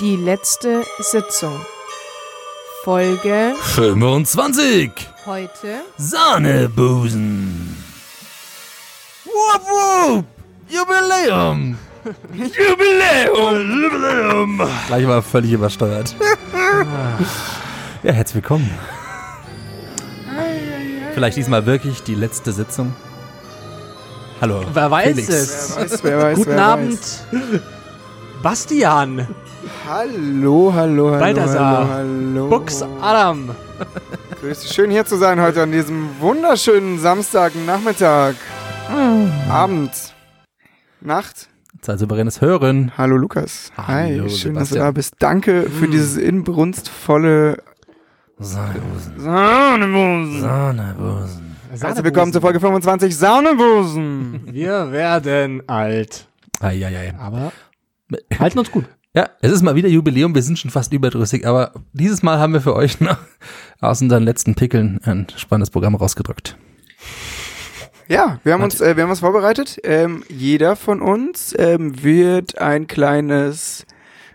Die letzte Sitzung. Folge 25. heute. Sahnebusen. Wupp, wupp. Jubiläum. Jubiläum. Jubiläum. Gleich war völlig übersteuert. ja, herzlich willkommen. Vielleicht diesmal wirklich die letzte Sitzung. Hallo. Wer weiß Felix. es? Wer weiß, Guten wer Abend, Weiß. Bastian, Hallo, hallo, hallo. Balthasar. Hallo, hallo. Bux Adam. Grüß dich. Schön hier zu sein heute an diesem wunderschönen Samstagnachmittag. Ah. Abend. Nacht. Zeit souveränes Hören. Hallo, Lukas. Hi, Hallo, schön, dass du Sebastian. Hm. da bist. Danke für dieses inbrunstvolle. Sahnebusen. Saunenbusen. Sahnebusen. Herzlich willkommen zur Folge 25 Saunenbusen. Wir werden alt, Eieiei. aber halten uns gut. Ja, es ist mal wieder Jubiläum. Wir sind schon fast überdrüssig, aber dieses Mal haben wir für euch noch aus unseren letzten Pickeln ein spannendes Programm rausgedrückt. Ja, wir haben uns, äh, wir haben was vorbereitet. Ähm, jeder von uns ähm, wird ein kleines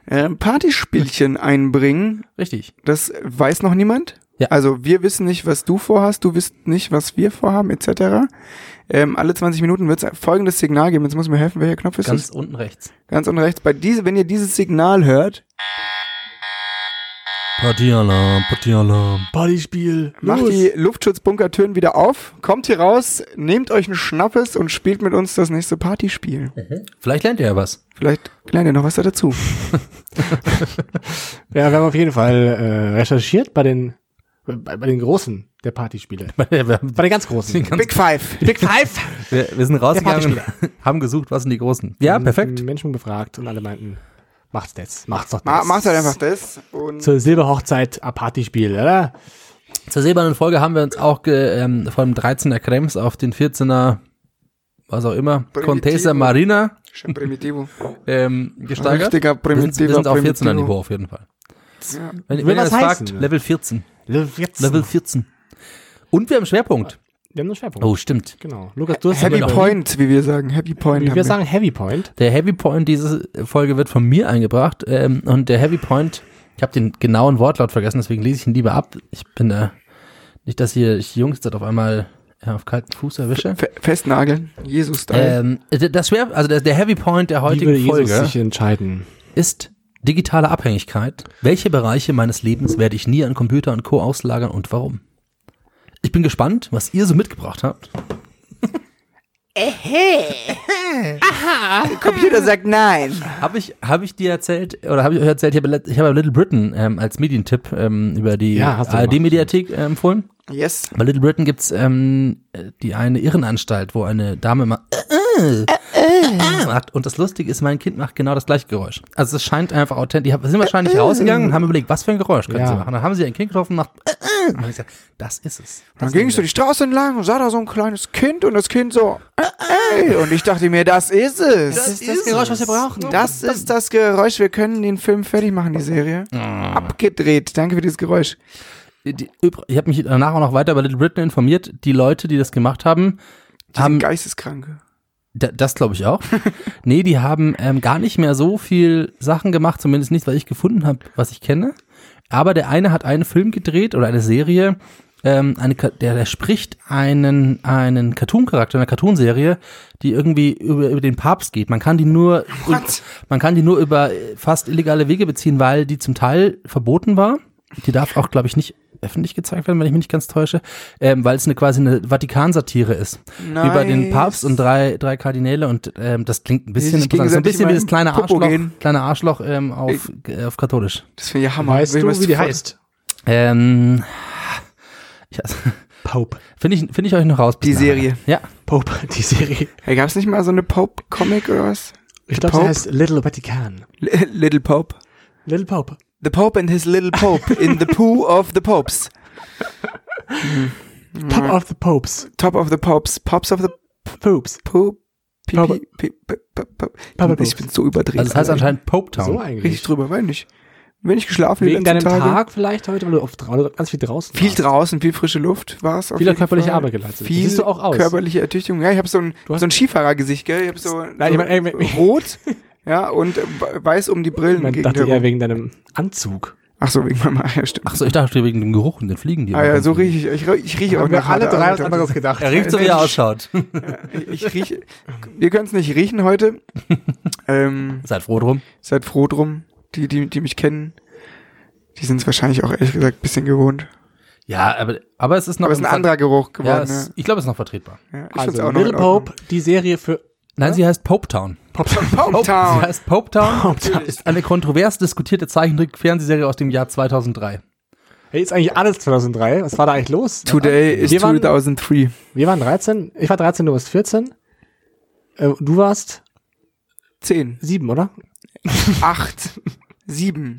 ähm, Partyspielchen einbringen. Richtig. Das weiß noch niemand. Ja. Also wir wissen nicht, was du vorhast, du wisst nicht, was wir vorhaben, etc. Ähm, alle 20 Minuten wird es folgendes Signal geben. Jetzt muss mir helfen, welcher Knopf ist Ganz das? unten rechts. Ganz unten rechts. Bei diese, wenn ihr dieses Signal hört, Partyalarm, Partyalarm. Bodyspiel. macht die Luftschutzbunkertüren wieder auf, kommt hier raus, nehmt euch einen Schnappes und spielt mit uns das nächste Partyspiel. Vielleicht lernt ihr ja was. Vielleicht lernt ihr noch was da dazu. Ja, wir haben auf jeden Fall äh, recherchiert bei den bei, bei den großen der Partyspiele. Wir, haben Bei den ganz großen. Big Five. Big Five. wir, wir sind rausgegangen, haben gesucht, was sind die Großen. Ja, perfekt. Menschen befragt und alle meinten, macht's das, macht's doch Ma das. macht halt einfach das. Und Zur Silberhochzeit ein Partyspiel, oder? Zur silbernen Folge haben wir uns auch ge, ähm, von dem 13er Krems auf den 14er, was auch immer, Primitivo. Contessa Marina schon Primitivo. ähm, gesteigert. Richtiger wir sind, wir primitiver sind auf 14er Primitivo. Niveau auf jeden Fall. Ja. Wenn, Will wenn ihr was das fragt, heißen, ne? Level 14. Level 14. Level 14. Und wir haben einen Schwerpunkt. Wir haben einen Schwerpunkt. Oh, stimmt. Genau. Lukas, du hast Happy genau. Point, wie wir sagen. Happy Point. Wie haben wir sagen, Heavy Point. Der Heavy Point dieser Folge wird von mir eingebracht. Ähm, und der Heavy Point, ich habe den genauen Wortlaut vergessen, deswegen lese ich ihn lieber ab. Ich bin da, nicht, dass hier ich Jungs das auf einmal ja, auf kalten Fuß erwische. Fe festnageln. Äh, Jesus-Style. Ähm, d- das schwer, also der, der Heavy Point der Wie würde heutigen Jesus Folge sich entscheiden? ist digitale Abhängigkeit. Welche Bereiche meines Lebens werde ich nie an Computer und Co. auslagern und warum? Ich bin gespannt, was ihr so mitgebracht habt. Computer sagt nein. Habe ich, hab ich dir erzählt, oder habe ich euch erzählt, ich habe, let- ich habe Little Britain ähm, als Medientipp ähm, über die Ja, hast du gemacht. ARD-Mediathek ähm, empfohlen. Yes. Bei Little Britain gibt's ähm, äh, die eine Irrenanstalt, wo eine Dame immer äh, äh, äh, macht. Und das Lustige ist, mein Kind macht genau das gleiche Geräusch. Also es scheint einfach authentisch. Die sind wahrscheinlich rausgegangen und haben überlegt, was für ein Geräusch können Äh, Ja. sie machen. Dann haben sie ein Kind getroffen und macht äh, äh. Und ich sag, das ist es. Dann ging ich so die Straße entlang und sah da so ein kleines Kind und das Kind so, äh, äh. und ich dachte mir, das ist es. Das ist das Geräusch, was wir brauchen. das, Geräusch. Wir können den Film fertig machen, die Serie. Ah. Abgedreht. Danke für dieses Geräusch. Die, übr- ich habe mich danach auch noch weiter über Little Britain informiert. Die Leute, die das gemacht haben, Die sind Hm. haben Geisteskranke. Da, das glaube ich auch. nee, die haben ähm, gar nicht mehr so viel Sachen gemacht, zumindest nicht, was ich gefunden habe, was ich kenne. Aber der eine hat einen Film gedreht oder eine Serie, ähm, eine, Ka- der, der spricht einen, einen Cartoon-Charakter, eine Cartoonserie, die irgendwie über, über den Papst geht. Man kann die nur, What? man kann die nur über äh, fast illegale Wege beziehen, weil die zum Teil verboten war. Die darf auch, glaube ich, nicht öffentlich gezeigt werden, wenn ich mich nicht ganz täusche, ähm, weil es eine quasi eine Vatikan-Satire ist über den Nice. Papst und drei, drei Kardinäle und ähm, das klingt ein bisschen sich interessant. So ein gegenseitig bisschen mal wie das kleine Popo Arschloch, gehen. kleine Arschloch ähm, auf, äh, auf katholisch. Das finde ich ja Hammer. Weißt Will du, ich was wie die voll- heißt? Ähm, ich, Pope. finde ich, finde ich euch noch raus. bis Die nachher. Serie. Ja, Pope, die Serie. Hey, gab's nicht mal so eine Pope-Comic oder was? Ich glaube, Pope? sie heißt Little Vatican. L Little Pope. Little Pope. The Pope and his little Pope in the poo of the popes. Mhm. Top of the Popes. Top of the popes. Pops of the Popes. Pope. Papa- Papa Ich Pope. bin so überdreht. also das heißt Alter. anscheinend Pope Town. So richtig eigentlich. drüber, weil nicht. Wenn ich geschlafen die Wegen deinem letzten Tage, Tag vielleicht heute, weil du oft drau ganz viel draußen Viel warst. draußen, viel frische Luft war es. auf Viel jeden körperliche Fall. Arbeit geleistet. Viel Siehst du auch aus. körperliche Ertüchtigung. Ja, ich habe so ein, Du hast- so ein Skifahrergesicht, gell? Ich habe so, Nein, ich mein, ey, so rot. Ja, und äh, weiß um die Brillen. Man dachte eher wegen deinem Anzug. Ach so, wegen meinem ja, stimmt. Achso, ich dachte wegen dem Geruch und den Fliegen, die Ah ja, so rieche ich. Ich, riech- ich rieche auch Haben wir nach alle harter drei was Arbeit. anderes gedacht. Er riecht so, wie er ausschaut. Ich, ich rieche. Ihr könnt es nicht riechen heute. ähm, Seid froh drum. seid froh drum, die, die, die mich kennen. Die sind es wahrscheinlich auch ehrlich gesagt ein bisschen gewohnt. Ja, aber, aber es ist noch Aber es ist ein im Ver- anderer Geruch Ja, geworden. ne? es, ich glaube, es ist noch vertretbar. Ja, ja. Ich find's Also noch in Little Ordnung. Pope, die Serie für Nein, sie heißt Pope Town. Pope Town. Sie heißt Pope Town. Ist eine kontrovers diskutierte Zeichentrick-Fernsehserie aus dem Jahr 2003. Hey, ist eigentlich alles 2003. Was war da eigentlich los? Today is Wir waren- 2003. Wir waren 13. Ich war 13, du warst 14. Äh, Du warst 10, 7, oder? 8, 7.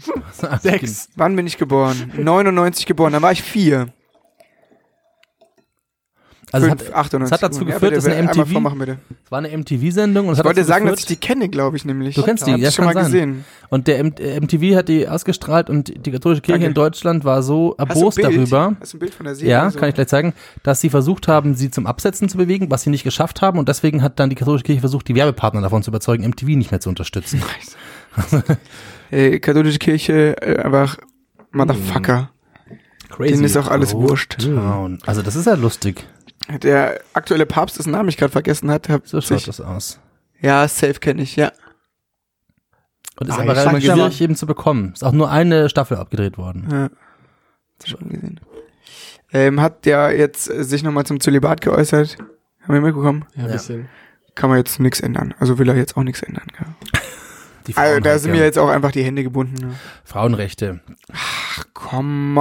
Sechs. Wann bin ich geboren? 99 geboren, da war ich 4. Also es hat, 5, 98. es hat dazu Ja, geführt, bitte, dass eine bitte, Einmal MTV vormachen, bitte. es war eine MTV-Sendung und es Ich hat wollte dazu sagen, dass ich geführt, die kenne, glaube ich nämlich. Du kennst die, Hab ja, ich schon kann mal sein. gesehen. und der M äh, MTV hat die ausgestrahlt und die katholische Kirche Danke. in Deutschland war so erbost Hast du ein Bild? darüber, Hast du ein Bild von der Serie? ja, Also, kann ich gleich zeigen, dass sie versucht haben, sie zum Absetzen zu bewegen, was sie nicht geschafft haben und deswegen hat dann die katholische Kirche versucht, die Werbepartner davon zu überzeugen, MTV nicht mehr zu unterstützen. Ey, katholische Kirche, äh, einfach Motherfucker. Crazy. Denen ist auch alles wurscht. Town. Also das ist ja lustig. Der aktuelle Papst, dessen Namen ich gerade vergessen hat, hat Mhm. So schaut sich, das aus. Ja, safe kenne ich, ja. Und ist Ah, aber ich sag relativ ja mal- schwierig eben zu bekommen. Ist auch nur eine Staffel abgedreht worden. ja. Hast du Schon gesehen. Ähm, hat ja jetzt äh, sich nochmal zum Zölibat geäußert. Haben wir mitbekommen? Ja, ein Ja. bisschen. Kann man jetzt nichts ändern. Also will er jetzt auch nichts ändern. Ja. Die halt, Also, da Frauenrechte. sind mir jetzt auch einfach die Hände gebunden. Ne? Frauenrechte. Come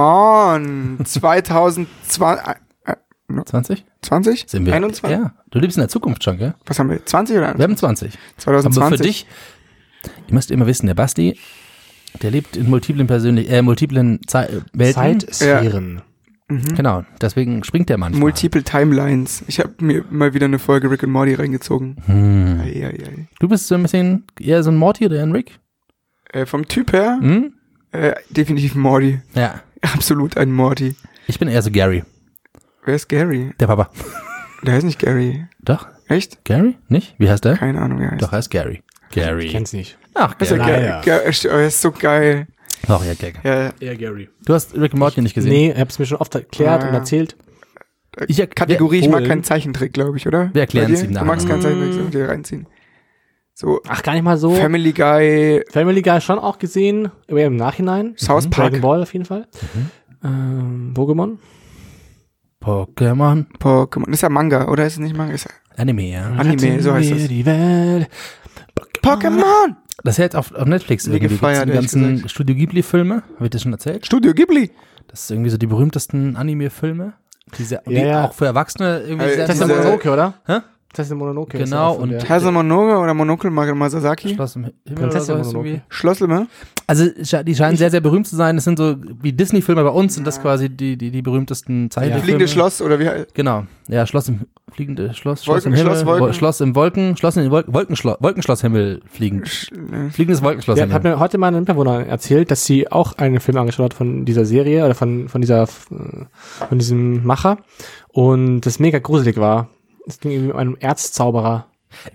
on. äh, 2020? 20? 20? Sind wir? 21? Ja. Du lebst in der Zukunft schon, gell? Was haben wir? 20 oder Wir haben 20. Aber 2020? für dich, ihr müsst immer wissen, der Basti, der lebt in multiplen persönlich, äh, multiplen Zei äh, Welten. Zeitsphären. Genau. Deswegen springt der manchmal. Multiple Timelines. Ich habe mir mal wieder eine Folge Rick und Morty reingezogen. Hm. Ei, ei, ei. Du bist so ein bisschen eher so ein Morty oder ein Rick? Äh, vom Typ her, Hm? äh, definitiv Morty. Ja. Absolut ein Morty. Ich bin eher so Gary. Wer ist Gary? Der Papa. Der heißt nicht Gary. Doch? Echt? Gary? Nicht? Wie heißt der? Keine Ahnung, wer heißt. Doch, er heißt Gary. Gary. Ich kenn's nicht. Ach, Ist ja Gary. geil. Leider. Ge- ist- oh, ist so geil. Ach, ja, Gag. Ja, Eher Gary. Du hast Rick and Morty nicht gesehen. Nee, ich hab's mir schon oft erklärt Ah. und erzählt. Ich erk- Kategorie, ich mag Polen. keinen Zeichentrick, glaube ich, oder? Wir erklären Bei es dir? ihm Du nachher Hm. magst keinen nochmal. Zeichentrick, soll ich dir reinziehen. So, Ach, gar nicht mal so. Family Guy, Family Guy schon auch gesehen, aber im Nachhinein. South Mhm. Park. Dragon Ball auf jeden Fall. Ähm, Pokémon. Pokémon Pokémon. Ist ja Manga, oder ist es nicht Manga? Ist ja Anime, ja. Anime, so heißt Retten wir es. Die Welt. Pokémon! Das ist ja jetzt auf, auf Netflix Nie irgendwie. Gibt's gefeiert, die ehrlich ganzen gesagt. Studio Ghibli-Filme, habe ich das schon erzählt? Studio Ghibli! Das ist irgendwie so die berühmtesten Anime-Filme, die, sehr, die Ja, ja. auch für Erwachsene irgendwie Äh, sehr Das ist diese- der Mononoke, oder? Hä? Das ist der Mononoke. ist Genau, auch von und- der- Hase Monoge oder Monokel Masasaki? Schloss im Himmel oder so Prinzessin heißt Mononoke. irgendwie. Schlosselme? Also scha- die scheinen sehr, sehr berühmt zu sein. Das sind so wie Disney-Filme bei uns, sind das quasi die, die, die berühmtesten Zeichentrickfilme. Fliegende Schloss oder wie heißt Genau. Ja, Schloss im fliegende Schloss, Schloss Wolken- im Himmel, Schloss, Wolken. Wo- Schloss im Wolken, Schloss in den Wolken, Wolkenschloss, Wolkenschlosshimmel fliegen. ne? Fliegendes Wolkenschloss. Der hat mir heute mal ein Mitbewohner erzählt, dass sie auch einen Film angeschaut hat von dieser Serie oder von, von dieser, äh, von diesem Macher und das mega gruselig war. Es ging irgendwie um einen Erzzauberer.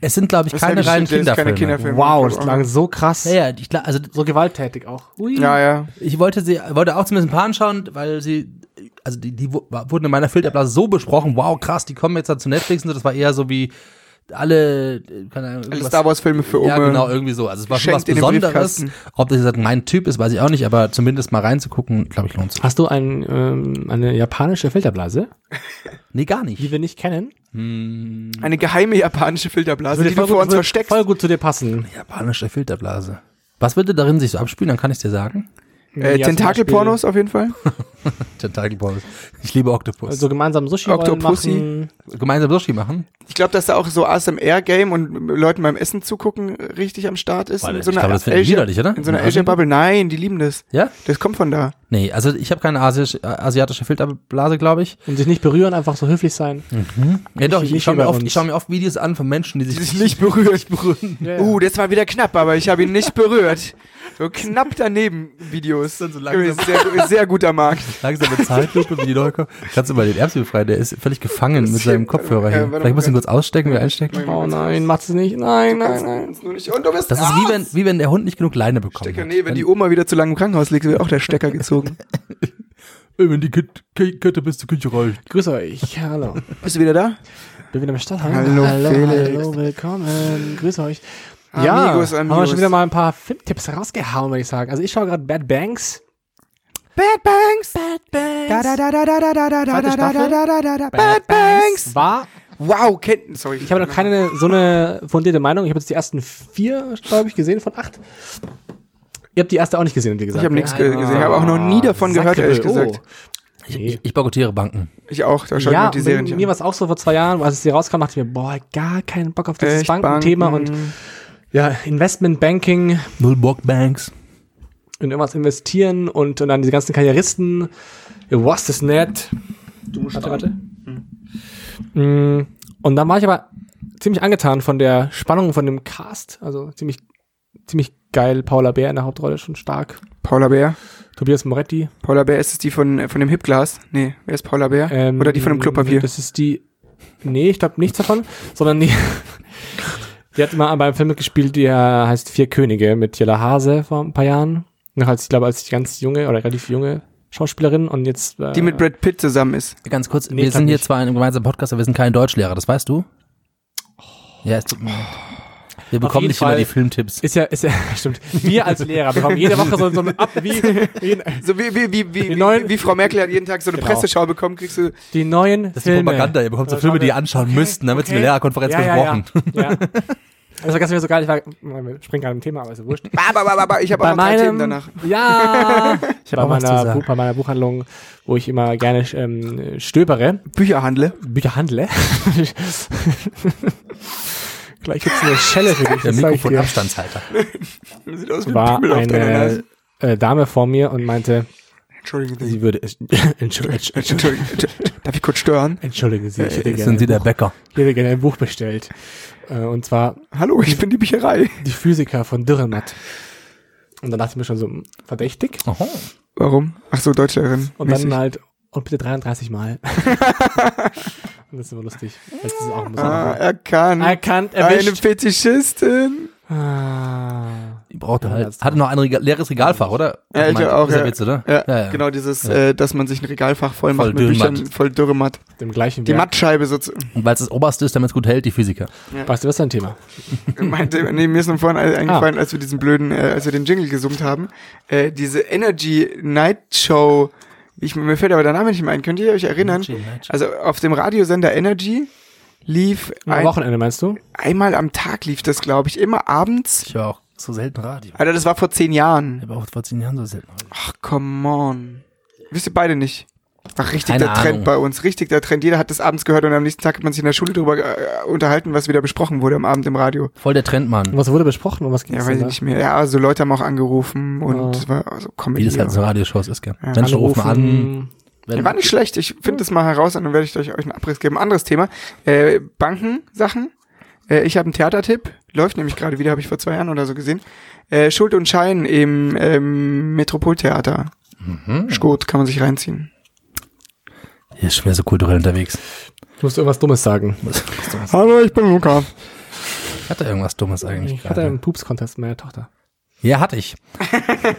es sind, glaube ich, Das keine hab ich- reinen das ist keine Kinderfilme. Kinderfilme. Film, Wow, ich das glaub klang so krass. Ja, ja, ich, gla- also So gewalttätig auch. Ui. Ja, ja. ich wollte sie, wollte auch zumindest ein paar anschauen, weil sie, also die, die wu- wurden in meiner Filterblase so besprochen, wow, krass, die kommen jetzt dann zu Netflix und so, das war eher so wie alle, äh, keine Ahnung, Alle irgendwas- Star Wars Filme für Ome. Ja, genau, irgendwie so. Also es war schon was Geschenkt in den Besonderes. Briefkasten. Ob das jetzt mein Typ ist, weiß ich auch nicht, aber zumindest mal reinzugucken, glaube ich, lohnt sich. Hast du ein, ähm, eine japanische Filterblase, Nee, gar nicht. die wir nicht kennen? Eine geheime japanische Filterblase, Also die du voll vor gut- uns würde versteckst. Voll gut zu dir passen. Japanische Filterblase. Was würde darin sich so abspielen? Dann kann ich dir sagen. Äh, Ja, zum Tentakelpornos auf jeden Fall. Tentakelpornos. Ich liebe Oktopus. Beispiel So Also gemeinsam sushi Octopussy. machen. Also gemeinsam Sushi machen? Ich glaube, dass da auch so ASMR-Game und Leuten beim Essen zugucken richtig am Start ist. Warte, in so ich einer glaube, das finden die Asia- widerlich, oder? In so einer In Asien? Asia-Bubble. Nein, die lieben das. Ja? Das kommt von da. Nee, also ich habe keine asiatische, äh, asiatische Filterblase, glaube ich. Und sich nicht berühren, einfach so höflich sein. Ja, doch, ich, nicht schaue wie bei mir oft, uns. ich schau mir oft Videos an von Menschen, die sich Die sich nicht berührt. berühren. Uh, das war wieder knapp, aber ich habe ihn nicht berührt. So knapp daneben Videos. Dann so langsam. Übrigens Sehr, sehr guter Markt. Langsame Zeitlupe, wie die Leute kommen. Kannst du mal den Erbsen befreien, der ist völlig gefangen mit seinem Kopfhörer Ja, hier. warte mal, Vielleicht musst du ihn ganz- kurz ausstecken, wieder einstecken. Oh nein, macht's nicht. Nein, nein, nein. Nur nicht- Und du bist Das ist wie wenn, wie wenn der Hund nicht genug Leine bekommt. Stecker, nee, wenn die Oma wieder zu lange im Krankenhaus liegt, wird auch der Stecker gezogen. wenn die Kette bis zur Küche reicht. Grüß euch. Hallo. Bist du wieder da? Bin wieder im Stadthaus. Hallo, hallo, Felix. hallo, willkommen. Grüß euch. Amigos, ja, haben wir amigos. schon wieder mal ein paar Filmtipps rausgehauen, würde ich sagen. Also ich schaue gerade Bad Banks. Bad Banks! Bad Banks! Da, da, da, da, da, da, da, da, da, da, da, da, da, da, da, Bad Banks! War, Wow, Kenton, sorry. ich habe noch keine so eine fundierte Meinung. Ich habe jetzt die ersten vier, glaube ich, gesehen von acht. Ihr habt die erste auch nicht gesehen, wie gesagt. Ich habe nichts ge- gesehen. Ich habe auch noch nie davon gehört, ehrlich Oh. gesagt. Ich, ich, ich boykottiere Banken. Ich auch, da schaut Ja, mir die Serien und mir nicht war an. es auch so vor zwei Jahren, als es hier rauskam, dachte ich mir, boah, gar keinen Bock auf dieses Echt, Bankenthema Banken. und ja, Investmentbanking, Null Banks. in irgendwas investieren und, und dann diese ganzen Karrieristen. Ihr wasst es nicht. Du musst warte, warte. Mm, Und dann war ich aber ziemlich angetan von der Spannung von dem Cast. Also ziemlich, ziemlich geil. Paula Bär in der Hauptrolle schon stark. Paula Bär. Tobias Moretti. Paula Bär, ist es die von, äh, von dem Hipglas? Nee, wer ist Paula Bär? Ähm, Oder die von dem Klopapier? Das ist die. Nee, ich glaube nichts davon, sondern die. Die hat mal beim Film mitgespielt, der heißt Vier Könige mit Jella Hase vor ein paar Jahren. Noch als, ich glaube, als ganz junge oder relativ junge Schauspielerin und jetzt. Äh, Die mit Brad Pitt zusammen ist. Ganz kurz, Nee, wir glaub sind hier nicht. zwar in einem gemeinsamen Podcast, aber wir sind kein Deutschlehrer, das weißt du? Ja, es tut mir leid. Wir bekommen Oh. jeden nicht immer Fall. die Filmtipps. Ist ja, ist ja, stimmt. Wir als Lehrer bekommen jede Woche so, so ein Ab wie, wie So wie, wie, wie, wie, Die neuen- wie, wie Frau Merkel hat jeden Tag so eine Genau. Presseschau bekommen, kriegst du die neuen Das ist die Filme. Propaganda, ihr bekommt so Das Filme, haben die wir- ihr anschauen müssten, damit es in der Lehrerkonferenz ja, besprochen. Ja, ja. ja. Das war ganz mir so geil, ich war, wir springen gerade im Thema, aber ist ja wurscht. Ba, ba, ba, ba, ba. Ich habe bei auch noch drei Themen meinem, danach. ja, bei auch was zu meiner, sagen. Bu- bei meiner Buchhandlung, wo ich immer gerne ähm, stöbere, Bücher handle. Bücher handle. Gleich gibt's eine Schelle für dich. Der das sag ich dir. Mikrofonabstandshalter. Sieht aus wie War ein Pimmel auf deiner Nase. eine äh, Dame vor mir und meinte, Entschuldigen Sie. sie würde, Entschuldigung, Entschuldigung, Entschuldigen, Entschuldigen. Darf ich kurz stören? Entschuldigen Äh, Sie, Äh, ich hätte Jetzt gerne, sind Sie der ein Buch, Bäcker. ich hätte gerne ein Buch bestellt. Äh, Und zwar Hallo, ich bin die Bücherei. Die Physiker von Dürrenmatt. Und dann dachte ich mir schon so, hm, verdächtig. Oho. Warum? Ach so, Deutschlehrerin. Und dann Mäßig. halt, und bitte 33 Mal. und das ist immer lustig. Das ist auch Ah, besonders. er kann. Erkannt, Eine erwischt. Fetischistin. Ah. Die brauchte Ja, halt. das- Hatte noch ein Rega- leeres Regalfach, oder? Ja, ich Meint- auch, Ist ja ja. Witz, oder? Ja, genau dieses, Äh, dass man sich ein Regalfach voll macht Voll mit Dürrematt. Büchern, voll Dürrematt. Dem gleichen Die Werk. Mattscheibe sozusagen. Und weil es das oberste ist, damit es gut hält, die Physiker. Weißt du, was ist dein Thema? Meinte, nee, mir ist noch vorhin ein- eingefallen, als wir diesen blöden, äh, als wir den Jingle gesummt haben, äh, diese Energy Night Show. Ich, mir fällt aber der Name nicht mehr ein. Könnt ihr euch erinnern? Also auf dem Radiosender Energy lief Am ein, Wochenende meinst Hm. du? einmal am Tag lief das, glaube ich, immer abends. Ich höre auch so selten Radio. Alter, das war vor zehn Jahren. Ich habe auch vor zehn Jahren so selten Radio. Ach, come on. Wisst ihr beide nicht? War richtig Keine der Trend Ahnung. bei uns, richtig der Trend. Jeder hat das abends gehört und am nächsten Tag hat man sich in der Schule drüber äh, unterhalten, was wieder besprochen wurde am Abend im Radio. Voll der Trend, Mann. Und was wurde besprochen? Um was ging Ja, es weiß ich denn nicht mehr. Ja, so Leute haben auch angerufen Ah. und es war also Wie Comedy. das halt in so ja. Radioshows ist, gell? Ja. da? Menschen rufen an. Anrufen. Ja, War nicht schlecht. Ich finde das mal heraus und dann werde ich euch euch einen Abriss geben. Anderes Thema. Äh, Banken, Sachen. Äh, ich habe einen Theatertipp. Läuft nämlich gerade wieder, habe ich vor zwei Jahren oder so gesehen. Äh, Schuld und Schein im ähm, Metropoltheater. Hm. Schrot kann man sich reinziehen. Mhm. Hier ist schon wieder so kulturell unterwegs. Du musst irgendwas Dummes sagen. Hm. Hallo, ich bin Luca. Hat er irgendwas Dummes eigentlich Ich hatte gerade? einen Pups-Contest mit meiner Tochter. Ja, hatte ich.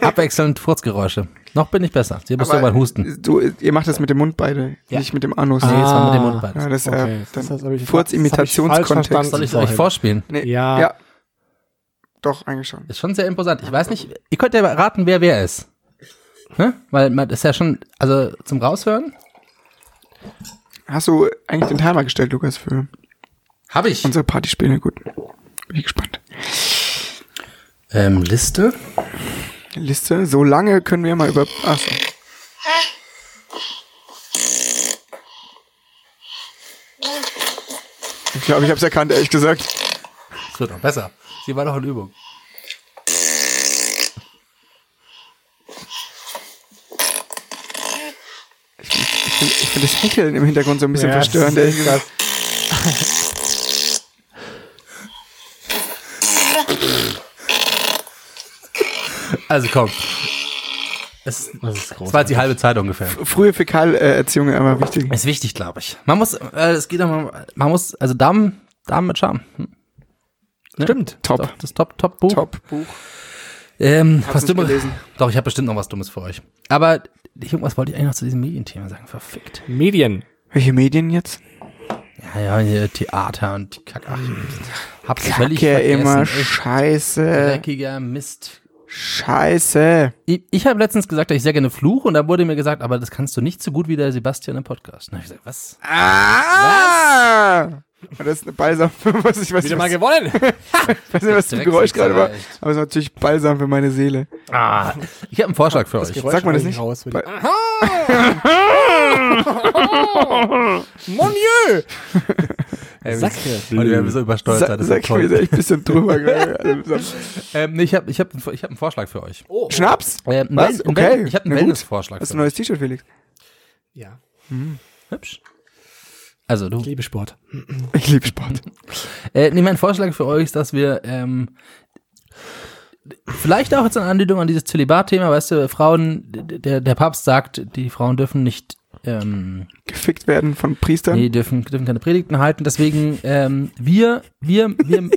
Abwechselnd Furzgeräusche. Noch bin ich besser. Sie musst irgendwann husten. Du, ihr macht das mit dem Mund beide, Ja. nicht mit dem Anus. Nee, es war mit dem Ah. Mund Ja, beides. das, Okay, das äh, dann heißt, hab ich- das hab ich falsch Furzimitationskontext. verstanden. Soll ich es euch vorspielen? Nee, Ja. ja. Doch, eigentlich schon. Ist schon sehr imposant. Ich weiß nicht, ihr könnt ja mal raten, wer wer ist. Ne? Weil man ist ja schon, also zum Raushören. Hast du eigentlich den Timer gestellt, Lukas, für Habe ich. unsere Partyspiele? Gut. Bin ich gespannt. Ähm, Liste? Liste. So lange können wir mal über. Ach so. Ich glaube, ich habe es erkannt, ehrlich gesagt. Das wird noch besser. Sie war noch in Übung. Ich finde find das Hecheln im Hintergrund so ein bisschen Ja, das verstörend, ist ehrlich echt gesagt. Also komm. Es, Das ist groß. das war jetzt die halbe Zeit ungefähr. Frühe Fäkalerziehung, aber wichtig. Ist wichtig, glaube ich. Man muss, äh, es geht auch mal, man muss, also Damen, Damen mit Charme. Hm. Ne? Stimmt. Top. Das, das Top, Top Buch. Top Buch. Ähm, Hab's was nicht Dummes. gelesen. Doch, ich habe bestimmt noch was Dummes für euch. Aber irgendwas wollte ich eigentlich noch zu diesem Medienthema sagen. Verfickt. Medien. Welche Medien jetzt? Ja, Ah ja, hier Theater und die Kacke. Ach, hab's völlig Kacke vergessen. immer. Echt Scheiße. Dreckiger Mist. Scheiße. Ich, ich habe letztens gesagt, dass ich sehr gerne fluche und da wurde mir gesagt, aber das kannst du nicht so gut wie der Sebastian im Podcast. Und hab ich gesagt, was? Ah! Das ist eine Balsam, für was ich weiß, nicht, Wieder mal was, gewonnen. weiß nicht, was das Direkt Geräusch gerade war. sind's aber echt. Aber es ist natürlich Balsam für meine Seele. Ah, ich habe einen Vorschlag für euch. Sagt man das nicht? Raus, Ah, Ba- Mon Dieu! Sacre. Weil wir so übersteuert Sa seid, das ist ja sag ich mir, toll. ist echt ein bisschen drüber. gerade. Also, so- Ähm, nee, ich habe ich hab, einen Vor- ich hab einen Vorschlag für euch. Oh. Schnaps? Ähm, Was? Wellness- Okay. Wellness- Ich habe Na einen gut. Wellness-Vorschlag Hast du für ein euch. neues T-Shirt, Felix? Ja. Hübsch. Also du. Ich liebe Sport. Ich liebe Sport. Äh, nee, mein Vorschlag für euch ist, dass wir ähm, vielleicht auch jetzt eine Anlehnung an dieses Zölibat-Thema, weißt du, Frauen, d- der, der Papst sagt, die Frauen dürfen nicht, ähm, Gefickt werden von Priestern. nee, dürfen, dürfen keine Predigten halten, deswegen ähm, wir, wir, wir...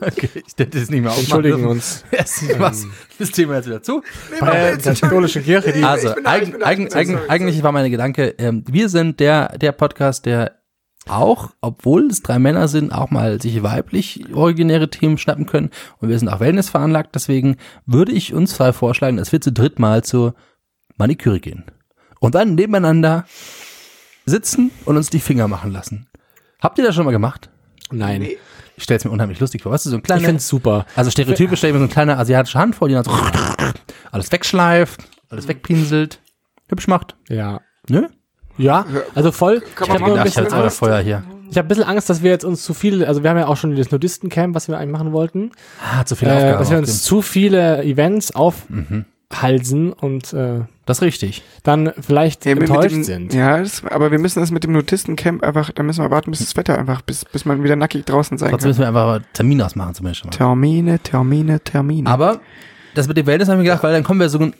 Okay, ich hätte es nicht mehr aufmachen Entschuldigen dürfen. uns. Erst was, das Thema jetzt wieder zu. Bei Äh, der katholischen Kirche, die Also, bin da, ich eigen, bin da, eigen, sorry, eigen, sorry. eigentlich war meine Gedanke, ähm, wir sind der, der Podcast, der auch, obwohl es drei Männer sind, auch mal sich weiblich originäre Themen schnappen können. Und wir sind auch Wellness veranlagt. Deswegen würde ich uns zwei vorschlagen, dass wir zu dritt mal zur Maniküre gehen. Und dann nebeneinander sitzen und uns die Finger machen lassen. Habt ihr das schon mal gemacht? Nein. Ich stell's mir unheimlich lustig vor. Weißt du, so ein kleiner. Ich find's super. Also stereotypisch stelle ich mir so eine kleine asiatische Hand vor, die dann so alles wegschleift, alles wegpinselt, hübsch macht. ne? Ja. Nö? Ja, also voll. Ich man habe nur ein machen. bisschen Ich hab's aber Angst. halt Feuer hier. Ich habe ein bisschen Angst, dass wir jetzt uns zu viel, also wir haben ja auch schon das Nudistencamp, was wir eigentlich machen wollten, Ah, zu äh, viele Aufgaben. dass wir auf uns zu viele Events aufhalsen und äh, dem- das ist richtig. dann vielleicht Ja, wir mit enttäuscht dem, sind. Ja, das, aber wir müssen das mit dem Notistencamp einfach, da müssen wir warten, bis das Wetter einfach, bis, bis man wieder nackig draußen sein Trotzdem kann. müssen wir einfach mal Termine ausmachen zum Beispiel. Mal. Termine, Termine, Termine. Aber das mit dem Wellness haben wir gedacht, weil dann kommen wir so ein,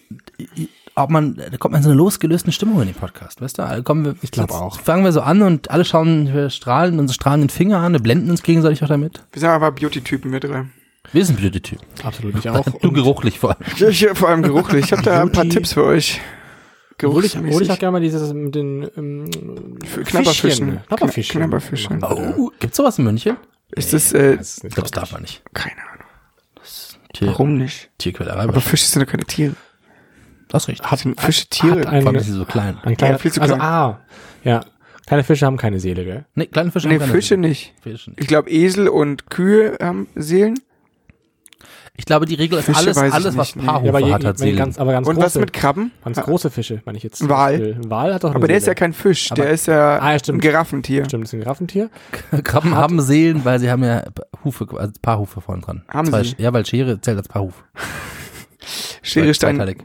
ob man, da kommt man in so eine losgelöste Stimmung in den Podcast, weißt du? Also Kommen wir, ich glaub auch. Fangen wir so an und alle schauen, wir strahlen unsere strahlenden Finger an, wir blenden uns gegenseitig auch damit. wir sind aber Beauty-Typen, wir drei. Wir sind blöde Typen. Absolut, ich auch. Du Und geruchlich vor allem. Ich, ich, vor allem geruchlich. Ich habe da ein paar Beauty. Tipps für euch. Hol ich, hol ich auch Geruchlich. gerne mal dieses mit den ähm, Für Knabberfischen. Fischchen. Knabberfischen. Kna- Knabberfischen. Äh, Oh, gibt's sowas in München? Ist das, äh, Ich glaube, das darf man nicht. keine Ahnung. Tier, Warum nicht? Tierquälerei. Aber Fische sind doch keine Tiere. Das ist richtig. Hat- Sind Fische Hat Tiere? Vor allem ein, ist sie so klein. ein kleiner, Ja, viel zu also klein. ah, ja, kleine Fische haben keine Seele, gell? Nee, kleine Fische nee, haben keine Fische Seele. nicht. Fische nicht. Ich glaube, Esel und Kühe haben Seelen. Ich glaube, die Regel ist Fische alles, weiß ich alles was nicht, nee. Paarhufe aber je- hat, hat wenn Seelen. ganz, aber ganz Und große, was mit Krabben? ganz große Fische, meine ich jetzt. zum Wal. Beispiel. Ein Wal hat doch eine Aber der ist Seele. ja kein Fisch, Aber- der ist ja Ah, ja, stimmt. ein Giraffentier. Stimmt, das ist ein Giraffentier. Krabben haben Seelen, weil sie haben ja Hufe, also Paarhufe vorne dran. Haben Zwei, sie? Ja, weil Schere zählt als Paarhuf. Schere, Stein, Zweiteilig.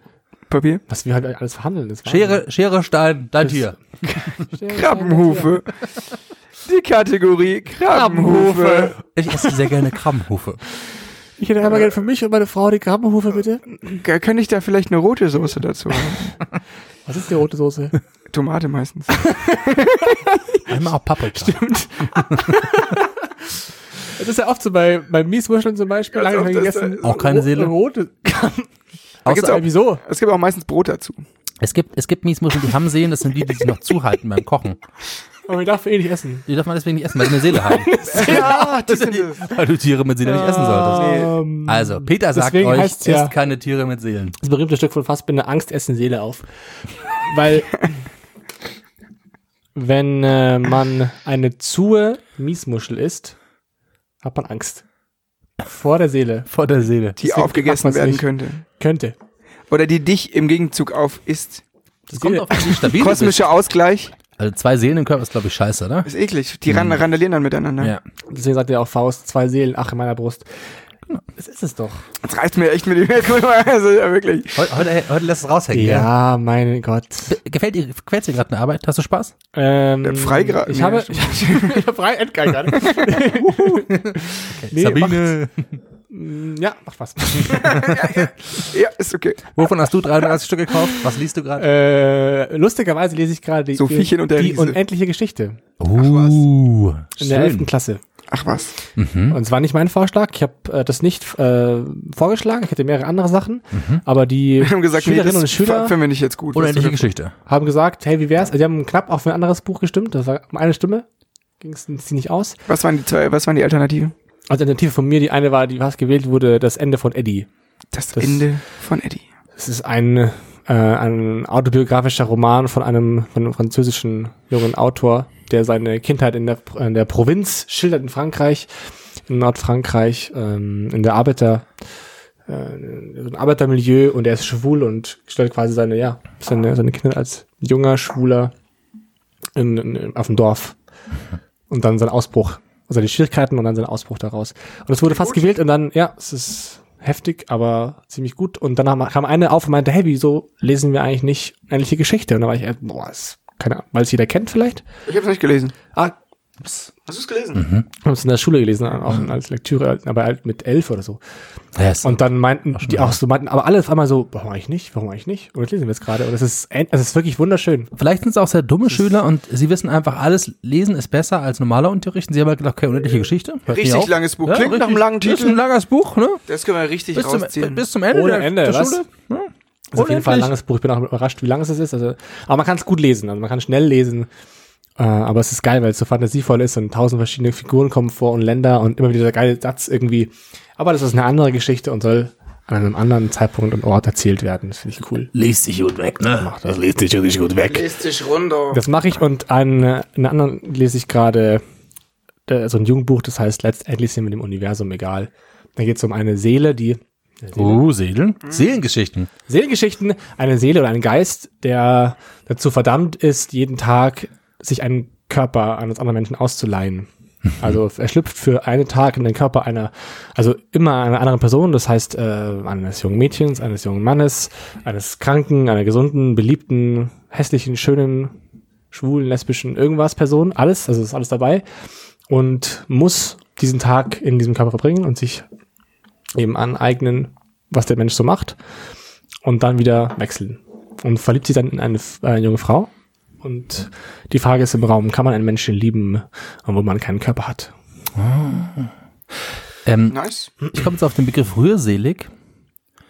Papier. Was wir halt alles verhandeln. Das war- Schere, Schere, Stein, dein Tier. Schere, Krabbenhufe. Die Kategorie Krabbenhufe. Ich esse sehr gerne Krabbenhufe. Ich hätte einmal gerne für mich und meine Frau die Krabbenhufe, bitte. K- Könnte ich da vielleicht eine rote Soße dazu haben? Was ist die rote Soße? Tomate meistens. Einmal auch Paprika. Das ist ja oft so bei, bei Mieswurscheln zum Beispiel, Ganz lange nicht mehr oft ist gegessen. da- Auch keine Ro- Seele? Rote. Da gibt's auch, Wieso? es gibt auch meistens Brot dazu. Es gibt, es gibt Miesmuscheln, die haben Seelen, das sind die, die sich noch zuhalten beim Kochen. Aber ich darf eh nicht essen. Die darf man deswegen nicht essen, weil sie eine Seele haben. Ja, das Ah, sind Weil du Tiere mit Seelen nicht essen solltest. Ähm, Also, Peter sagt Deswegen euch, esst heißt's ja- keine Tiere mit Seelen. das berühmte Stück von Fassbinder, Angst essen Seele auf. Weil, wenn äh, man eine zue Miesmuschel isst, hat man Angst. Vor der Seele. Vor der Seele. die Deswegen aufgegessen macht man's werden nicht. könnte. Könnte. Oder die dich im Gegenzug aufisst. Das kommt auf, wie stabil du bist. Kosmischer Ausgleich. Also zwei Seelen im Körper ist, glaube ich, scheiße, oder? Ist eklig. Die Hm. ran, randalieren dann miteinander. Deswegen sagt er auch Faust, zwei Seelen, ach in meiner Brust. Das ist es doch. Das reißt mir echt mit die Also, ja, Hm, wirklich. Heute, heute, heute lässt es raushängen, ja. Ja, mein Gott. Gefällt dir, gefällt dir gerade eine Arbeit? Hast du Spaß? Ähm, Frei gerade. Ich habe, ich habe frei Endgang gerade. nee, macht, Mm, Ja, macht was. Ja, ist okay. Wovon hast du 33 Stück gekauft? Was liest du gerade? äh, lustigerweise lese ich gerade die, Sophiechen und der die Riese. unendliche Geschichte Uh, in der 11. Klasse. Ach was. Mhm. Und es war nicht mein Vorschlag. Ich habe äh, das nicht äh, vorgeschlagen. Ich hatte mehrere andere Sachen. Aber die Mhm. Wir haben gesagt, Schülerinnen nee, und das Schüler finden wir nicht jetzt gut. was Unendliche du- Geschichte. haben gesagt, hey, wie wär's? Also, die haben knapp auch für ein anderes Buch gestimmt. Das war um eine Stimme. Ging es nicht aus. Also, Was waren die zwei, was waren die Alternativen? Alternative von mir, die eine war, die was gewählt wurde, das Ende von Eddie. Das, Das- Ende von Eddie. Es ist ein, äh, ein autobiografischer Roman von einem, von einem französischen jungen Autor, der seine Kindheit in der, in der Provinz schildert in Frankreich, in Nordfrankreich, ähm, in der Arbeiter, äh, in einem Arbeitermilieu und er ist schwul und stellt quasi seine, ja, seine, seine Kinder als junger Schwuler in, in, auf dem Dorf und dann sein Ausbruch, also die Schwierigkeiten und dann sein Ausbruch daraus. Und es wurde fast gewählt und dann, ja, es ist heftig, aber ziemlich gut. Und dann haben- kam eine auf und meinte, hey, wieso lesen wir eigentlich nicht ähnliche Geschichte? Und da war ich, erst, boah, ist, keine Ahnung, weil es jeder kennt vielleicht. Ich habe es nicht gelesen. Ah, Hast du es gelesen? haben es in der Schule gelesen, auch als Lektüre, aber halt mit elf oder so. Yes. Und dann meinten die auch so, meinten, aber alle auf einmal so, warum eigentlich nicht? Warum eigentlich nicht? Und das lesen wir jetzt gerade. Und es ist, ein- es ist wirklich wunderschön. Vielleicht sind es auch sehr dumme Schüler und sie wissen einfach, alles lesen ist besser als normaler Unterricht. Und sie haben halt gedacht, okay, unendliche Geschichte. Hört Richtig nicht auf. langes Buch. Klingt nach einem langen Ist ein Titel. langes Buch, ne? Das können wir richtig Bis zum, rausziehen. bis zum Ende Ohne der, Ende, der was? Schule. ne? Ja. Das ist auf jeden Fall ein Unendlich. langes Buch. Ich bin auch überrascht, wie lang es ist. Also, aber man kann es gut lesen. Also man kann schnell lesen. Äh, aber es ist geil, weil es so fantasievoll ist und tausend verschiedene Figuren kommen vor und Länder und immer wieder der geile Satz irgendwie. Aber das ist eine andere Geschichte und soll an einem anderen Zeitpunkt und Ort erzählt werden. Das finde ich cool. Liest sich gut weg, ne? Das liest sich richtig gut weg. Lest dich runter. Das mache ich und einen, äh, einen anderen lese ich gerade äh, so ein Jugendbuch, das heißt Letztendlich sind wir dem Universum egal. Da geht es um eine Seele, die Oh, Seelen. Hm. Seelengeschichten. Seelengeschichten, eine Seele oder ein Geist, der dazu verdammt ist, jeden Tag sich einen Körper eines anderen Menschen auszuleihen. Also er schlüpft für einen Tag in den Körper einer, also immer einer anderen Person, das heißt äh, eines jungen Mädchens, eines jungen Mannes, eines kranken, einer gesunden, beliebten, hässlichen, schönen, schwulen, lesbischen, irgendwas Person, alles, also ist alles dabei und muss diesen Tag in diesem Körper verbringen und sich eben aneignen, was der Mensch so macht und dann wieder wechseln. Und verliebt sich dann in eine, F- äh, junge Frau. Und die Frage ist im Raum, kann man einen Menschen lieben, äh, wo man keinen Körper hat? Ähm, Nice. ich komme jetzt auf den Begriff rührselig.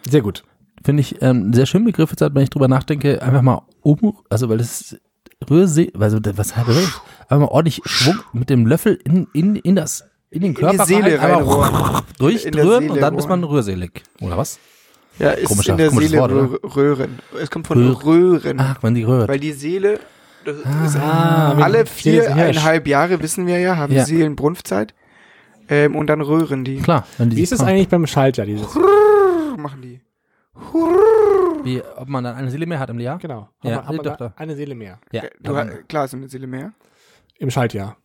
Sehr gut. Finde ich ähm, einen sehr schönen Begriff jetzt, halt, wenn ich drüber nachdenke, einfach mal um, also weil das ist rührselig, also das- was heißt das? Einfach mal ordentlich Schwung mit dem Löffel in, in, in das, in den Körper Seele rein, einmal reinrohren. In der durchdrühren und Seele dann ist man bohren. rührselig. Oder was? Ja, ist Komischer- in der komisches Seele Wort, oder? Rö- Röhren. Es kommt von Röhren. Röhren. Ach, wenn die rührt. Mhm. Weil die Seele, das, das Ah, alle mit- Seele ist ein Hirsch. viereinhalb Jahre, wissen wir ja, haben Ja. Seelenbrunftzeit. Ähm, und dann röhren die. Klar. Wenn die Wie ist es eigentlich beim Schalter? Dieses? Machen die. Wie, ob man dann eine Seele mehr hat im Jahr? Genau. Hat Ja, man- hat nee, man doch, da da. eine Seele mehr. Ja. Du, ha- klar, ist eine Seele mehr. Im Schaltjahr.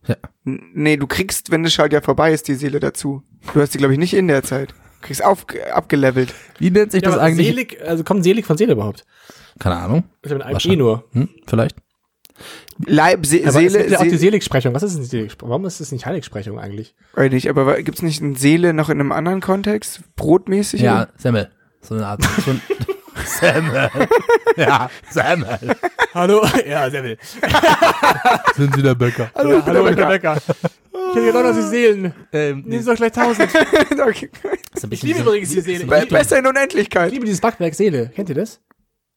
N- Nee, du kriegst, wenn das Schaltjahr vorbei ist, die Seele dazu. Du hast die, glaube ich, nicht in der Zeit. Du kriegst auf, abgelevelt. Wie nennt sich das aber eigentlich? Selig, also kommt selig von Seele überhaupt? Keine Ahnung. Also mit einem E Wahrscheinlich. nur. Hm? Vielleicht. Leib, Se Aber es Seele, gibt ja auch die Seele. Seligsprechung. Was ist denn die Seligsprechung? Warum ist es nicht Heiligsprechung eigentlich? Weiß nicht, aber wa- gibt's nicht eine Seele noch in einem anderen Kontext? Brotmäßig? Ja, Semmel. So eine Art. So ein Semmel. Ja, Semmel. Hallo? Ja, sehr will. Sind Sie der Bäcker? Hallo, hallo, ich bin der Bäcker. Ich hätte gedacht, dass ich Seelen. Ähm, Nimm doch gleich tausend. okay. ist ein Ich bisschen liebe diese- übrigens die Seele. Be besser in Ich Unendlichkeit. liebe dieses Backwerk Seele. Kennt ihr das?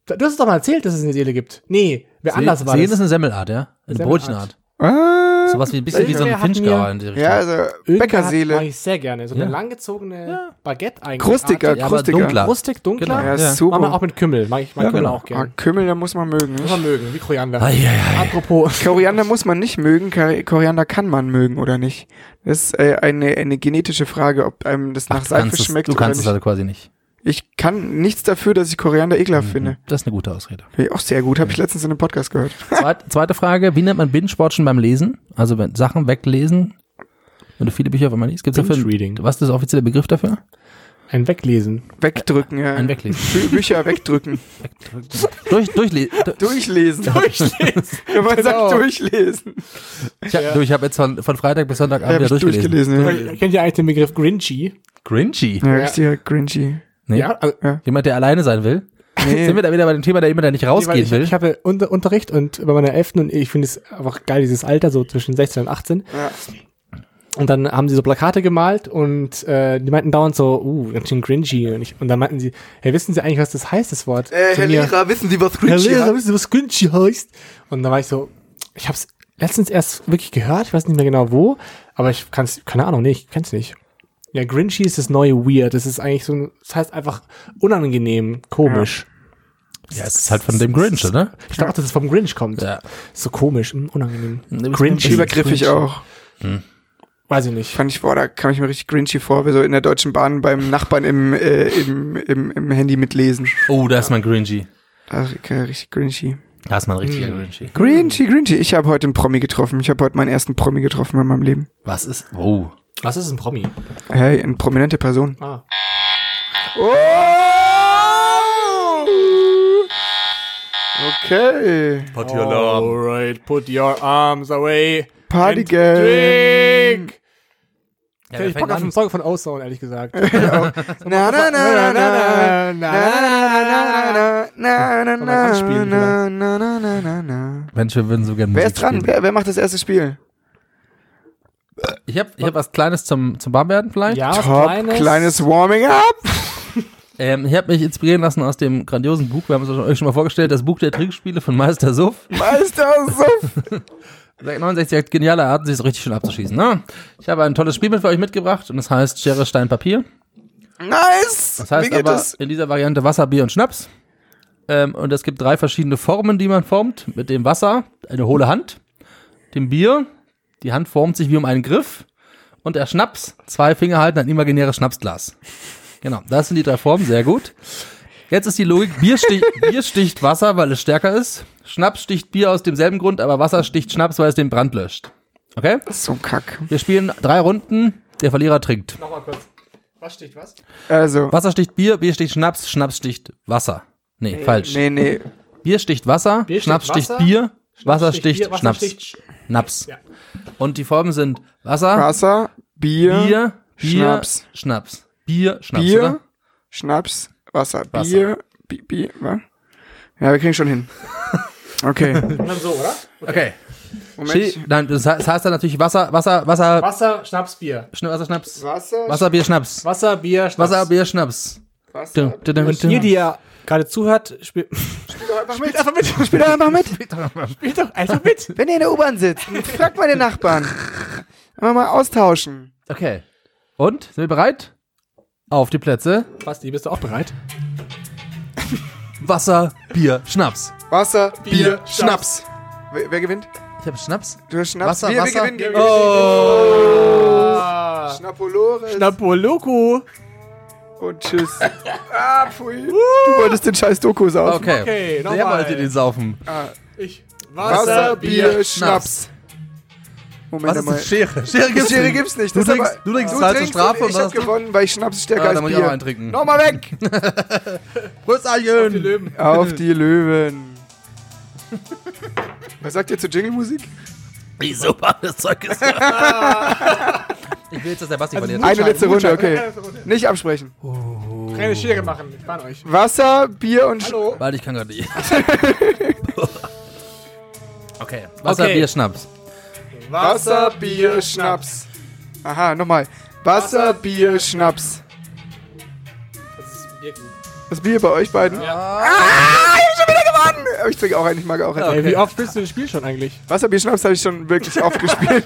Du hast es doch mal erzählt, dass es eine Seele gibt. Nee, wer Sehen- anders war Sehen ist das. eine Semmelart, ja? Eine Semmelart. Brötchenart. Ah. Sowas wie ein bisschen wie so ein Irgendwer hat Finchgauer mir- in die Richtung. Ja, also Mache Bäckerseele. ich sehr gerne. So eine Ja. langgezogene Baguette eigentlich. Krustiger, Artig. Ja, aber krustiger. dunkler. Krustig, dunkler. Genau. Ja, Ja. Machen wir super. auch mit Kümmel. Mag ich mag Kümmel auch Ah, gerne. Kümmel, da muss man mögen. ne? Immer mögen, wie Koriander. Ei, ei, ei. Apropos. Koriander muss man nicht mögen, Kor- Koriander kann man mögen oder nicht. Das ist äh, eine, eine genetische Frage, ob einem das nach Ach, du Seife kannst, es, schmeckt du oder kannst es nicht. also quasi nicht. Ich kann nichts dafür, dass ich Koriander Mhm. ekelhaft ne? finde. Das ist eine gute Ausrede. Finde ich auch sehr gut, habe ich letztens in einem Podcast gehört. Zweit, zweite Frage, wie nennt man Binge-Watchen beim Lesen? Also wenn Sachen weglesen, wenn du viele Bücher auf einmal liest. Gibt's dafür, Binge-Reading. was ist der offizielle Begriff dafür? Ein Weglesen. Wegdrücken, ja. Ein Weglesen. Bü Bücher wegdrücken. Durch, durchlesen. Durchlesen. Durchlesen. Wenn man Genau. sagt durchlesen. Ich habe hab jetzt von, von Freitag bis Sonntagabend Hab ja ich durchgelesen. durchgelesen. ja. Kennt ihr eigentlich den Begriff Grinchy? Grinchy. Ja, Ja. richtiger Grinchy. Nee. Ja, also, Jemand, der alleine sein will. Nee. Sind wir da wieder bei dem Thema, der immer da nicht weil rausgehen ich, will? ich hatte Unter Unterricht und bei meiner 11. und ich finde es einfach geil, dieses Alter, so zwischen 16 und 18. Ja. Und dann haben sie so Plakate gemalt und äh, die meinten dauernd so, uh, ganz schön cringy. Und, ich, und dann meinten sie, hey, wissen Sie eigentlich, was das heißt, das Wort? Äh, Zu Herr mir, Lehrer, wissen Sie, was Herr Grinchy Lehrer, heißt? wissen Sie, was cringy heißt? Und dann war ich so, ich habe es letztens erst wirklich gehört, ich weiß nicht mehr genau wo, aber ich kann es, keine Ahnung, nee, ich kenn's nicht. Ja, Grinchy ist das neue Weird. Das ist eigentlich so ein, das heißt einfach unangenehm, komisch. Ja, es ist halt von dem Grinch, oder? Ich dachte, dass es vom Grinch kommt. Ja. So komisch, hm, unangenehm. Grinchy. Übergriffig auch. Weiß ich nicht. Fand ich, boah, da kam ich mir richtig Grinchy vor, wie so in der Deutschen Bahn beim Nachbarn im, äh, im, im, im Handy mitlesen. Oh, da ist man Grinchy. Ach, okay, äh, richtig Grinchy. Da ist man richtiger Hm. Grinchy. Grinchy, Grinchy. Ich habe heute einen Promi getroffen. Ich habe heute meinen ersten Promi getroffen in meinem Leben. Was ist? Oh. Was ist ein Promi? Hey, eine prominente Person. Ah. Oh! Okay. Put Alright, put your arms away. Party and Gang. drink. Ja, Okay, wer ich pack fängt auf an? den Song von Ozone, ehrlich gesagt. Na, na, na, na, na, na, na, na, na, na, na, na, na, Kann man anspielen na, na, na, na, na, na. Mensch, wir würden so gerne Wer Musik ist dran? spielen. Wer, wer macht das erste Spiel? Ich habe ich hab was Kleines zum, zum Warmwerden vielleicht. ja, was Top, kleines, Warming Up. Ähm, ich habe mich inspirieren lassen aus dem grandiosen Buch, wir haben es euch schon mal vorgestellt, das Buch der Trinkspiele von Meister Suff. Meister Suff. 69 hat geniale Arten, sich so richtig schön abzuschießen. Ne? Ich habe ein tolles Spiel mit für euch mitgebracht und es heißt Schere, Stein, Papier. Nice. Das heißt Wie geht aber das? in dieser Variante Wasser, Bier und Schnaps. Ähm, und es gibt drei verschiedene Formen, die man formt. Mit dem Wasser, eine hohle Hand, dem Bier, die Hand formt sich wie um einen Griff und der Schnaps, zwei Finger halten ein imaginäres Schnapsglas. Genau, das sind die drei Formen, sehr gut. Jetzt ist die Logik, Bier, stich, Bier sticht Wasser, weil es stärker ist. Schnaps sticht Bier aus demselben Grund, aber Wasser sticht Schnaps, weil es den Brand löscht. Okay? So ein Kack. Wir spielen drei Runden, der Verlierer trinkt. Nochmal kurz. Was steht was? Also. Wasser sticht Bier, Bier sticht Schnaps, Schnaps sticht Wasser. Nee, falsch. Nee, nee. Bier sticht Wasser, Bier Schnaps sticht sticht Wasser, Bier, Wasser sticht sticht Bier, Wasser Schnaps. sticht- Schnaps. Ja. Und die Formen sind Wasser, Wasser, Bier, Bier, Bier, Schnaps. Schnaps. Bier, Schnaps, Bier, oder? Schnaps, Wasser, Wasser. Bier, Bi Bier, was? Ja, wir kriegen schon hin. Okay. Und dann so, oder? Okay. Moment. okay. Nein, das heißt das heißt dann natürlich Wasser, Wasser, Wasser, Wasser, Schnaps, Bier. Schna- Wasser, Schnaps. Wasser, Wasser, Bier, Schnaps. Wasser, Bier, Schnaps. Wasser, Bier, Schnaps. Wasser. Dum, dum, dum, Und dum. ihr, die ja gerade zuhört, spielt Einfach mit. einfach mit. Spiel doch einfach mit. spiel doch einfach mit. Wenn ihr in der U-Bahn sitzt, fragt mal den Nachbarn. Einfach mal austauschen. Okay. Und? Sind wir bereit? Auf die Plätze. Basti, bist du auch bereit? Wasser, Bier, Schnaps. Wasser, Bier, Bier, Schnaps. Wer, wer gewinnt? Ich habe Schnaps. Du hast Schnaps. Wasser, wir, Wasser. wir gewinnen gegen Oh. Schnappolores. Napoloku. Und tschüss. ah, pfui. Du wolltest den scheiß Dokus auf. Okay. Okay, Wer nochmal. wollte den saufen? Ich. Wasser, Bier, Äh, Schnaps. Schnaps. Moment Was ist mal. denn Schere? Schere gibt's Schere nicht. gibt's nicht. Du Das ist trinkst- aber- du trinkst halt zur Strafe und und ich was hab hast du? gewonnen, weil ich Schnaps stärker Ja, als dann Ah, muss ich auch Bier. eintrinken. Nochmal weg! Grüß Aljen. Auf die Löwen. Was sagt ihr zu Jingle-Musik? Wieso war das Zeug ist? ich will jetzt, dass der Basti verliert. Eine letzte Runde, okay. letzte Runde. Nicht absprechen. Keine Schere machen, ich warne euch. Wasser, Bier und Sch Hallo. Weil ich kann gerade nicht. okay. Wasser, Okay. Bier, Schnaps. Wasser, Bier, Schnaps. Aha, nochmal. Wasser, Bier, Schnaps. Das ist Bier gut. Das Bier bei euch beiden. Ah, ich hab schon wieder gewonnen! Aber ich trinke auch einen, ich mag auch einen. Ey, wie oft spielst du das Spiel schon eigentlich? Wasser, Bier, Schnaps habe ich schon wirklich oft gespielt.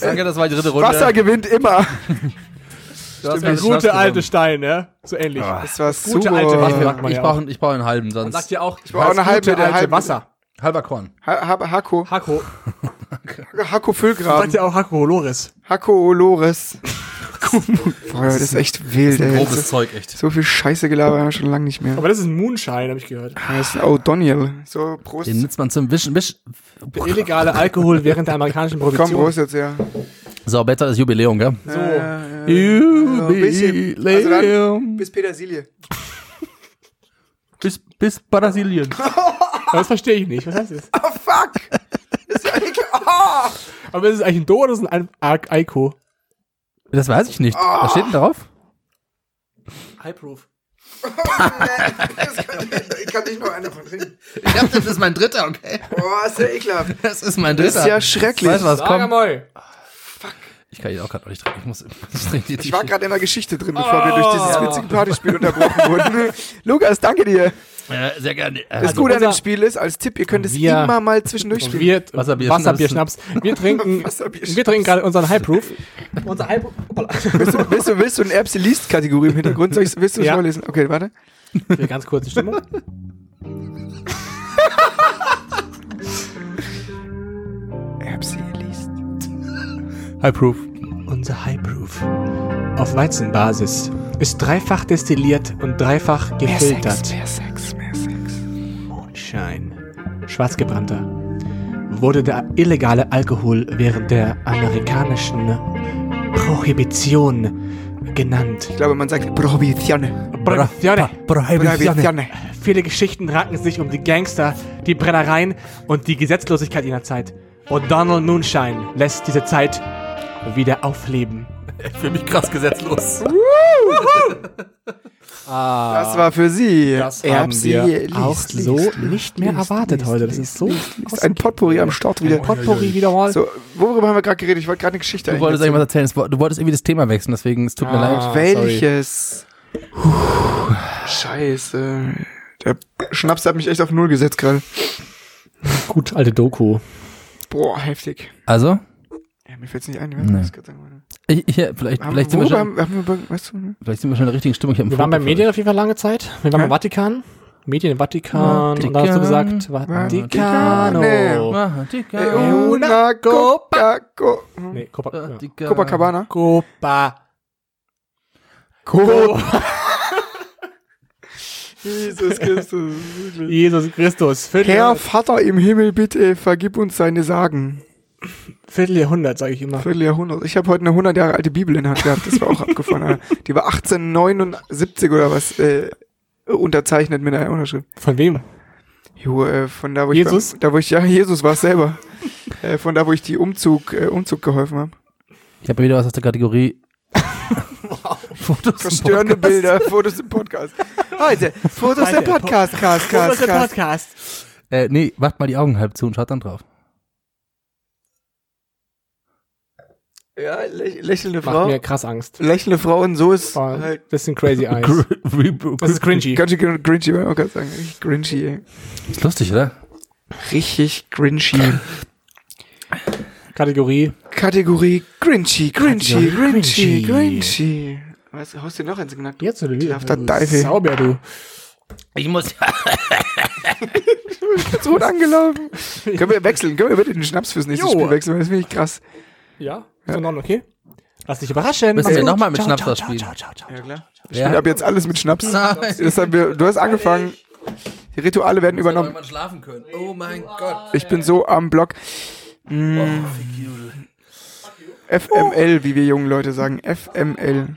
Danke, das war die dritte Runde. Wasser gewinmt du hast immer. Der gerade gute Schnaps gewonnen. Stein, ne? So ähnlich. Das war Gute alte super. Waffe. Ich brauche ich brauch einen, ich brauch einen halben, sonst. Sagt ihr auch. Ich brauch auch eine halbe, eine halbe. Wasser. Halber Korn. Ha ha Hako. Hako. Hako Füllgraben. Sagt ihr auch Hako Lores. Hako Olores. Boah, das ist Oh. echt wild, ey. Grobes Zeug, echt. So viel Scheiße gelabert haben wir schon lange nicht mehr. Aber das ist ein Moonshine, habe ich gehört. Das ist O'Donnell. So, Prost. Den nutzt man zum Wischen. Wisch. Der illegale Alkohol während der amerikanischen Komm, Produktion. Prost jetzt, ja. So, besser das Jubiläum, gell? So. bisschen. Also dann- Jubiläum. Bis Petersilie. Bis, bis Brasilien. Das verstehe ich nicht. Was heißt das? Oh, fuck! Das war egal. Aber ist es eigentlich ein Do oder ist es ein Al- Al- Alko? Ah. Das weiß ich nicht. Was steht denn drauf? Highproof. Ich Oh, kann nicht nur eine von trinken. Ich dachte, das ist mein dritter, okay? Boah, ist ja ekelhaft. Das ist mein Das dritter. ist ja schrecklich. Weißt du was, Sag komm. einmal. Ich kann ihn auch gerade noch nicht trinken. Ich muss, ich trinke die Ich war gerade in der Geschichte drin, bevor wir durch dieses witzige Partyspiel unterbrochen wurden. Oh. Lukas, danke dir. äh, Sehr gerne. Das Also, Gute an dem unser- Spiel ist, als Tipp, ihr könnt es Wir- immer mal zwischendurch spielen. Wir, Wasserbier, Wasserbier Schnaps. Wir trinken, Wasserbier, wir trinken gerade unseren Highproof. Unser Highproof. Hoppala. Willst du, willst du, willst du eine Erbse liest Kategorie im Hintergrund? Soll ich, willst du es Ja. vorlesen? Okay, warte. Hier ganz kurz die Stimme. Erbse liest. Highproof. Unser Highproof auf Weizenbasis ist dreifach destilliert und dreifach gefiltert. Mehr Sex, mehr Sex. Mondschein. Schwarzgebrannter. Wurde der illegale Alkohol während der amerikanischen Prohibition genannt. Ich glaube, man sagt Prohibition. Prohibition. Prohibition. Viele Geschichten ranken sich um die Gangster, die Brennereien und die Gesetzlosigkeit ihrer Zeit. Und Donald Moonshine lässt diese Zeit wieder aufleben. Für mich krass gesetzlos. Das war für Sie. Ah. Das haben wir auch so nicht mehr erwartet heute. Das ist so Ist ein Potpourri am Start wieder. Potpourri wieder mal. So, worüber haben wir gerade geredet? Ich wollte gerade eine Geschichte Du wolltest irgendwas erzählen. Es wo- Du wolltest irgendwie das Thema wechseln, deswegen, es tut mir leid. Ah, Welches? Puh, Scheiße. Der Schnaps hat mich echt auf Null gesetzt gerade. Gut, alte Doku. Boah, heftig. Also, Ja, mir fällt's nicht ein. ne? Ich Nee. weiß grad sagen, warte. ich, ich, vielleicht, Haben, vielleicht, sind wir schon, worüber haben, haben wir, über- weißt du, ne? vielleicht sind wir schon in der richtigen Stimmung. Ich hab ein Wir waren bei Foto Medien auf jeden Fall lange Zeit. Wir waren Ja. im Vatikan. Medien im Vatikan. Und da hast du gesagt, Vatikano. Vatikano. Ah, Äh, Vatikan. Una Copa. Co- Nee, Copa. ja. Vatikan. Copacabana. Copa. Copa. Jesus Christus. wirklich. Jesus Christus. Herr Viertel, Vater im Himmel, bitte vergib uns seine Sagen. Vierteljahrhundert, sage ich immer. Vierteljahrhundert. Ich habe heute eine 100 Jahre alte Bibel in der Hand gehabt. Das war auch abgefahren. Alter. Die war 1879 oder was äh, unterzeichnet mit einer Unterschrift. Von wem? Jo, äh, von da wo Jesus? ich, da wo ich ja Jesus war es selber. äh, von da wo ich die Umzug äh, Umzug geholfen habe. Ich habe wieder was aus der Kategorie. Fotos im Verstörende Podcast. Bilder, Fotos im Podcast. Heute Fotos Heute, im Podcast, Cast, Cast, Cast. Podcast. Äh, nee, macht mal die Augen halb zu und schaut dann drauf. Ja, läch lächelnde Macht Frau. mir krass Angst. Lächelnde Frauen, so ist Voll. halt Das sind crazy eyes. Das ist ist cringy. ganz schön gringy, wollte ich auch gerade sagen. Richtig gringy, ey. lustig, oder? Richtig gringy. Kategorie. Kategorie Grinchy, Grinchy, Kategorie Grinchy. Grinchy, Grinchy. Was, haust du noch eins genackt? Jetzt oder Darf der Teufel. Sauber, du. Ich muss Jetzt rot angelaufen. Können wir wechseln? Können wir bitte den Schnaps fürs nächste Jo. Spiel wechseln? weil Das finde ich krass. Ja? Ist in Ordnung, okay? Lass dich überraschen. Also, Müssen Mach's wir gut. nochmal mit Ciao, Schnaps ciao, was ciao, spielen? ciao, ciao, ciao. klar. Ich Ja. spiele ab jetzt alles mit Schnaps. Nein. Das haben wir, du hast angefangen. Die Rituale werden übernommen. irgendwann schlafen können. Oh mein Gott. Ich bin so am Block. Mm. FML, wie wir jungen Leute sagen. FML.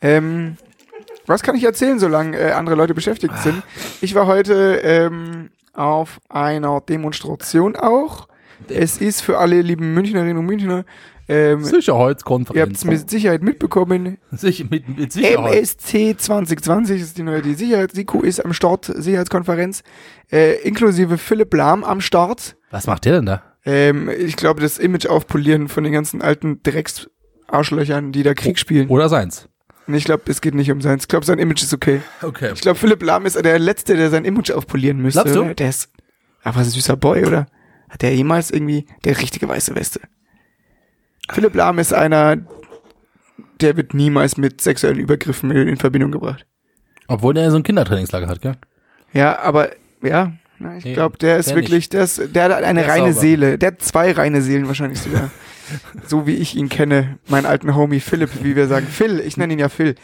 Ähm, was kann ich erzählen, solange äh, andere Leute beschäftigt sind? Ich war heute ähm, auf einer Demonstration auch. Es ist für alle lieben Münchnerinnen und Münchner, ähm, ihr habt es Sicherheitskonferenz. mit Sicherheit mitbekommen, Sich, mit, mit Sicherheit. MSC 2020 ist die neue die Sicherheits die Q ist am Start Sicherheitskonferenz äh, inklusive Philipp Lahm am Start. Was macht der denn da? Ähm, ich glaube das Image aufpolieren von den ganzen alten Drecks Arschlöchern, die da Krieg spielen. Oder seins? Und ich glaube, es geht nicht um seins. Ich glaube, sein Image ist okay. Okay. Ich glaube, Philipp Lahm ist der letzte, der sein Image aufpolieren müsste. Glaubst du? Der ist aber ein süßer Boy, oder? Hat der jemals irgendwie der richtige weiße Weste? Philipp Lahm ist einer, der wird niemals mit sexuellen Übergriffen in Verbindung gebracht. Obwohl der so ein Kindertrainingslager hat, gell? Ja, aber ja, na, ich Nee, glaube, der ist der wirklich, der, ist, der hat eine Der ist reine sauber. Seele. Der hat zwei reine Seelen wahrscheinlich sogar. so wie ich ihn kenne, meinen alten Homie Philipp, wie wir sagen. Phil, ich nenne ihn ja Phil.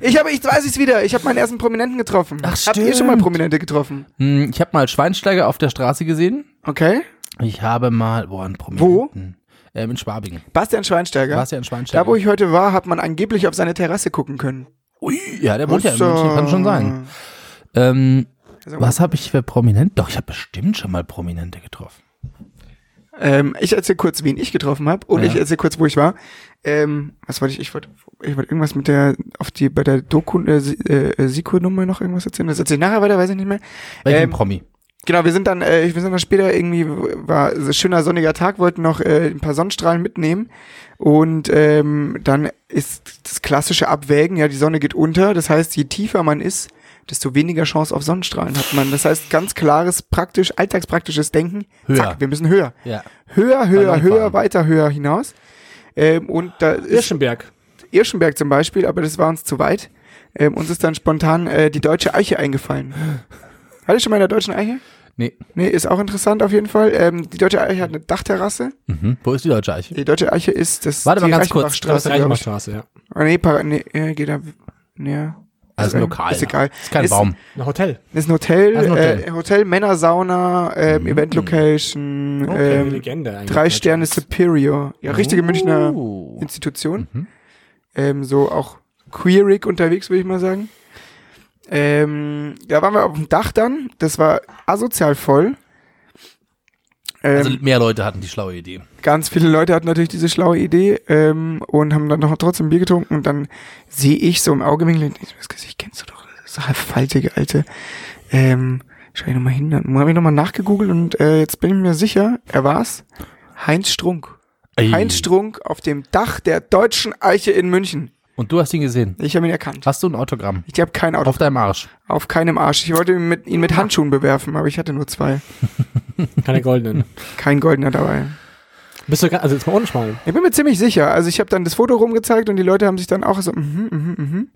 Ich habe, ich weiß es wieder, ich habe meinen ersten Prominenten getroffen. Ach, Habt ihr schon mal stimmt. Prominente getroffen? Hm, Ich habe mal Schweinsteiger auf der Straße gesehen. Okay. Ich habe mal, boah, ein Wo? Prominenten. Wo? Ähm, in Schwabing. Bastian Schweinsteiger. Warst ja in Schweinsteiger. Da, wo ich heute war, hat man angeblich auf seine Terrasse gucken können. Ui, ja, der wohnt ja in Was, München, kann schon äh, sein. Ähm, Also- was habe ich für Prominente? Doch, ich habe bestimmt schon mal Prominente getroffen. Ähm, ich erzähle kurz, wen ich getroffen habe und Ja. ich erzähle kurz, wo ich war. Ähm, was wollte ich? Ich wollte ich wollte irgendwas mit der, auf die, bei der Doku, äh, Si- äh, Siko-Nummer noch irgendwas erzählen. Das erzähle ich nachher weiter, weiß ich nicht mehr. Welchen Ähm, Promi? Genau, wir sind dann, äh, wir sind dann später irgendwie, war so ein schöner sonniger Tag, wollten noch äh, ein paar Sonnenstrahlen mitnehmen. Und ähm, dann ist das klassische Abwägen, ja, die Sonne geht unter. Das heißt, je tiefer man ist, desto weniger Chance auf Sonnenstrahlen hat man. Das heißt, ganz klares, praktisch, alltagspraktisches Denken. Höher. Zack, wir müssen höher. Ja. Höher, höher, Ballon höher, fahren. weiter, höher hinaus. Ähm, und da ist Irschenberg. Irschenberg zum Beispiel, aber das war uns zu weit. Ähm, uns ist dann spontan äh, die deutsche Eiche eingefallen. Hatte ich schon mal in der deutschen Eiche? Nee. Nee, ist auch interessant auf jeden Fall. Ähm, die Deutsche Eiche hat eine Dachterrasse. Mhm. Wo ist die deutsche Eiche? Die Deutsche Eiche ist das Warte mal die ganz kurz. Das Reichenbachstraße, ist glaub die ich. Straße, ja. Oh, nee, para, nee, äh, geht da, ja. Also ähm, ein Lokal. Ist egal. Ist kein Ist- Baum. Ein Hotel. Das ist ein Hotel, Ah, ist ein Hotel. Mhm. Hotel. Äh, Hotel Männersauna, ähm, Event Location, Eine ähm, Legende eigentlich. drei Sterne Superior. Ja, Uh. richtige Münchner Institution. Ähm, so auch queerig unterwegs, würde ich mal sagen. Ähm, da waren wir auf dem Dach dann. Das war asozial voll. Ähm, Also mehr Leute hatten die schlaue Idee. ganz viele Leute hatten natürlich diese schlaue Idee ähm, und haben dann noch trotzdem Bier getrunken und dann sehe ich so im Augenwinkel, ich denk so, das Gesicht kennst du doch, das ist eine faltige alte. Ähm, schau ich nochmal hin, dann habe ich nochmal nachgegoogelt und äh, jetzt bin ich mir sicher, er war's, Heinz Strunk. Ei. Heinz Strunk auf dem Dach der Deutschen Eiche in München. Und du hast ihn gesehen. Ich habe ihn erkannt. Hast du ein Autogramm? Ich habe kein Auto, Auf deinem Arsch. auf keinem Arsch. Ich wollte ihn mit, ihn mit Handschuhen bewerfen, aber ich hatte nur zwei. Keine goldenen. Kein goldener dabei. Bist du gar, also jetzt mal ohne Schmarrn. Ich bin mir ziemlich sicher. Also ich habe dann das Foto rumgezeigt und die Leute haben sich dann auch so, mhm, mhm, mhm.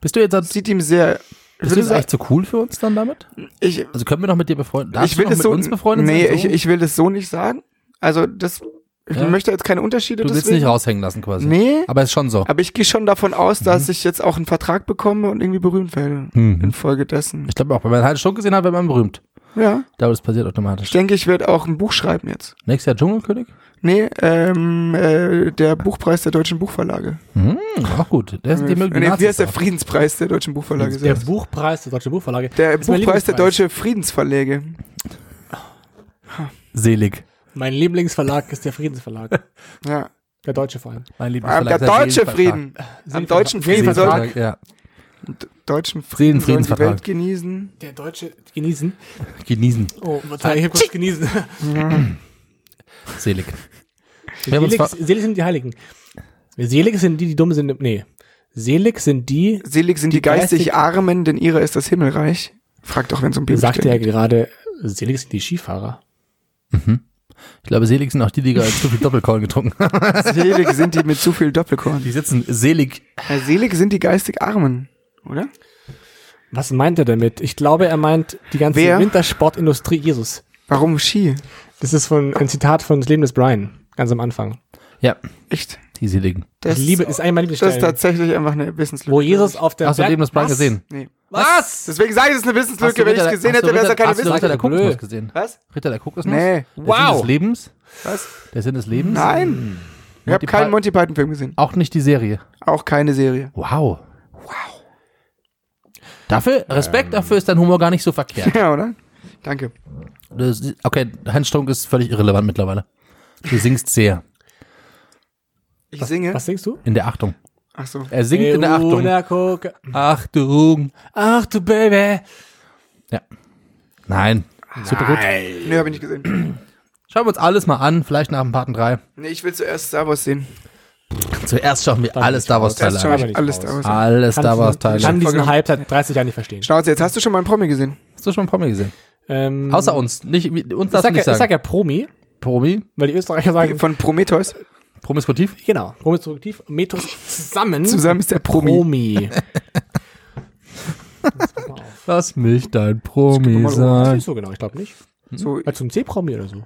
Bist du jetzt, Das sieht ihm sehr. Ich bist du würde jetzt sagen, echt zu cool für uns dann damit? ich, Also können wir noch mit dir befreundet? Darfst du ich will noch das mit so. uns befreundet nee, sein? ich, So? ich will das so nicht sagen. Also das. Ich Ja. möchte jetzt keine Unterschiede. du willst deswegen. nicht raushängen lassen quasi. Nee. Aber ist schon so. Aber ich gehe schon davon aus, dass ich jetzt auch einen Vertrag bekomme und irgendwie berühmt werde. Mhm. Infolgedessen. Ich glaube auch, wenn man halt schon gesehen hat, wird man berühmt. Ja. Ich glaube, das passiert Ich automatisch. denke, ich werde auch ein Buch schreiben jetzt. Nächstes Jahr Dschungelkönig? Nee, ähm, äh, der Buchpreis der Deutschen Buchverlage. Äh, Mhm, auch gut. Der ist die mögen die nee, wie Nazis heißt der auch. Friedenspreis der Deutschen Buchverlage? Der selbst? Buchpreis, der Deutsche Buchverlage. der ist mein Buchpreis der Lieblingspreis. Deutsche Friedensverlage. Selig. Mein Lieblingsverlag ist der Friedensverlag. Ja. Der Deutsche vor allem. Mein Ah, Lieblingsverlag. der deutsche Frieden. Am Seelenvertrag. deutschen Frieden soll, Frieden. Ja, deutschen Frieden sollen die Friedensvertrag. Welt genießen. Der Deutsche genießen. genießen. Oh, Verzeihung, ich hab kurz genießen. Selig. Wir haben uns Selig, ver- selig sind die Heiligen. Selig sind die, die dumm sind. Nee. Selig sind die, Selig sind die, geistig, Armen, denn ihrer ist das Himmelreich. Fragt auch, wenn es um Bibel sagte er geht. gerade, selig sind die Skifahrer. ich glaube, selig sind auch die, die gerade zu viel Doppelkorn getrunken haben. Selig sind die mit zu viel Doppelkorn. Die sitzen selig. Ja, selig sind die geistig Armen, oder? Was meint er damit? Ich glaube, er meint die ganze Wer? Wintersportindustrie Jesus. Warum Ski? Das ist von, ein Zitat von Das Leben des Brian, ganz am Anfang. Ja, Echt? die seligen. Das, ich liebe, ist eine meiner das ist Lieblingsstellen. tatsächlich einfach eine Wissenslücke. wo Jesus auf der Hast du Berg- Leben des Brian Was? gesehen? Nee. Was? Deswegen sage ich, es ist eine Hast du Wissenslücke. Wenn ich Ritter es der- gesehen hast du hätte, wäre es ja Ritter- keine hast du Ritter der Wissenslücke. Kokosnuss Blöd. gesehen. Was? Ritter der Kokosnuss? Nee. Der Sinn Wow. des Lebens? Was? Der Sinn des Lebens? Nein. Ich Hm. Monty habe keinen Python- Monty Python-Film gesehen. Auch nicht die Serie. Auch keine Serie. Wow. Wow. Dafür, Respekt dafür ist dein Humor gar nicht so verkehrt. Ja, oder? Danke. Das, okay, Heinz Strunk ist völlig irrelevant mittlerweile. Du singst sehr. Ich singe. Was singst du? In der Achtung. Ach so. Er singt in der Achtung. Oder Coca- Achtung. Ah, Ach du Baby. Nein. Super gut. Nee, habe ich nicht gesehen. Schauen wir uns alles mal an, vielleicht nach dem Part 3. Nee, ich will zuerst Star Wars sehen. Zuerst schauen wir alle Star Wars Ah. Teile Zuerst an. schaue aber ich nicht alles raus. Star Wars. an. Alle Star Wars Ich kann Teile. diesen Hype seit 30 Jahren nicht verstehen. Schnauze, jetzt hast du schon mal einen Promi gesehen. Hast du schon Promi gesehen? Ähm, Außer uns. Nicht, wie- uns ich darfst du sag, ja, nicht ich sag sagen. ja Promi, Promi? weil die Österreicher sagen, Von Prometheus. Promiskutiv? genau, Promisstruktiv, Metus zusammen. Zusammen ist der Promi. Promi. Lass mich dein Promi Das sein. ist so genau, ich glaube nicht. Hm. So, Weil zum C-Promi oder so.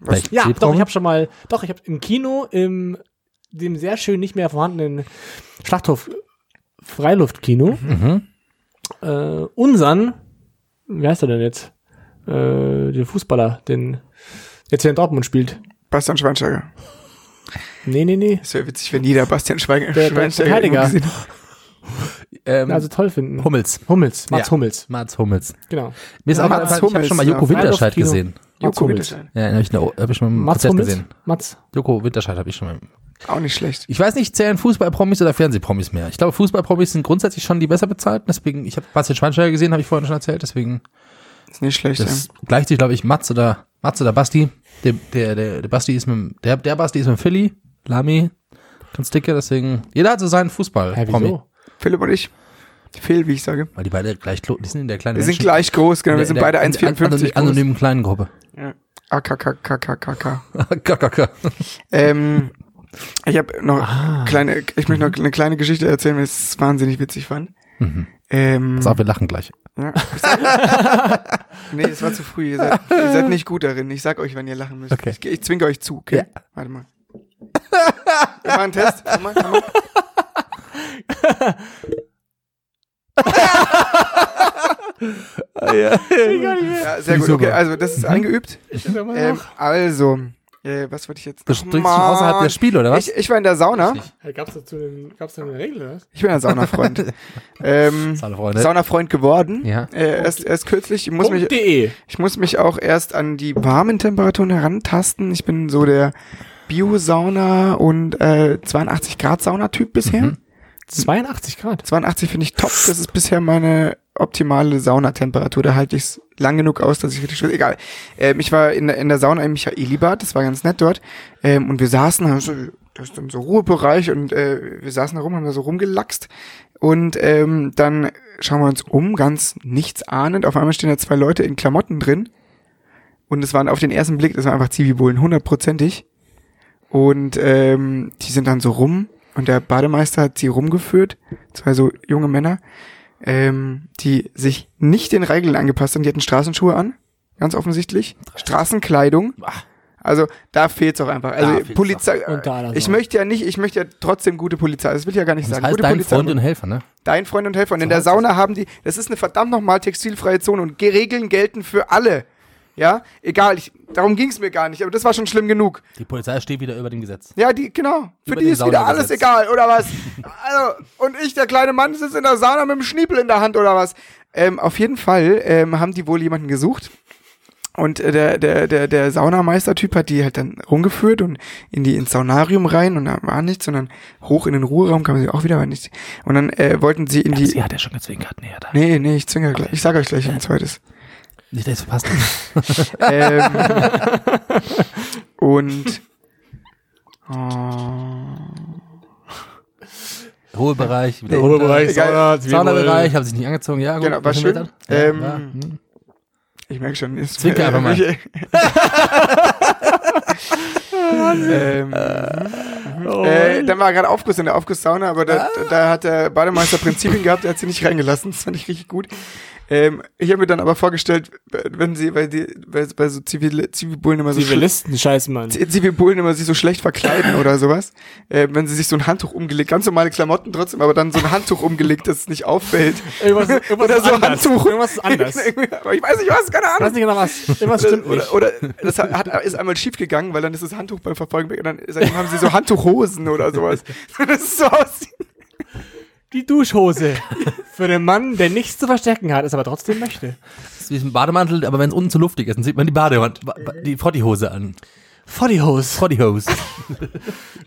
Was? Ja, doch, C-Promi? ich habe schon mal, doch, ich habe im Kino, im dem sehr schön nicht mehr vorhandenen Schlachthof Freiluftkino, Mhm. äh, unseren, wie heißt er denn jetzt? Äh, den Fußballer, den jetzt hier in Dortmund spielt. Bastian Schweinsteiger. Nee, nee, nee. Das wäre witzig, wenn jeder Bastian Schweiger Der- der Verteidiger. irgendwo gesehen hat. Ähm, Also toll finden. Hummels. Hummels, Mats Ja. Hummels, Mats Hummels. genau. Mir ist Ja, auch Mats Mats ich habe Hummels, schon mal ja. Joko Winterscheid Waldorf-Kino. gesehen. Mats Joko Hummels. Winterschein. Ja, den habe ich, noch- hab ich schon mal im Mats Prozess Hummels? gesehen. Mats. Joko Winterscheid habe ich schon mal. im- Auch nicht schlecht. Ich weiß nicht, zählen Fußballpromis oder Fernsehpromis mehr. Ich glaube, Fußballpromis sind grundsätzlich schon die besser bezahlten. Deswegen, ich habe Bastian Schweinsteiger gesehen, habe ich vorhin schon erzählt. Deswegen, Ist nicht schlecht. das gleicht sich, glaube ich, Mats oder Mats oder Basti. Der, der, der, der Basti ist mit dem, der, der Basti ist mit dem Philly, Lami, ganz dicke. Deswegen, jeder hat so seinen Fußballpromi, ja. Philipp und ich. Phil, wie ich sage. weil die beide gleich, klo- die sind in der kleinen. Wir sind Menschen- gleich groß, genau. in Wir der- sind der- beide in der an- 1,54 anonymen- groß. anonymen kleinen Gruppe. Ah, AKKKKKK. Kakaka. Ähm, ich habe noch Ah. kleine, ich möchte noch eine kleine Geschichte erzählen, weil ich es wahnsinnig witzig fand. Ähm, Mhm. Pass auf, wir lachen gleich. ja. nee, es war zu früh. Ihr seid, ihr seid nicht gut darin. Ich sag euch, wann ihr lachen müsst. Okay. Ich, ich zwinge euch zu, okay? Warte mal. Wir machen einen Test. Komm mal, komm mal. Ja, sehr gut. Okay, also das Mhm. ist eingeübt. Ähm, also, äh, was wollte ich jetzt? Du Oh, springst schon außerhalb Mann. der Spiele, oder was? Ich, ich war in der Sauna. Gab's dazu den, gab's da eine Regel, oder? was? Ich bin ein Saunafreund. ähm, Alle Freunde. Saunafreund geworden. ne? Ja. Äh, erst, erst kürzlich. Ich muss, mich, Hm. .de. ich muss mich auch erst an die warmen Temperaturen herantasten. Ich bin so der Bio-Sauna und äh, 82 Grad Saunatyp bisher. Mhm. 82 Grad. 82 finde ich top. Das ist bisher meine optimale Saunatemperatur. Da halte ich es lang genug aus, dass ich richtig schwitze. Egal. Ähm, ich war in, der- in der Sauna im Michaelibad. Das war ganz nett dort. Ähm, und wir saßen, haben so, das ist dann so Ruhebereich und äh, wir saßen da rum, haben da so rumgelaxt. Und ähm, dann schauen wir uns um, ganz nichts ahnend. Auf einmal stehen da zwei Leute in Klamotten drin. Und es waren auf den ersten Blick, das waren einfach Zivibohlen, hundertprozentig. Und ähm, die sind dann so rum und der Bademeister hat sie rumgeführt, zwei so junge Männer, ähm, die sich nicht den Regeln angepasst haben. Die hatten Straßenschuhe an, ganz offensichtlich. Straßenkleidung. Also da fehlt's auch einfach. Also fehlt's Polizei. Und da das Ich auch. möchte möchte ja nicht, ich möchte ja trotzdem gute Polizei. Das will ich ja gar nicht das sagen. heißt gute dein Polizei. Freund und Helfer, ne? Dein Freund und Helfer. Und in der Sauna haben die, das ist eine verdammt nochmal textilfreie Zone und Ge- Regeln gelten für alle. Ja, egal, ich, darum ging's mir gar nicht, aber das war schon schlimm genug. Die Polizei steht wieder über dem Gesetz. Ja, die, genau. Für Über die den ist wieder alles Saunagesetz. egal, oder was? Also, und ich, der kleine Mann, sitzt in der Sauna mit dem Schniepel in der Hand, oder was? Ähm, auf jeden Fall ähm, haben die wohl jemanden gesucht. Und äh, der, der, der, der Saunameistertyp hat die halt dann rumgeführt und in die ins Saunarium rein und da war nichts, sondern hoch in den Ruheraum kam sie auch wieder, war nichts. Und dann äh, wollten sie in die. hat ja schon gezwinkert, nee, da. Nee, nee, ich zwinge gleich. Ich sage euch gleich ein zweites. Nicht, dass ich verpasst hab. ähm, und oh, Ruhebereich, wieder runter. Ruhebereich, Egal. Sauna, Saunabereich, haben sich nicht angezogen, ja, gut. Genau, war was schön. haben wir Ähm, da? Ja, ja. hm. ich merke schon, ist Zwinker einfach mal. ähm, Ah. Oh. äh, dann war gerade Aufguss in der Aufgusssauna, aber da, da hat der Bademeister Prinzipien gehabt, der hat sie nicht reingelassen. Das fand ich richtig gut. Ähm, ich habe mir dann aber vorgestellt, wenn sie, weil die, weil bei so Zivil, Zivilbullen immer so schli- Zivilisten, scheiß Mann. Z- Zivilbullen immer sich so schlecht verkleiden oder sowas, äh, wenn sie sich so ein Handtuch umgelegt, ganz normale Klamotten trotzdem, aber dann so ein Handtuch umgelegt, dass es nicht auffällt. Irgendwas, irgendwas Oder ist so anders. Handtuch. Irgendwas ist anders. Ich aber ich weiß nicht was, keine Ahnung. weiß nicht genau was. Irgendwas stimmt nicht. Oder, oder das hat, hat, ist einmal schief gegangen, weil dann ist das Handtuch beim Verfolgen weg und dann seitdem haben sie so Handtuchhosen oder sowas. Das ist so aus. Die Duschhose. Für den Mann, der nichts zu verstecken hat, es aber trotzdem möchte. Das ist wie ein Bademantel, aber wenn es unten zu luftig ist, dann sieht man die Badewand, ba- ba- die Frottihose an. Frottihose. Frottihose.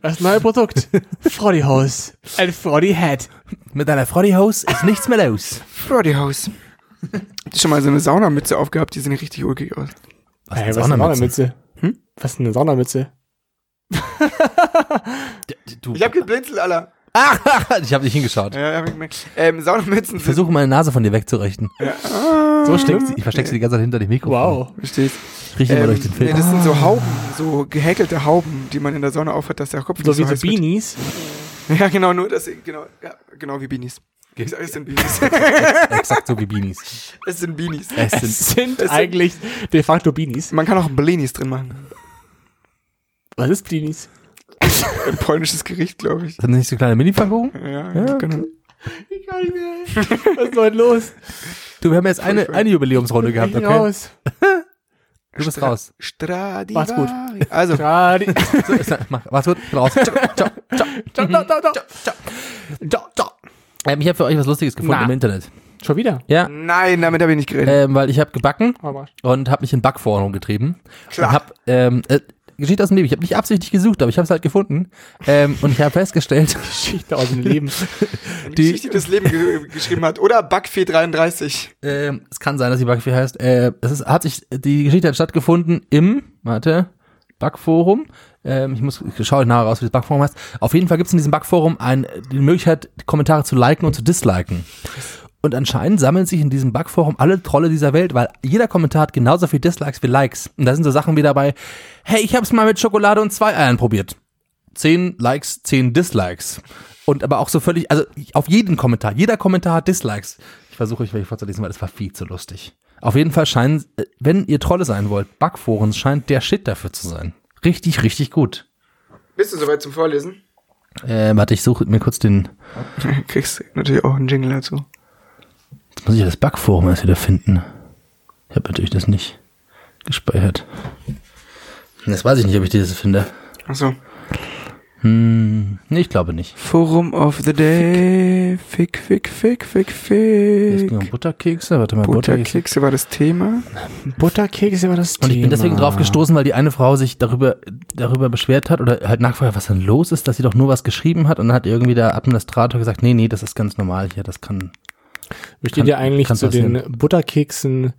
Das neue Produkt. Frottihose. Ein Frotti-Hat. Mit einer Frottihose ist nichts mehr los. Freddy House. Habt ihr schon mal so eine Saunamütze aufgehabt? Die sehen richtig ulkig aus. Was Hey, ist was ist eine Saunamütze? Saunamütze? Hm? Was ist eine Saunamütze? Du, Ich hab geblinzelt, Alter. Ah, ich hab nicht hingeschaut. Ja, ja, hab ich gemerkt. ähm, Saunamützen Ich sind... Ah. versuche meine Nase von dir wegzurichten. So Steck sie- Ich verstecke sie die ganze Zeit hinter dem Mikrofon. Wow. Verstehst Ich rieche immer ähm, durch den nee, Filter. Das sind so Hauben, so gehäkelte Hauben, die man in der Sauna aufhat, dass der Kopf So nicht wie so so heiß wird. Beanies. Ja, genau, nur das, genau, ja, genau wie Beanies. Ich sag, es sind Beanies. Exakt so wie Beanies. es sind Beanies. Es sind Es sind eigentlich de facto Beanies. Man kann auch Blinis drin machen. Was ist Beanies? Ein polnisches Gericht, glaube ich. Sind das nicht so kleine Mini-Pfannkuchen? Ja, Ja, genau. Ich kann nicht mehr. Was ist heute los? Du, wir haben jetzt eine, eine Jubiläumsrunde gehabt, Ich bin okay? raus. Du bist raus. Stradivari. Mach's gut. Also, Tradi- So, ist- mach- Mach's gut, raus. Ciao, ciao, ciao. Da, da, da, da. Da, da. Ähm, ich habe für euch was Lustiges gefunden Na. im Internet. Schon wieder. Oh, Ja, nein, damit habe ich nicht geredet. ähm, weil ich habe gebacken Aber und habe mich in Backverordnung getrieben. Klar. Und hab, ähm, äh, Geschichte aus dem Leben. Ich habe nicht absichtlich gesucht, aber ich habe es halt gefunden. Ähm, und ich habe festgestellt, Geschichte aus dem Leben. Die Geschichte, die das Leben ge geschrieben hat. Oder Bugfee 33. ähm, es kann sein, dass die Bugfee heißt. Äh, es ist, hat sich, die Geschichte hat stattgefunden im, warte, Bugforum. Ähm, ich muss, ich schaue nachher raus, wie das Bugforum heißt. Auf jeden Fall gibt es in diesem Bugforum ein, die Möglichkeit, Kommentare zu liken und zu disliken. Und anscheinend sammeln sich in diesem Bugforum alle Trolle dieser Welt, weil jeder Kommentar hat genauso viel Dislikes wie Likes. Und da sind so Sachen wie dabei, hey, ich hab's mal mit Schokolade und zwei Eiern probiert. Zehn Likes, zehn Dislikes. Und aber auch so völlig, also auf jeden Kommentar, jeder Kommentar hat Dislikes. Ich versuche euch welche vorzulesen, weil das war viel zu lustig. Auf jeden Fall scheinen, äh, wenn ihr Trolle sein wollt, Bugforen scheint der Shit dafür zu sein. Richtig, richtig gut. Bist du soweit zum Vorlesen? Äh, warte, ich suche mir kurz den, Kriegst natürlich auch einen Jingle dazu. Jetzt muss ich das Bugforum erst wieder finden. Ich habe natürlich das nicht gespeichert. Das weiß ich nicht, ob ich dieses finde. Achso. Hm, nee, ich glaube nicht. Forum of the Day. Fick, fick, fick, fick, Es ging um fick. Butterkekse, warte mal, Butterkekse. Butterklickse war das Thema. Butterkekse war das Und ich bin deswegen Thema. drauf gestoßen, weil die eine Frau sich darüber, darüber beschwert hat oder halt nachgefragt, hat, was denn los ist, dass sie doch nur was geschrieben hat und dann hat irgendwie der Administrator gesagt, nee, nee, das ist ganz normal hier, das kann. Wie steht Kann- ihr eigentlich kann zu den Butterkeksen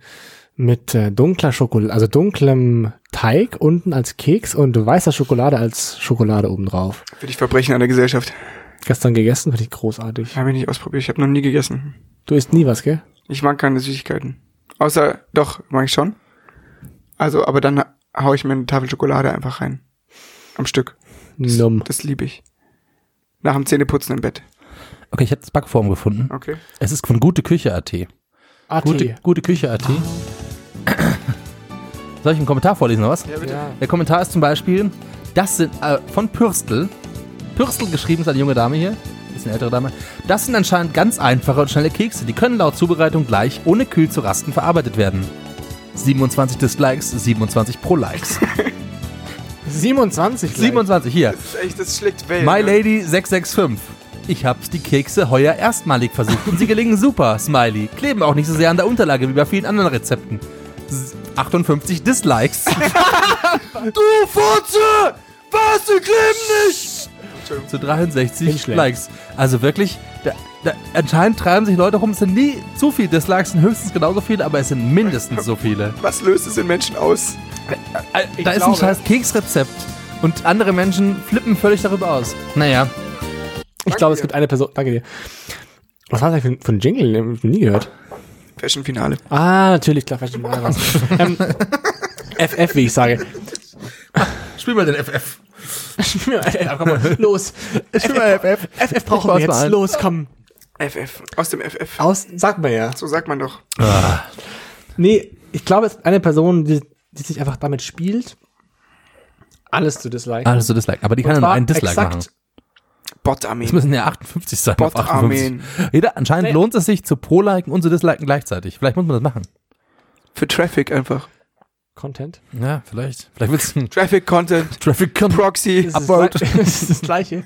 mit äh, dunkler Schokolade, also dunklem Teig unten als Keks und weißer Schokolade als Schokolade obendrauf? Für die Verbrechen an der Gesellschaft. Gestern gegessen, finde ich großartig. Habe ich nicht ausprobiert. Ich habe noch nie gegessen. Du isst nie was, gell? Ich mag keine Süßigkeiten. Außer, doch, mag ich schon. Also, aber dann hau ich mir eine Tafel Schokolade einfach rein. Am Stück. Numm. Das liebe ich. Nach dem Zähneputzen im Bett. Okay, ich habe das Backform gefunden. Okay. Es ist von gute Küche.at. AT. Gute, gute Küche.at. Soll ich einen Kommentar vorlesen oder was? Ja. Der Kommentar ist zum Beispiel, das sind äh, von Pürstel. Pürstel geschrieben ist eine junge Dame hier. Ist eine ältere Dame. Das sind anscheinend ganz einfache und schnelle Kekse. Die können laut Zubereitung gleich, ohne kühl zu rasten, verarbeitet werden. 27 Dislikes, 27 Pro-Likes. 27. gleich. 27, hier. Das ist echt, das schlägt Wellen. ne? My Lady 665. Ich hab's die Kekse heuer erstmalig versucht und sie gelingen super, Smiley. Kleben auch nicht so sehr an der Unterlage wie bei vielen anderen Rezepten. S- 58 Dislikes. du Furze! Was, du kleben nicht! Zu 63 Nicht schlecht. Likes. Also wirklich, da, da, anscheinend treiben sich Leute rum, es sind nie zu viele Dislikes, sind höchstens genauso viele, aber es sind mindestens so viele. Was löst es in Menschen aus? Äh, Ich da ist ein glaube- scheiß Keksrezept und andere Menschen flippen völlig darüber aus. Naja, Ich glaube, es gibt eine Person. Danke dir. Was war das eigentlich für ein- für ein Jingle? Den hab Ich nie gehört. Fashion Finale. Ah, natürlich, klar, verstehe mal was. ähm, FF, wie ich sage. spiel mal den FF. Spiel mal FF, komm mal, los. Spiel mal FF. FF brauchen Spaß wir mal jetzt. ein. Los, komm. FF. Aus dem FF. Aus, sag mal ja. So sagt man doch. Nee, ich glaube, es ist eine Person, die, die sich einfach damit spielt, alles zu disliken. Also Dislike. Aber die Und kann dann zwar einen Dislike machen. Es Bot-Armee. müssen ja 58 sein. auf Bot-Armeen. 58. Jeder, anscheinend Nee. lohnt es sich zu pro-liken und zu disliken gleichzeitig. Vielleicht muss man das machen. Für Traffic einfach. Content. Ja, vielleicht. Vielleicht wird es ein Traffic Content. Traffic Proxy. Das ist, das Gleiche- das ist das Gleiche.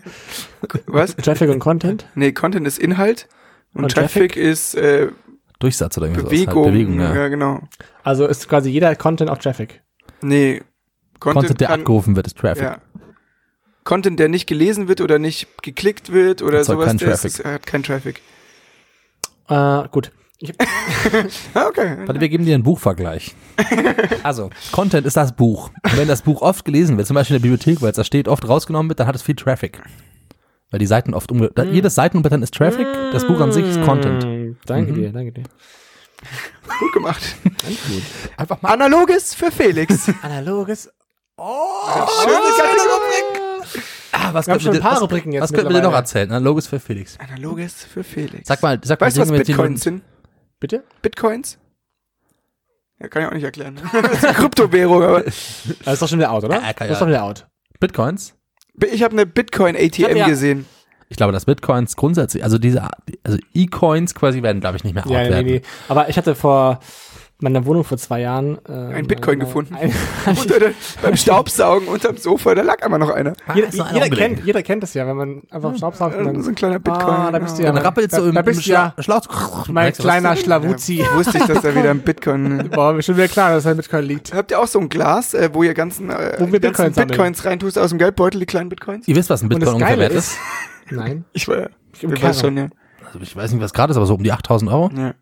Was? Traffic und Content. Nee, Content ist Inhalt. Und, Und Traffic, Traffic? ist äh, Durchsatz oder irgendwas. Bewegung. Also Halt Bewegung, ja. äh, ja, genau. Also ist quasi jeder Content auch Traffic. Nee. Content, der abgerufen wird, ist Traffic. ja. Content, der nicht gelesen wird oder nicht geklickt wird oder Das hat sowas, keinen der Traffic. Ist, hat kein Traffic. Äh, gut. Ah, okay. Warte, wir geben dir einen Buchvergleich. Also, Content ist das Buch. Und wenn das Buch oft gelesen wird, zum Beispiel in der Bibliothek, weil es da steht, oft rausgenommen wird, dann hat es viel Traffic. Weil die Seiten oft umge... da- Jedes Seitenumblättern ist Traffic, das Buch an sich Hm. ist Content. Mhm. Mm, Danke dir, danke dir. Gut gemacht. Einfach mal Analoges für Felix. Analoges. Oh, Schöne Kategorie. Ah, was Wir haben könnt schon ihr- ein paar was- Rubriken jetzt Was könnt ihr noch mittlerweile. erzählen? Na, Logos für Felix. Analoges für Felix. Sag mal, sag mal, weißt du, was Dinge, mit denen Bitcoins sind? Bitte? Bitcoins? Ja, kann ich auch nicht erklären. Ne? Das ist eine Kryptowährung, aber Das ist doch schon wieder out, Ja, oder? kann Das ja. ist doch wieder out. Bitcoins? ich habe eine Bitcoin ATM Hab ja- gesehen. Ich glaube, dass Bitcoins grundsätzlich, also diese, Art- also E-Coins quasi werden, glaube ich, nicht mehr out Ja, nee, werden. nee. Aber ich hatte vor meiner Wohnung vor zwei Jahren. Äh, Ein Bitcoin gefunden. Ein, Unter der, beim Staubsaugen unterm Sofa, da lag einmal noch einer. jeder, ist noch einer jeder, rumgelegen. kennt, jeder kennt das ja, wenn man Hm. einfach Staubsaugt und dann So ein kleiner Bitcoin. genau. Ah, da bist du ja. Dann rappelst du Da- im, da im bist du Schla ja- Schlauch. mein Merkst du was? kleiner Ja, Schlawuzi. Wusste ich, dass da wieder ein Bitcoin. Boah, mir schon wieder klar, dass er mit Bitcoin liegt. Habt ihr auch so ein Glas, äh, wo ihr ganzen, äh, Wo wir die ganzen Bitcoins sammeln. Bitcoins reintust aus dem Geldbeutel, die kleinen Bitcoins? Ihr wisst, was ein Und Bitcoin das ungefähr Geile wert ist. ist, nein, Ich war, ich Im weiß schon, ja. Also ich weiß nicht, was gerade ist, aber so um die 8000 Euro. Ja,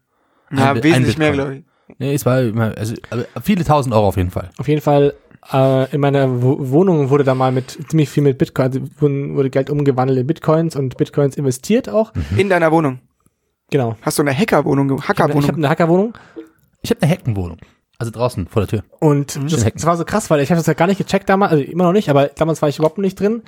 Ein ja Bi- ein wesentlich Bitcoin. mehr, glaube ich. Nee, es war immer, also aber viele tausend Euro auf jeden Fall. auf jeden Fall äh, in meiner Wo Wohnung wurde da mal mit ziemlich viel mit Bitcoin, also wurden- wurde Geld umgewandelt in Bitcoins und Bitcoins investiert auch. In deiner Wohnung. Genau. Hast du eine Hackerwohnung, ge- Ich habe Hackerwohnung? eine Hackerwohnung Ich habe eine Heckenwohnung. Also draußen vor der Tür. Und das, Hacken. das war so krass, weil ich habe das ja gar nicht gecheckt damals, also immer noch nicht, aber damals war ich überhaupt nicht drin.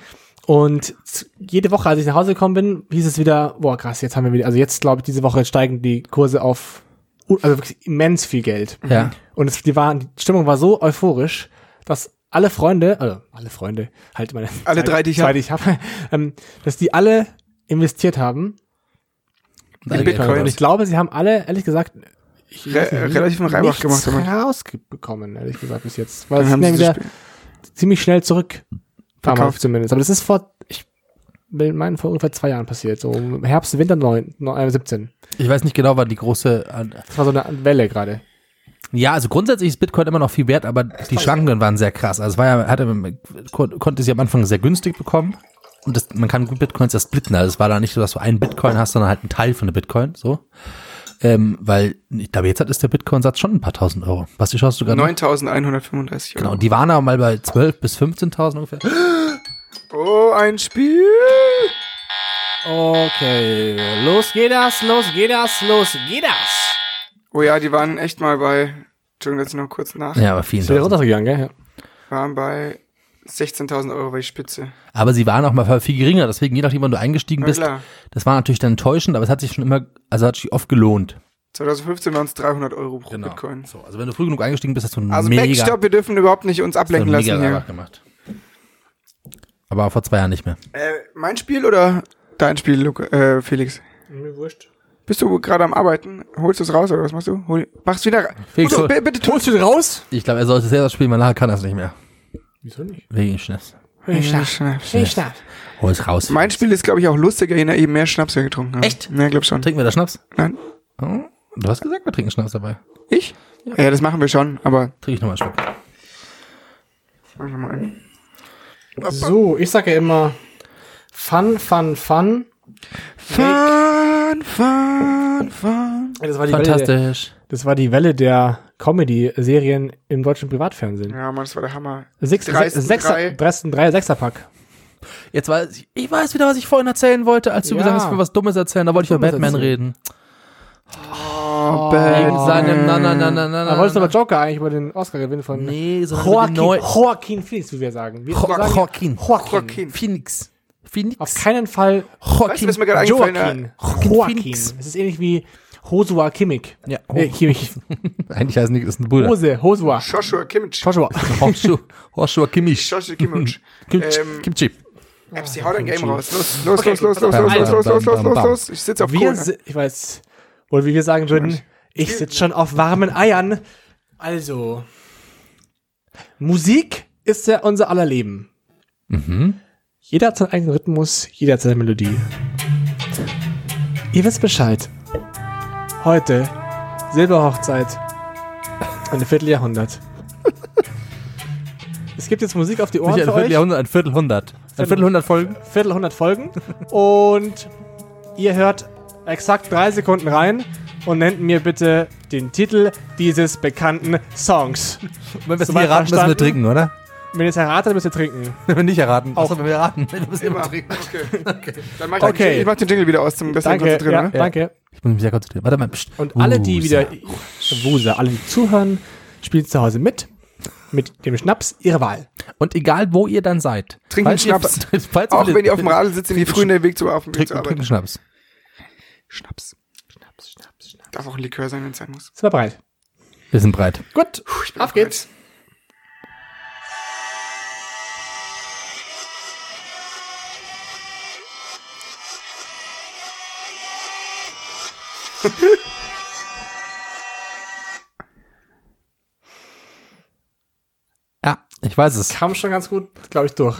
Und z- jede Woche, als ich nach Hause gekommen bin, hieß es wieder, boah krass, jetzt haben wir wieder, also jetzt glaube ich, diese Woche steigen die Kurse auf, u- also wirklich immens viel Geld. Ja. Und es, die, waren, die Stimmung war so euphorisch, dass alle Freunde, also alle Freunde, halt meine Alle drei, die ich hab. zwei, die ich habe, ähm, dass die alle investiert haben. In Bitcoin. Und ich glaube, sie haben alle, ehrlich gesagt, ich Re weiß nicht, relativ einen Reibach nichts gemacht. damit. rausbekommen, ehrlich gesagt, bis jetzt. Weil Dann es haben sind ja sie wieder das Spiel- ziemlich schnell zurück. Damals Verkauft. zumindest. Aber das ist vor, ich will meinen, vor ungefähr zwei Jahren passiert. So im Herbst, Winter 9, 9, äh, 17. Ich weiß nicht genau, wann die große. äh, Das war so eine Welle gerade. Ja, also grundsätzlich ist Bitcoin immer noch viel wert, aber die Schwankungen waren sehr krass. Also es war ja, hatte, man kon- konnte sie am Anfang sehr günstig bekommen. Und das, man kann Bitcoins ja splitten. Also es war da nicht so, dass du einen Bitcoin hast, sondern halt einen Teil von einem Bitcoin. So. Ähm, weil, ich glaube, jetzt hat- ist der Bitcoin-Satz schon ein paar tausend Euro. Was die schaust du gerade? 9135 Genau, Euro. und die waren aber mal bei 12.000 bis 15.000 ungefähr. Oh, ein Spiel! Okay. Los geht das, los geht das, los geht das. Oh ja, die waren echt mal bei, Entschuldigung, dass ich noch kurz nach, Ja, aber vielen Ist wieder Dank. runtergegangen, gell? Ja. waren bei 16.000 Euro, weil ich spitze. Aber sie waren auch mal viel geringer. Deswegen, je nachdem, wann du eingestiegen Na bist, klar. das war natürlich dann enttäuschend, aber es hat sich schon immer, also hat sich oft gelohnt. 2015 waren es 300 Euro pro Bitcoin. So, also wenn du früh genug eingestiegen bist, hast du einen Also mega, Backstop, wir dürfen überhaupt nicht uns hast du einen ablenken mega lassen hier. Rabatt gemacht. Aber vor zwei Jahren nicht mehr. Äh, mein Spiel oder dein Spiel, Luca, äh, Felix? Mir wurscht. Bist du gerade am Arbeiten? Holst du es raus oder was machst du? Hol, mach's wieder rein. Felix, Udo, hol- bi- bitte tu. Holst du den raus? Ich glaube, er sollte selber spielen, weil nachher kann er es nicht mehr. Wieso nicht? Wegen Schnaps. Ich Ja, dachte, Schnaps. ich dachte. Hol es raus. Mein Spiel ist, glaube ich, auch lustiger, je nachdem mehr Schnaps wir getrunken haben. Echt? Ja, glaub schon. Trinken wir da Schnaps? Nein. Hm? Du hast gesagt, wir trinken Schnaps dabei. Ich? Ja. das machen wir schon, aber. Trinke ich nochmal einen Schluck. Mach ich mal ein. So, ich sage ja immer, fun, fun, fun. Fun, fun, fun. Das war die Fantastisch. Das war die Welle der Comedy-Serien im deutschen Privatfernsehen. Ja, Mann, das war der Hammer. Sechs, Drei- sechs, sechser, drei. Dresden, drei Sechserpack. Jetzt weiß ich, ich weiß wieder, was ich vorhin erzählen wollte, als du Ja. gesagt hast, ich will was Dummes erzählen. Da wollte ich über Dummes Batman erzählen. reden. Wegen Oh, Batman. seinem, na, na, na, na, na, Da na, wolltest du na. aber Joker eigentlich über den Oscar gewinnen von Nee, sondern Joaquin, neu. Joaquin Phoenix, wie wir sagen. Wir Jo- sagen Joaquin. Joaquin. Joaquin. Phoenix. Phoenix. Auf keinen Fall Weißt du, was Joaquin. mir gerade eingefallen hat? Joaquin. Joaquin. Phoenix. Es ist ähnlich wie Hosua Kimmich. Ja, Äh, Kimmich. Eigentlich heißt nicht, das ist ein Bruder. Hose, Hosua. Joshua Kimmich. Joshua. Horseshoe, Horseshoe Kimmich. Joshua Kimmich. Kimchi. Ähm, Kimchi. Epsi, hau dein Game raus. Los, los, los, los, los, los, pass los, auf. los, los, los, Bam, los, bam, los. Ich sitze auf Wir, Kohle. si- ich weiß, oder wie wir sagen würden, ich sitze schon auf warmen Eiern. Also, Musik ist ja unser aller Leben. Jeder hat seinen eigenen Rhythmus, jeder hat seine Melodie. Ihr wisst Bescheid. Heute Silberhochzeit. Ein Vierteljahrhundert. es gibt jetzt Musik auf die Ohren Nicht für ein euch. Vierteljahrhundert, ein Viertelhundert. Ein Viertelhundert Folgen. Viertel 100 Folgen und ihr hört exakt drei Sekunden rein und nennt mir bitte den Titel dieses bekannten Songs. Wenn wir es Soweit nicht erraten, müssen wir verstanden? trinken, oder? Wenn ihr es erratet, müsst ihr trinken. Wenn wir nicht erraten. Auch. Auch wenn wir erraten. Wir müssen immer trinken. Okay. Dann mach ich, okay. Okay. den, ich mach den Jingle wieder aus zum besseren Danke, Konzentrieren. ja, ne? danke. Ich muss mich sehr konzentrieren. Warte mal. Oh, Psst. Und alle, die Wusa. wieder Wusa, alle, die zuhören, spielen zu Hause mit. Mit dem Schnaps ihrer Wahl. Und egal, wo ihr dann seid. Trinken falls ihr- Schnaps. falls Auch wenn ihr auf dem Rad Radl sitzt, in die frühen Weg um zum auf dem Weg zur Trinken, trinken Arbeit. Schnaps. Schnaps. Darf auch ein Likör sein, wenn es sein muss. Sind wir bereit? Wir sind breit. Gut, auf geht's. Ich weiß es. Kam schon ganz gut, glaube ich, durch.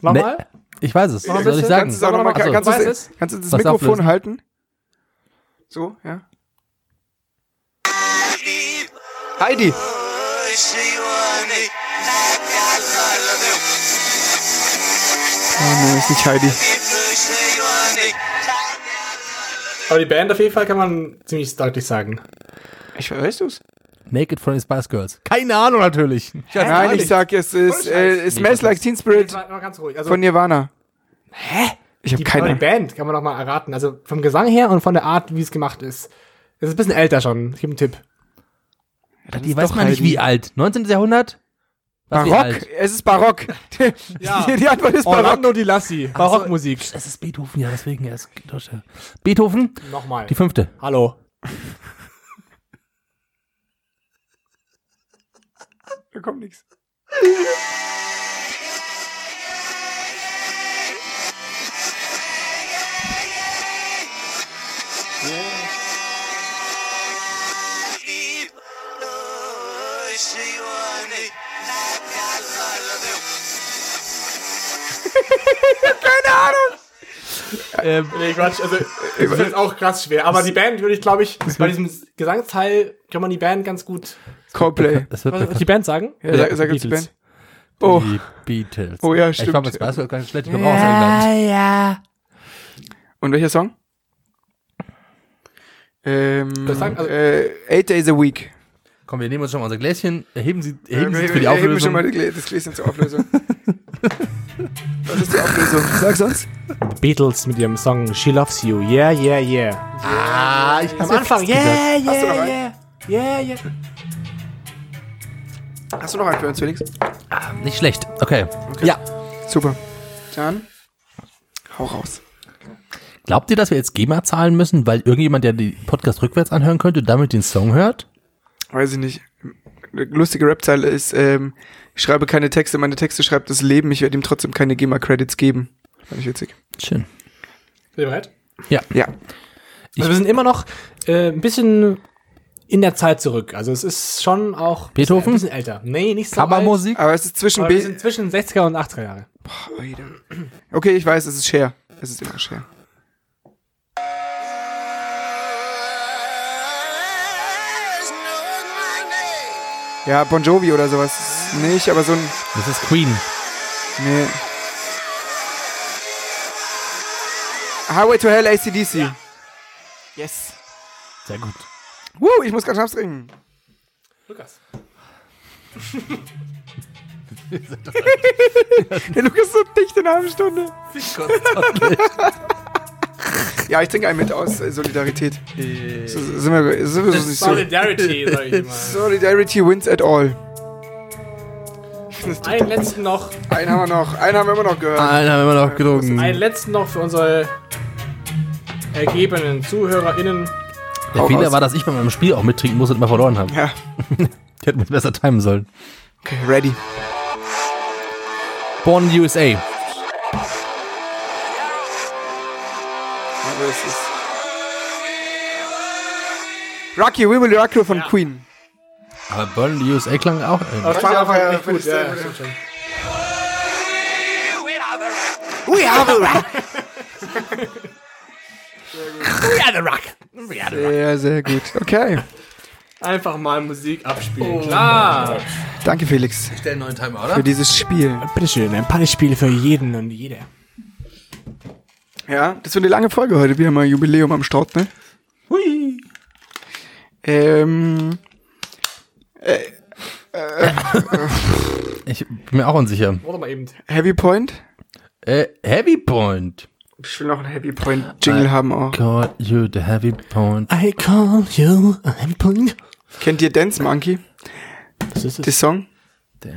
Nochmal? Ich weiß es. Noch ein Was soll ich bisschen? sagen? Kannst du es auch noch mal, Achso. kannst Weiß du es? es- kannst du das Was Mikrofon auflösen? halten? So, ja. Heidi! Oh nein, ist nicht Heidi. Aber die Band auf jeden Fall kann man ziemlich deutlich sagen. Ich weißt du's? Naked from the Spice Girls. Keine Ahnung natürlich. Nein, ich sag, es ist äh, Smells Like Teen Spirit Mal, mal ganz ruhig. Also von Nirvana. Hä? Ich habe die, aber die keine. Band kann man noch mal erraten. Also vom Gesang her und von der Art, wie es gemacht ist. Es ist ein bisschen älter schon. Ich gebe einen Tipp. Die weiß man nicht wie alt. 19. Jahrhundert? Was, wie Barock. alt? Es ist Barock. Ja. Die Antwort ist Barock. Orlando Di Lassi. Barockmusik. Das ist Beethoven, ja, deswegen er ist Deutscher. Beethoven, Nochmal. die fünfte. Hallo. Da kommt nichts. Nee, Quatsch, also ich finde es auch krass schwer. Aber die Band würde ich, glaube ich, bei diesem Gesangsteil kann man die Band ganz gut. Coldplay. Das wird Was was die Band sagen? Ja, sag, sag jetzt Beatles. Ben. Oh. die Beatles. Oh ja, Ich war stimmt. mit Spice Girls gar nicht schlecht. Ich komme auch aus England. Und welcher Song? Ähm, Das sagt- also- äh, Eight Days a Week. Komm, wir nehmen uns schon mal unser Gläschen. Erheben Sie, erheben Sie Äh, es für die wir heben schon Auflösung. mal die Glä- das Gläschen zur Auflösung. Was ist die Auflösung? Sag's uns. The Beatles mit ihrem Song She Loves You. Yeah, yeah, yeah. Ah, ich Am Anfang. Yeah, yeah, Hast du noch einen? yeah. Yeah, yeah. Hast du noch einen für uns, Felix? Nicht schlecht. Okay. Ja. Super. Dann hau raus. Glaubt ihr, dass wir jetzt GEMA zahlen müssen, weil irgendjemand, der den Podcast rückwärts anhören könnte, damit den Song hört? Weiß ich nicht. Eine lustige Rap-Zeile ist, ähm, ich schreibe keine Texte, meine Texte schreibt das Leben, ich werde ihm trotzdem keine GEMA-Credits geben. Fand ich witzig. Schön. Seid ihr bereit? Ja. Also wir sind immer noch äh, ein bisschen in der Zeit zurück. Also es ist schon auch Beethoven? ein bisschen älter. Nee, nicht so alt. Kammermusik? Aber es ist zwischen Aber B. Oh, wir sind zwischen 60er und 80er Jahre. Okay, ich weiß, es ist Cher. Es ist immer Cher. Ja, Bon Jovi oder sowas. Nicht, aber so ein. Das ist Queen. Nee. Highway to Hell ACDC. Yes. Sehr gut. Woo, ich muss gerade Schnaps trinken. Lukas. Der Lukas ist so dicht in einer halben Stunde. Ja, ich trinke einen mit aus äh, Solidarität. So, sind wir, sind wir so nicht so. Solidarity, sag ich mal. Solidarity wins at all. Einen letzten noch, Einen haben wir noch. Einen haben wir immer noch gehört. Einen haben wir noch gelogen. einen letzten noch für unsere ergebenen ZuhörerInnen. Der Hau Fehler raus. war, dass ich bei meinem Spiel auch mittrinken musste und mal verloren habe. Ja. Ich hätte mich besser timen sollen. Okay, ready. Born in the USA. Aber es ist Rocky, We Will Rock You von Queen. Aber Born in the USA klang auch. äh, Das war war aber ja, echt für die gut. Ja, Stimme. das stimmt schon. We are the Rock. We are the Rock. Sehr, sehr gut. Okay. Einfach mal Musik Oh. abspielen. Klar. Danke, Felix, Ich stelle einen neuen Timer, für oder? dieses Spiel. Bitteschön, ein Partyspiel für jeden und jede. Ja, das wird eine lange Folge heute. Wir haben ein Jubiläum am Start, ne? Hui. Ähm, Ich bin mir auch unsicher. Warte mal eben. Heavy Point? Äh, Heavy Point. Ich will noch einen Heavy Point Jingle haben auch. God, you the Heavy Point. I call you a hempling. Kennt ihr Dance Monkey, Das ist den es. Song? Dance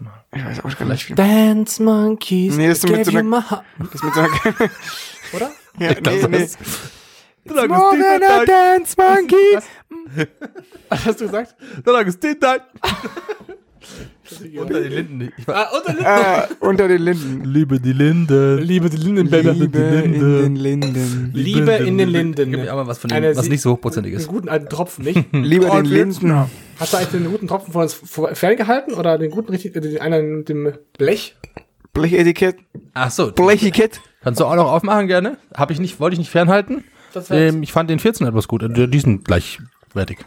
Monkey. Ich weiß auch gar nicht viel. Dance Monkeys. Nee, das ist so mit so einer- einer... Das mit so einer Oder? ja, nee, nee. ist- More than a Dance Monkey. Was hast du gesagt? Solange es den Tag. Unter den Linden. Ich war, äh, unter den Linden. liebe die Linde. Liebe die Liebe Lindenbälle. in den Linden. Liebe in den Linden. Gib mir auch mal was von Eine dem, was Sie- nicht so hochprozentig Einen ist. guten alten Tropfen, nicht? Liebe Oh, den Linden. Hast du eigentlich den guten Tropfen von uns vor- ferngehalten oder den guten richtig, äh, den einen mit dem Blech? Blechetikett. Ach so, Blechetikett. kannst du auch noch aufmachen gerne? Hab ich nicht, wollte ich nicht fernhalten. Das wär's. Ähm, ich fand den 14 etwas gut. Äh, Die sind gleichwertig.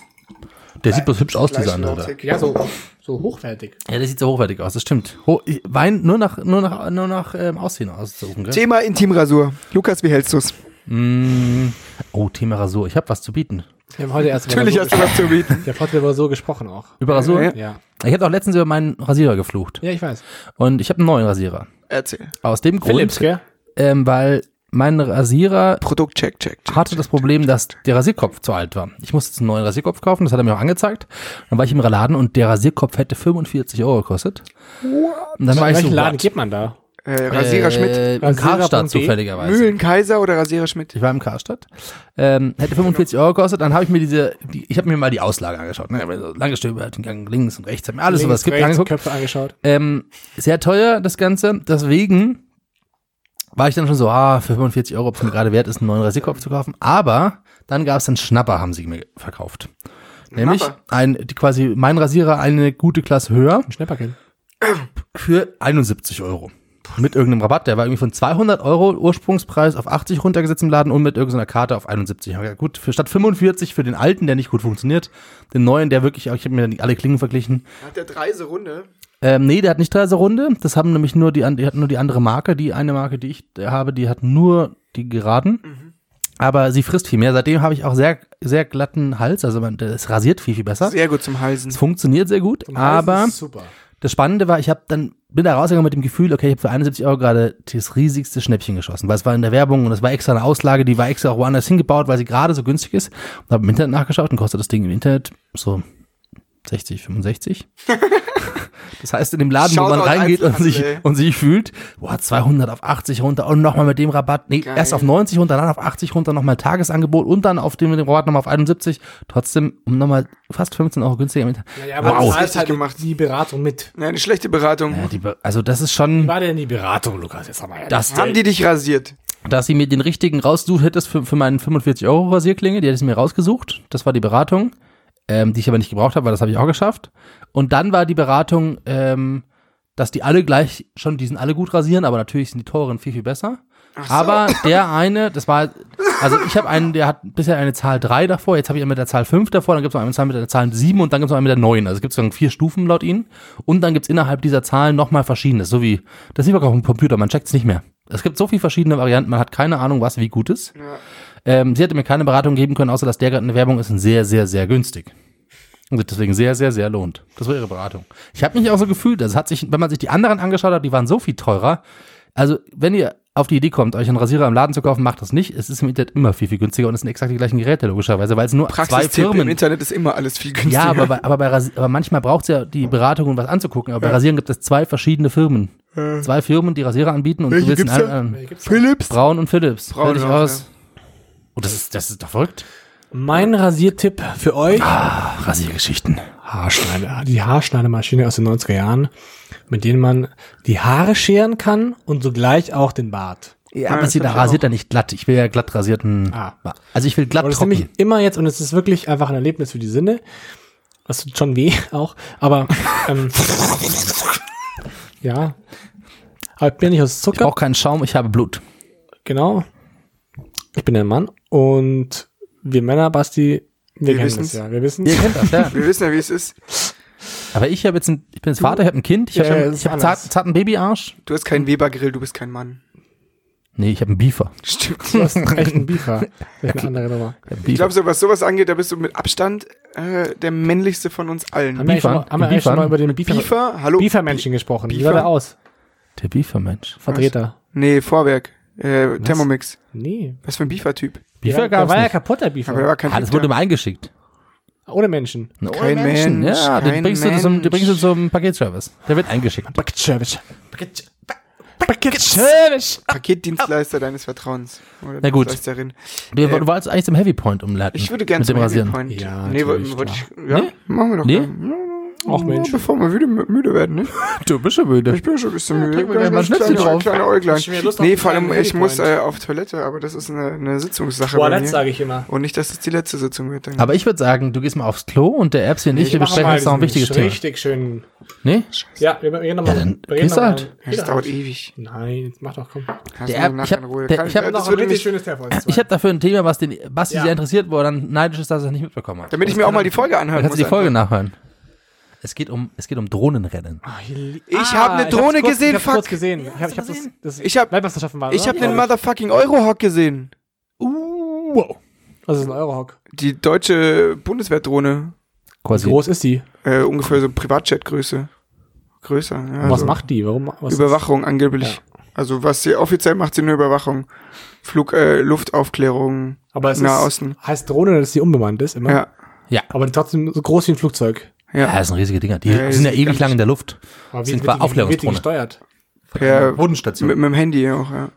Der Äh, sieht bloß hübsch aus, dieser andere. da. Ja, so, so hochwertig. Ja, der sieht so hochwertig aus, das stimmt. Ho ich- Wein nur nach, nur nach, nur nach ähm, Aussehen auszusuchen, gell? Thema Intimrasur. Lukas, wie hältst du's? Mm. Oh, Thema Rasur. Ich habe was zu bieten. Wir haben heute erst über Natürlich so hast du was zu bieten. gesprochen. Wir haben heute über so gesprochen auch. Über Rasur? Ja. Ja. Ich habe auch letztens über meinen Rasierer geflucht. Ja, ich weiß. Und ich habe einen neuen Rasierer. Erzähl. Aus dem Philips, Grund, gell? ähm, weil mein Rasierer Produkt check, check. check. hatte das Problem, dass der Rasierkopf zu alt war. Ich musste jetzt einen neuen Rasierkopf kaufen, das hat er mir auch angezeigt. Dann war ich im Laden und der Rasierkopf hätte 45 Euro gekostet. Und dann war ich so, Welchen Laden what? geht man da? Äh, Rasierer Schmidt. Äh, Im Rasierer.de? Karstadt zufälligerweise. Mühlenkaiser oder Rasierer Schmidt? Ich war im Karstadt. Ähm, hätte 45 Euro gekostet. Dann habe ich mir diese, die, ich habe mir mal die Auslage angeschaut. Ne? Ich hab mir so lange stöbert, den Gang links und rechts, hab mir alles, Links, was es gibt, rechts, angeguckt. Köpfe angeschaut. Ähm, sehr teuer, das Ganze. Deswegen war ich dann schon so, ah, für 45 Euro, ob es mir gerade wert ist, einen neuen Rasierkopf zu kaufen. Aber dann gab es einen Schnapper, haben sie mir verkauft. Nämlich Schnapper? ein, die quasi mein Rasierer eine gute Klasse höher Ein Schnäpperkind. für 71 Euro. Mit irgendeinem Rabatt. Der war irgendwie von 200 Euro Ursprungspreis auf 80 runtergesetzt im Laden und mit irgendeiner Karte auf 71. Ja, gut, für statt 45 für den alten, der nicht gut funktioniert, den neuen, der wirklich, ich habe mir dann alle Klingen verglichen. Hat der dreise Runde? Ähm, nee, der hat nicht 30 Runde. Das haben nämlich nur die, an- die hatten nur die andere Marke. Die eine Marke, die ich äh, habe, die hat nur die geraden. Aber sie frisst viel mehr. Seitdem habe ich auch sehr, sehr glatten Hals. Also man, es rasiert viel, viel besser. Sehr gut zum Halsen. Es funktioniert sehr gut. aber Das ist Super. das Spannende war, ich habe dann bin da rausgegangen mit dem Gefühl, okay, ich habe für 71 Euro gerade das riesigste Schnäppchen geschossen, weil es war in der Werbung und es war extra eine Auslage, die war extra auch woanders hingebaut, weil sie gerade so günstig ist. Und habe im Internet nachgeschaut und kostet das Ding im Internet so 60, 65. das heißt, in dem Laden, wo man Shoutout reingeht und Einzelhandel, sich, ey. und sich fühlt, boah, 200 auf 80 runter und nochmal mit dem Rabatt, nee, Geil. erst auf 90 runter, dann auf 80 runter, nochmal Tagesangebot und dann auf dem, mit dem Rabatt nochmal auf 71, trotzdem um nochmal fast 15 Euro günstiger im Internet. Ja, ja, aber Wow. wow. du Richtig zahlst halt gemacht. die Beratung mit. Nein, eine schlechte Beratung. Ja, die, Be- also das ist schon... Wie war denn die Beratung, Lukas? Jetzt haben wir Das Haben die dich rasiert? dass sie mir den richtigen rausgesucht hättest für, für meinen 45 Euro Rasierklinge, die hätte sie mir rausgesucht. Das war die Beratung, ähm, die ich aber nicht gebraucht habe, weil das habe ich auch geschafft. Und dann war die Beratung, ähm, dass die alle gleich schon, die sind alle gut rasieren, aber natürlich sind die teuren viel, viel besser. Aber der eine, das war, also ich habe einen, der hat bisher eine Zahl 3 davor, jetzt habe ich einen mit der Zahl 5 davor, dann gibt es noch einen mit der Zahl- mit der Zahl 7 und dann gibt es noch einen mit der 9. Also es gibt sozusagen vier Stufen laut ihnen. Und dann gibt es innerhalb dieser Zahlen nochmal verschiedenes, so wie, das sieht man auch auf dem Computer, man checkt es nicht mehr. Es gibt so viele verschiedene Varianten, man hat keine Ahnung, was wie gut ist. Ähm, sie hätte mir keine Beratung geben können, außer dass der gerade in der Werbung ist und sehr, sehr, sehr günstig. Und sich deswegen sehr, sehr, sehr lohnt. Das war ihre Beratung. Ich habe mich auch so gefühlt, das hat sich, wenn man sich die anderen angeschaut hat, die waren so viel teurer. Also, wenn ihr auf die Idee kommt, euch einen Rasierer im Laden zu kaufen, macht das nicht. Es ist im Internet immer viel, viel günstiger und es sind exakt die gleichen Geräte, logischerweise, weil es nur zwei Praxistipp im Firmen. Internet ist immer alles viel günstiger. Ja, aber, bei, aber, bei Ras aber manchmal braucht es ja die Beratung, um was anzugucken. Aber bei Rasieren gibt es zwei verschiedene Firmen. Zwei Firmen, die Rasierer anbieten und Welche du willst halt, ähm, gibt's einen da? anderen. Philips? Braun und Philips. Braun Fertig und aus. Oh, das ist, das ist doch verrückt. Mein Rasiertipp für euch. Rasiergeschichten. Haarschneider, die Haarschneidemaschine aus den 90er Jahren, mit denen man die Haare scheren kann und sogleich auch den Bart. Ja, aber sie da rasiert er nicht glatt. Ich will ja glatt rasierten. Ah. Also ich will Und glatt das ist nämlich trocken. immer jetzt, und es ist wirklich einfach ein Erlebnis für die Sinne. Das tut schon weh auch, aber ähm, ja. Aber ich bin ja nicht aus Ich Zucker, brauche keinen Schaum, ich habe Blut. genau. Ich bin ein Mann und wir Männer, Basti, wir, kennen wissen's. das ja. Wir wissen Ihr kennt das, ja. Wir wissen ja, wie es ist. Aber ich habe jetzt ein, ich bin jetzt Vater, ich habe ein Kind, ich Ja, ja, habe das ist ich hab zart, anders. zarten Babyarsch. Du hast keinen Weber-Grill, du bist kein Mann. Nee, ich habe einen Beefer. Stimmt. Du hast einen echten Biefer. Das ist eine andere Nummer. Ich hab einen Ich Beefer. glaube, so, was sowas angeht, da bist du mit Abstand äh, der männlichste von uns Haben allen. wir eigentlich schon mal, Biefern? haben wir eigentlich schon mal Biefern? über den Biefer, Biefer, hallo? Biefermännchen gesprochen? Wie Biefer? sah der aus? Der Beefer-Mensch. Vertreter. Nee, Vorwerk. Äh, Thermomix. Nee. Was für ein Biefer-Typ. Beefer ja, da gab's war ja nicht. kaputt, der Aber der Biefer. war kein Ah, das Typ, wurde der- mir eingeschickt. Ohne Menschen. Kein Mensch, Ja, den kein bringst du zum, den Mensch. bringst du zum Paketservice. Der wird eingeschickt. Bucket Bucket Paketdienstleister deines Vertrauens. Oder Na gut. Dienstleisterin. Du, du wolltest eigentlich zum Heavy Point umleiten. Ich würde gerne mit dem zum Rasieren. Point. Ja, nee, wo- natürlich, wollte ich. Ja, machen wir doch. Nee? mal. Ach Mensch. Bevor wir wieder mü- müde werden, ne? Du bist schon müde. Ich bin schon ein bisschen müde. trinken wir gleich mal Ganz Schnitzel kleine- drauf. Kleine Ich hab mir Äuglein. Lust auf Nee, einen vor allem, kleinen ich muss Mini-Point. äh, auf Toilette, aber das ist eine, eine Sitzungssache. bei Toilette mir. sage ich immer. Und nicht, dass es die letzte Sitzung wird. Dann. Mhm. Aber ich würde sagen, du gehst mal aufs Klo und der Erbs und ich, wir besprechen jetzt noch ein wichtiges Thema. Richtig schön. Nee? Ja, wir gehen nochmal. Ja, dann gehst du halt. das dauert ewig. Nein, jetzt mach doch, komm. Hast Der- du noch ich hab- in Ruhe. der- Kann- ich hab äh, noch das würde mich, schönes Terpol. Ich habe dafür ein Thema, was den Basti Ja. sehr interessiert, wo er dann neidisch ist, dass er es nicht mitbekommen hat. damit ich mir auch mal die Folge Dann anhören kannst muss. du die Folge also. einfach. nachhören. Es geht um, es geht um Drohnenrennen. Ah, Ich habe eine Drohne gesehen, Ich hab's kurz fuck. gesehen. Ich hab, ich hab das, das Ich hab- Weltmeisterschaften war, Ich habe oder? den motherfucking Eurohawk gesehen. Uh, Das ist ein Eurohawk. Die deutsche Bundeswehrdrohne. Wie Quasi. groß ist die? Äh, ungefähr so Privatjetgröße. Größer. Ja, Was also macht die? Warum? Was Überwachung angeblich. Also was sie offiziell macht, sie nur Überwachung. Flug, äh, Luftaufklärung. Aber es Nahosten. ist, heißt Drohne, dass die unbemannt ist immer. Ja. Aber trotzdem so groß wie ein Flugzeug. Ja, Ja, das sind riesige Dinger. Die Ja, sind ja das geht ewig gar lang in der Luft. Aber Sind wird zwar die- wird die Aufklärungsdrohne. gesteuert? per, mit, Bodenstation. mit dem Handy auch, ja.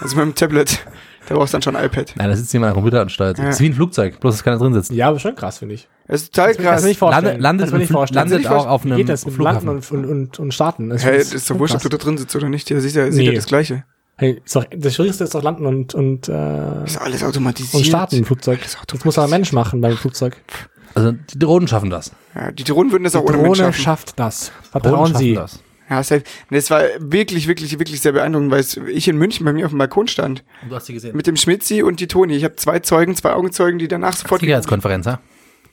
Also mit dem Tablet. Da brauchst du dann schon ein iPad. Nein, da sitzt jemand am Computer und steuert. sie. Ja. Das ist wie ein Flugzeug, bloß dass keiner drin sitzt. Ja, aber schon krass, finde ich. Das ist total Kannst krass. du nicht Lande, vorstellen. landet Kannst du mir im nicht Fl- vorstellen. Also, landet auch auf Wie einem geht das mit Landen Flughafen. und, und, und, und Starten? Das Hey, finde das ich ist doch schon wurscht, ob krass. du da drin sitzt oder nicht. Der sieht ja, sieht ja Nee. das Gleiche. Hey, ist doch, das Schwierigste ist doch Landen und, und, äh, Ist alles automatisiert. und Starten im Flugzeug. Das muss doch ein Mensch machen beim Flugzeug. Also die Drohnen schaffen das. Ja, die Drohnen würden das auch ohne Mensch Drohne schaffen. schafft das. Drohnen Vertrauen schaffen Sie. das. Ja, safe. Und Das war wirklich, wirklich, wirklich sehr beeindruckend, weil es- ich in München bei mir auf dem Balkon stand. Und du hast sie gesehen. Mit dem Schmitzi und die Toni. Ich habe zwei Zeugen, zwei Augenzeugen, die danach sofort... Sicherheitskonferenz, ja?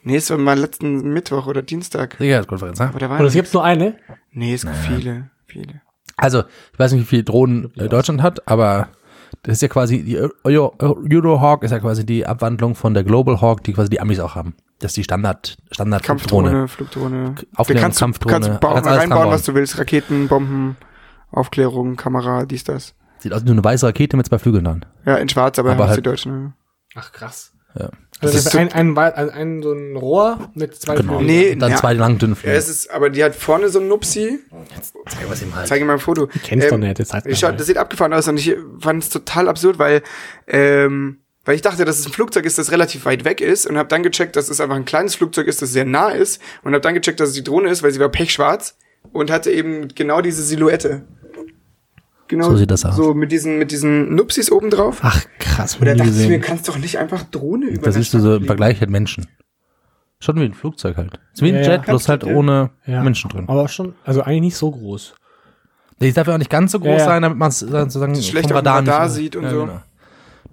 Nee, es war mal letzten Mittwoch oder Dienstag. Sicherheitskonferenz, ja? Aber da Und waren... es gibt nur eine. Nee, es gibt viele, viele. Also, ich weiß nicht, wie viele Drohnen äh, Deutschland hat, aber das ist ja quasi, die Eu- Eu- Eurohawk ist ja quasi die Abwandlung von der Global Hawk, die quasi die Amis auch haben. Das ist die Standard, Standard Kampfdrohne, Flugdrohne. Aufklärung, Da kannst, du- Kampfdrohne, kannst du bauen, kannst alles reinbauen, dran was du willst. Raketen, Bomben, Aufklärung, Kamera, dies, das. Sieht aus wie eine weiße Rakete mit zwei Flügeln dran. Ja, in schwarz, aber, Aber halt halt- die Deutschen. Ach, krass. Ja. Also Das das ist ist ein, ein, ein, ein, ein so ein Rohr mit zwei Genau. Flügeln. Nee, Und dann ja. zwei langen dünnen Ja, Flügel. es ist, aber die hat vorne so einen Nupsi. Zeig was ihm halt. Zeig ihm mal ein Foto. Ähm, Kennst du nicht, jetzt halt Ich scha- mal. das sieht abgefahren aus und ich fand es total absurd, weil, ähm, weil ich dachte, dass es ein Flugzeug ist, das relativ weit weg ist und habe dann gecheckt, dass es einfach ein kleines Flugzeug ist, das sehr nah ist und habe dann gecheckt, dass es die Drohne ist, weil sie war pechschwarz und hatte eben genau diese Silhouette. Genau So sieht das aus. So mit diesen, mit diesen Nupsis oben drauf. Ach, krass. Da Oder dachte ich mir, gesehen. kannst doch nicht einfach Drohne über Das einer siehst du Stadt so im fliegen. Vergleich halt Menschen. Schon wie ein Flugzeug halt. Ist wie ein Ja, ja. Jet, bloß halt ohne Menschen drin. Aber schon, also eigentlich nicht so groß. Die darf ja auch nicht ganz so groß Ja, ja. sein, damit man es sozusagen schlecht auf dem Radar sieht und so. genau.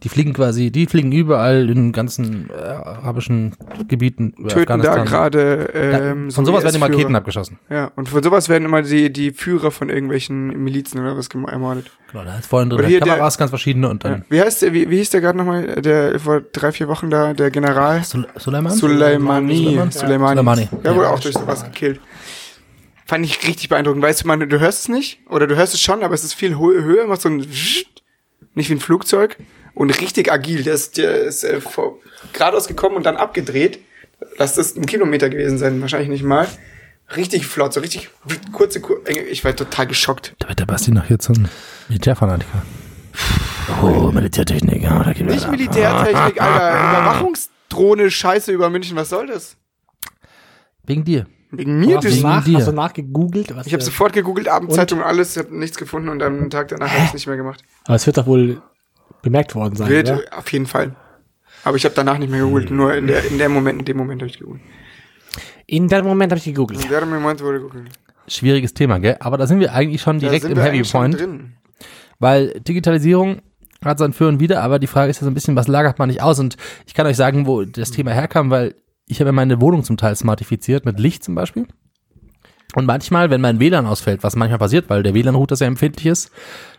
Die fliegen quasi, die fliegen überall in den ganzen äh, arabischen Gebieten. äh, Töten da Afghanistan. gerade Da- ähm, Von sowas werden die IS-Führer. Raketen abgeschossen. Ja, und von sowas werden immer die, die Führer von irgendwelchen Milizen oder was gem- ermordet. Genau, da ist vorhin Oder drin hier Kameras, ganz verschiedene und Ja. dann. Wie heißt der, wie, wie hieß der gerade nochmal, der vor drei, vier Wochen da, der General? Sul- Suleiman? Suleimani. Suleiman? Suleimani. Suleimani. Ja, Ja. wurde auch durch sowas gekillt. Fand ich richtig beeindruckend. Weißt du, man, du hörst es nicht, oder du hörst es schon, aber es ist viel ho- höher, macht so ein Zscht, nicht wie ein Flugzeug und richtig agil. Der ist, der ist äh, vor, geradeaus gekommen und dann abgedreht. Lass das ein Kilometer gewesen sein, wahrscheinlich nicht mal. Richtig flott, so richtig kurze, kur ich war total geschockt. Da wird der Basti noch hier zum Militärfanatiker. Oh, Militärtechnik. Ja, da geht Nicht was ab. Militärtechnik, Alter. Überwachungsdrohne, Scheiße über München, was soll das? Wegen dir. Wegen mir? hast, du Das wegen nach, dir. hast du nachgegoogelt? Was äh, ich habe der- sofort gegoogelt, Abendzeitung, alles, habe nichts gefunden und am Tag danach habe ich nicht mehr gemacht. Aber es wird doch wohl bemerkt worden sein, Wird, oder? auf jeden Fall. Aber ich habe danach nicht mehr gegoogelt, Hm. nur in, der, in, der Moment, in dem Moment habe ich gegoogelt. In dem Moment habe ich In gegoogelt. dem Moment wurde gegoogelt. Schwieriges Thema, gell? Aber da sind wir eigentlich schon Da direkt sind im wir Heavy eigentlich schon Point. Drin. Weil Digitalisierung hat sein Für und Wider, aber die Frage ist ja so ein bisschen, was lagert man nicht aus? Und ich kann euch sagen, wo das Thema herkam, weil ich habe ja meine Wohnung zum Teil smartifiziert, mit Licht zum Beispiel. Und manchmal, wenn mein WLAN ausfällt, was manchmal passiert, weil der WLAN-Router sehr empfindlich ist,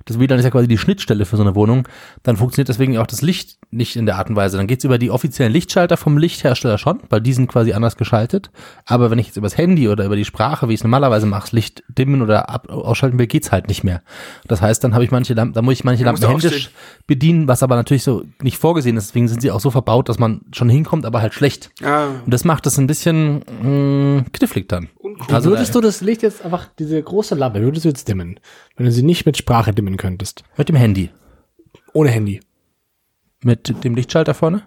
das WLAN ist ja quasi die Schnittstelle für so eine Wohnung, dann funktioniert deswegen auch das Licht nicht in der Art und Weise. Dann geht's über die offiziellen Lichtschalter vom Lichthersteller schon, weil die sind quasi anders geschaltet. Aber wenn ich jetzt übers Handy oder über die Sprache, wie ich es normalerweise mache, das Licht dimmen oder ab ausschalten will, geht's halt nicht mehr. Das heißt, dann habe ich manche Lampen, da muss ich manche Dann musst Lampen du händisch bedienen, was aber natürlich so nicht vorgesehen ist. Deswegen sind sie auch so verbaut, dass man schon hinkommt, aber halt schlecht. Ah, Und das macht es ein bisschen mh, knifflig dann. Also da- würdest du das Licht jetzt einfach, diese große Lampe, würdest du jetzt dimmen? Wenn du sie nicht mit Sprache dimmen könntest. Mit dem Handy. Ohne Handy. Mit dem Lichtschalter vorne?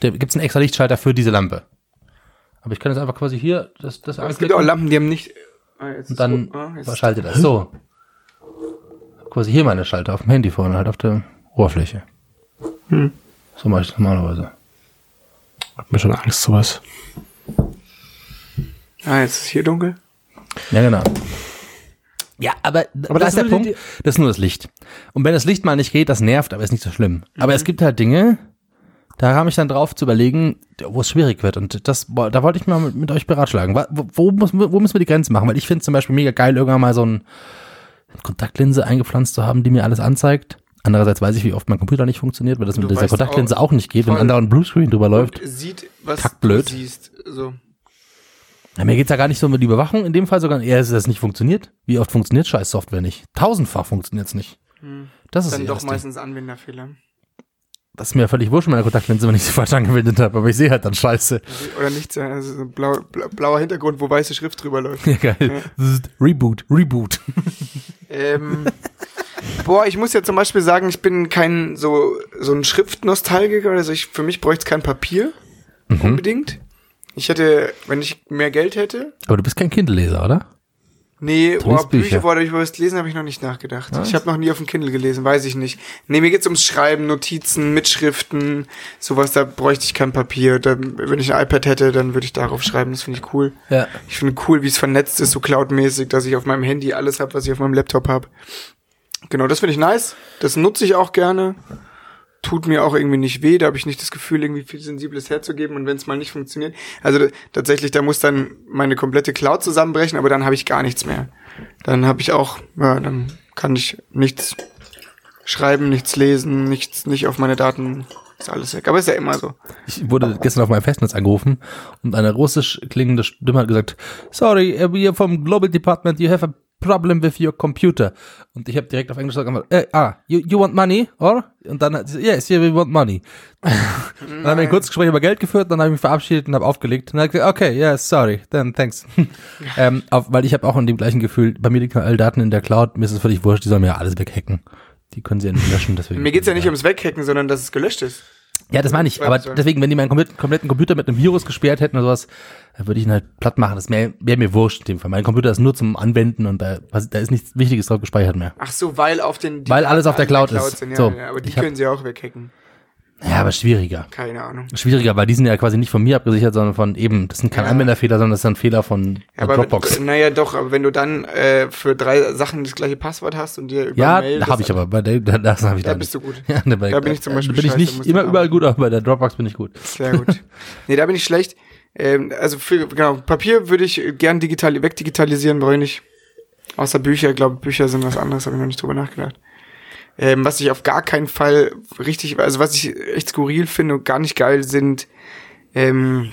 Da gibt's einen extra Lichtschalter für diese Lampe. Aber ich kann jetzt einfach quasi hier das, das Es gibt auch anklicken Lampen, die haben nicht. Ah, jetzt und ist dann rot. Ah, jetzt- schaltet das. So. Quasi hier meine Schalter auf dem Handy vorne, halt auf der Oberfläche. Hm. So mache ich das normalerweise. Hat mir schon Angst, sowas. Ah, jetzt ist hier dunkel. Ja, genau. Ja, aber, aber das, das ist der würde Punkt, das ist nur das Licht. Und wenn das Licht mal nicht geht, das nervt, aber ist nicht so schlimm. Aber es gibt halt Dinge, da kam ich dann drauf zu überlegen, wo es schwierig wird. Und das, boah, da wollte ich mal mit, mit euch beratschlagen. Wa- Wo, wo, muss, wo müssen wir die Grenze machen? Weil ich finde zum Beispiel mega geil, irgendwann mal so ein, eine Kontaktlinse eingepflanzt zu haben, die mir alles anzeigt. Andererseits weiß ich, wie oft mein Computer nicht funktioniert, weil das mit Du dieser weißt Kontaktlinse auch, nicht geht, wenn voll. andauernd Bluescreen drüber läuft. Sieht, was Kackblöd. du siehst. So. Ja, mir geht's ja gar nicht so um die Überwachung, in dem Fall sogar eher, dass das nicht funktioniert. Wie oft funktioniert scheiß Software nicht? Tausendfach funktioniert's nicht. Das ist Hm. eh eher Dann doch das Ding. meistens Anwenderfehler. Das ist mir völlig wurscht mit meiner Kontaktlinse, wenn ich sie falsch angewendet habe, aber ich sehe halt dann scheiße. Oder nichts, also so ein blau, bla- blauer Hintergrund, wo weiße Schrift drüber läuft. Ja, geil. Zzt, Reboot, Reboot. Ähm, boah, ich muss ja zum Beispiel sagen, ich bin kein so, so ein Schriftnostalgiker. Also ich, für mich bräuchte es kein Papier unbedingt. Ich hätte, wenn ich mehr Geld hätte. Aber du bist kein Kindleser, oder? Nee, Du boah, liest Bücher. Bücher, wo ich über das Lesen habe ich noch nicht nachgedacht. Ich habe noch nie auf dem Kindle gelesen, weiß ich nicht. Nee, mir geht's ums Schreiben, Notizen, Mitschriften, sowas, da bräuchte ich kein Papier. Da, wenn ich ein iPad hätte, dann würde ich darauf schreiben, das finde ich cool. Ja. Ich finde cool, wie es vernetzt ist, so cloudmäßig, dass ich auf meinem Handy alles habe, was ich auf meinem Laptop habe. Genau, das finde ich nice. Das nutze ich auch gerne. Tut mir auch irgendwie nicht weh, da habe ich nicht das Gefühl, irgendwie viel Sensibles herzugeben und wenn es mal nicht funktioniert. Also da- tatsächlich, da muss dann meine komplette Cloud zusammenbrechen, aber dann habe ich gar nichts mehr. Dann habe ich auch, ja, dann kann ich nichts schreiben, nichts lesen, nichts, nicht auf meine Daten. Ist alles weg. Aber ist ja immer so. Ich wurde gestern auf meinem Festnetz angerufen und eine russisch klingende Stimme hat gesagt, sorry, uh, we are from Global Department, you have a problem with your computer. Und ich habe direkt auf Englisch gesagt, äh, ah, you, you want money, or? Und dann hat sie, yes, yeah, we want money. dann haben wir ein kurzes Gespräch über Geld geführt, dann habe ich mich verabschiedet und habe aufgelegt. Und dann habe ich gesagt, okay, yeah, sorry, then thanks. ähm, auf, weil ich habe auch in dem gleichen Gefühl, bei mir liegen halt alle Daten in der Cloud, mir ist es völlig wurscht, die sollen mir ja alles weghacken. Die können sie ja nicht löschen, deswegen. Mir geht's ja nicht ums Weghacken, sondern dass es gelöscht ist. Ja, das meine ich. Aber deswegen, wenn die meinen kompletten, kompletten Computer mit einem Virus gesperrt hätten oder sowas, dann würde ich ihn halt platt machen. Das wäre wär mir wurscht in dem Fall. Mein Computer ist nur zum Anwenden und da, was- da ist nichts Wichtiges drauf gespeichert mehr. Ach so, weil auf den die Weil alles auf der alle in Cloud ist. Sind, ja, So, ja, aber die ich hab- können sie auch weghacken. Ja, aber schwieriger. Keine Ahnung. Schwieriger, weil die sind ja quasi nicht von mir abgesichert, sondern von eben, das sind kein Anwenderfehler, sondern das ist ein Fehler von Ja, von aber Dropbox. Wenn, naja, doch, aber wenn du dann äh, für drei Sachen das gleiche Passwort hast und dir über ja, Mail da das- habe ich aber. Bei der, da, das hab ich Da da bist nicht. du gut. Ja, ne, bei, Da bin ich zum Beispiel Bin ich scheiße, nicht muss immer ich überall arbeiten. gut, aber bei der Dropbox bin ich gut. Sehr gut. nee, da bin ich schlecht. Ähm, also für, genau, Papier würde ich gern digital wegdigitalisieren, brauche ich nicht. Außer Bücher, glaube Bücher sind was anderes, habe ich noch nicht drüber nachgedacht. Ähm, was ich auf gar keinen Fall richtig, also was ich echt skurril finde und gar nicht geil sind, ähm,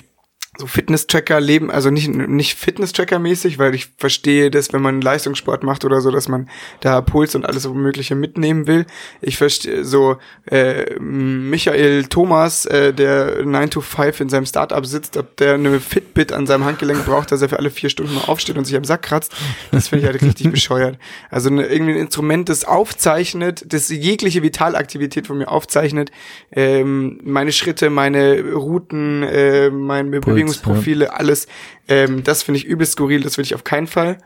so Fitness-Tracker leben, also nicht, nicht Fitness-Tracker-mäßig, weil ich verstehe das, wenn man Leistungssport macht oder so, dass man da Puls und alles so Mögliche mitnehmen will. Ich verstehe so äh, Michael Thomas, äh, der 9 to 5 in seinem Startup sitzt, ob der eine Fitbit an seinem Handgelenk braucht, dass er für alle vier Stunden mal aufsteht und sich am Sack kratzt. Das finde ich halt richtig bescheuert. Also eine, irgendwie ein Instrument, das aufzeichnet, das jegliche Vitalaktivität von mir aufzeichnet, ähm, meine Schritte, meine Routen, äh, mein Bewegungsprofile, alles. Ähm, das finde ich übelst skurril, das will ich auf keinen Fall.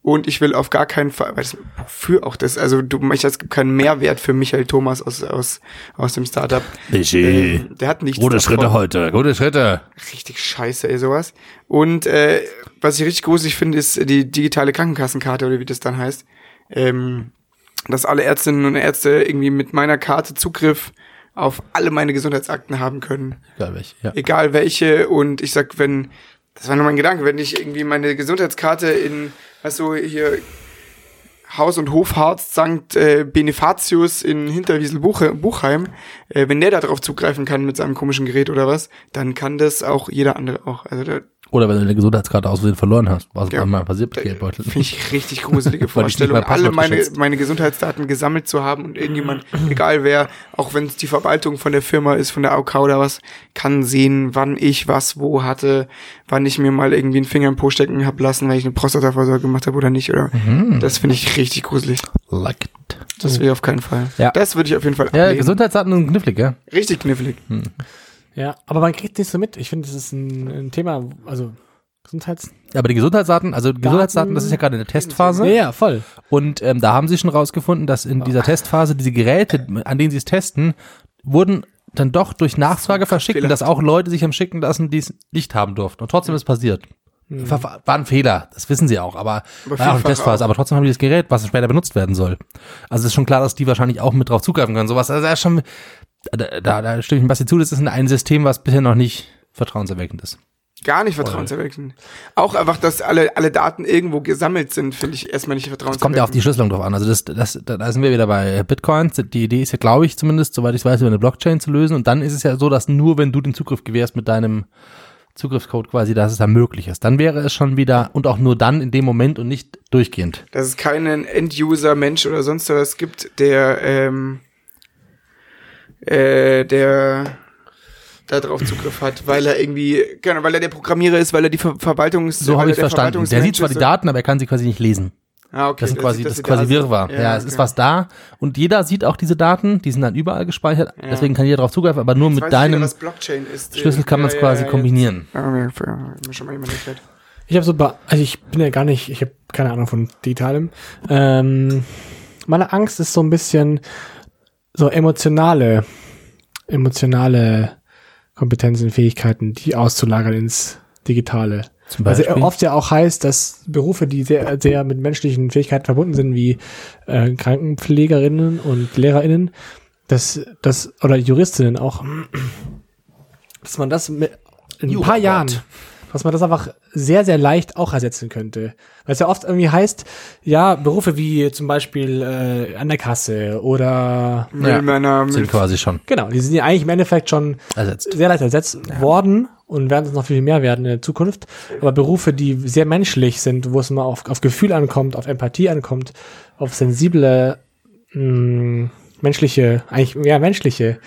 Und ich will auf gar keinen Fall, weil das, wofür auch das, also du möchtest, es gibt keinen Mehrwert für Michael Thomas aus, aus, aus dem Startup. Michi. Ähm, der hat nichts Äh, Gute davon. Schritte heute, gute Schritte. Richtig scheiße, ey, sowas. Und äh, was ich richtig gruselig finde, ist die digitale Krankenkassenkarte oder wie das dann heißt. Ähm, dass alle Ärztinnen und Ärzte irgendwie mit meiner Karte Zugriff auf alle meine Gesundheitsakten haben können Egal welche, ja. egal welche. Und ich sag, wenn, das war nur mein Gedanke, wenn ich irgendwie meine Gesundheitskarte in, weißt du, hier Haus- und Hofharzt St. Äh, Benefatius in Hinterwiesel-Buchheim, äh, wenn der da drauf zugreifen kann mit seinem komischen Gerät oder was, dann kann das auch jeder andere auch. Also da Oder wenn du eine Gesundheitskarte aus Versehen verloren hast, was Ja. mal passiert mit Äh, Geldbeutel. Finde ich richtig gruselige Weil ich nicht Vorstellung, mein alle Passwort meine, geschützt. meine Gesundheitsdaten gesammelt zu haben und irgendjemand, egal wer, auch wenn es die Verwaltung von der Firma ist, von der AOK oder was, kann sehen, wann ich was wo hatte, wann ich mir mal irgendwie einen Finger im Po stecken hab lassen, weil ich eine Prostatavorsorge gemacht habe oder nicht. Oder Mhm. Das finde ich richtig gruselig. Like it. Das will ich auf keinen Fall. Oh. Ja. Das würde ich auf jeden Fall Ja, ablehnen. Gesundheitsdaten sind knifflig, ja. Richtig knifflig. Ja, aber man kriegt nicht so mit. Ich finde, das ist ein, ein Thema, also Gesundheits... Ja, aber die Gesundheitsdaten, also die Gesundheitsdaten, das ist ja gerade in der Testphase. ja, voll. Und ähm, da haben sie schon rausgefunden, dass in dieser Testphase diese Geräte, an denen sie es testen, wurden dann doch durch Nachfrage verschickt und dass auch Leute sich haben schicken lassen, die es nicht haben durften. Und trotzdem ist passiert. Ver- War ein Fehler, das wissen sie auch, aber, war Aber auch eine vielfach Testphase. auch. Aber trotzdem haben die das Gerät, was später benutzt werden soll. Also es ist schon klar, dass die wahrscheinlich auch mit drauf zugreifen können. Sowas, also das ist schon, da, da, da stimme ich dem Basti zu, das ist ein System, was bisher noch nicht vertrauenserweckend ist. Gar nicht vertrauenserweckend. Auch einfach, dass alle, alle Daten irgendwo gesammelt sind, finde ich erstmal nicht Es kommt ja auf vertrauenserweckend. die Schlüsselung drauf an. Also das, das, da da sind wir wieder bei Bitcoin. Die Idee ist ja, glaube ich, zumindest, soweit ich weiß, über eine Blockchain zu lösen. Und dann ist es ja so, dass nur wenn du den Zugriff gewährst mit deinem Zugriffscode quasi, dass es dann möglich ist. Dann wäre es schon wieder und auch nur dann in dem Moment und nicht durchgehend. dass es keinen End-User, Mensch oder sonst was gibt, der, ähm, äh, der da drauf Zugriff hat, weil er irgendwie, genau, weil er der Programmierer ist, weil er die Ver Verwaltung ist. So weil habe er ich der verstanden. Der Verwaltungsmensch sieht zwar die ist. Daten, aber er kann sie quasi nicht lesen. Ah, okay, Das sind der quasi, sieht, das dass ist sie quasi da sind. Wirrwarr. Ja, es ist was da und jeder sieht auch diese Daten, die sind dann überall gespeichert, deswegen kann jeder darauf zugreifen, aber nur Jetzt mit weiß jeder, deinem was Blockchain ist. Schlüssel kann man es Ja, quasi ja, ja, kombinieren. jetzt- Ah, mir- mir schon mal jemand erklärt. Ich habe so, bei- also ich bin ja gar nicht, ich habe keine Ahnung von Digitalem. Ähm, meine Angst ist so ein bisschen so emotionale, emotionale Kompetenzen, Fähigkeiten, die auszulagern ins Digitale. Zum Also äh, Beispiel. oft ja auch heißt, dass Berufe, die sehr, sehr mit menschlichen Fähigkeiten verbunden sind, wie äh, Krankenpflegerinnen und LehrerInnen, dass das oder Juristinnen auch, dass man das mit, in ein paar Jurat. Jahren, dass man das einfach sehr, sehr leicht auch ersetzen könnte. Weil es ja oft irgendwie heißt, ja, Berufe wie zum Beispiel äh, an der Kasse oder Müllmänner, sind Müll, quasi schon genau, die sind ja eigentlich im Endeffekt schon ersetzt. sehr leicht ersetzt worden und werden es noch viel mehr werden in der Zukunft. Aber Berufe, die sehr menschlich sind, wo es mal auf, auf Gefühl ankommt, auf Empathie ankommt, auf sensible, mh, menschliche, eigentlich ja, menschliche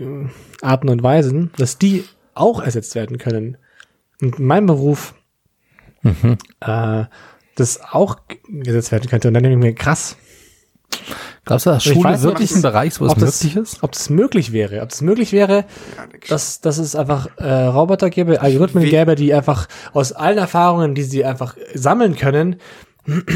mh, Arten und Weisen, dass die auch ersetzt werden können. Und mein Beruf, äh, das auch ersetzt werden könnte. Und dann denke ich mir, krass, Glaubst du, dass Also Ich Schule weiß, wirklich ob ein Bereich, wo es ob das, möglich ist? ob das möglich wäre. Ob das möglich wäre, dass, dass es einfach äh, Roboter gäbe, Algorithmen Wie- gäbe, die einfach aus allen Erfahrungen, die sie einfach sammeln können,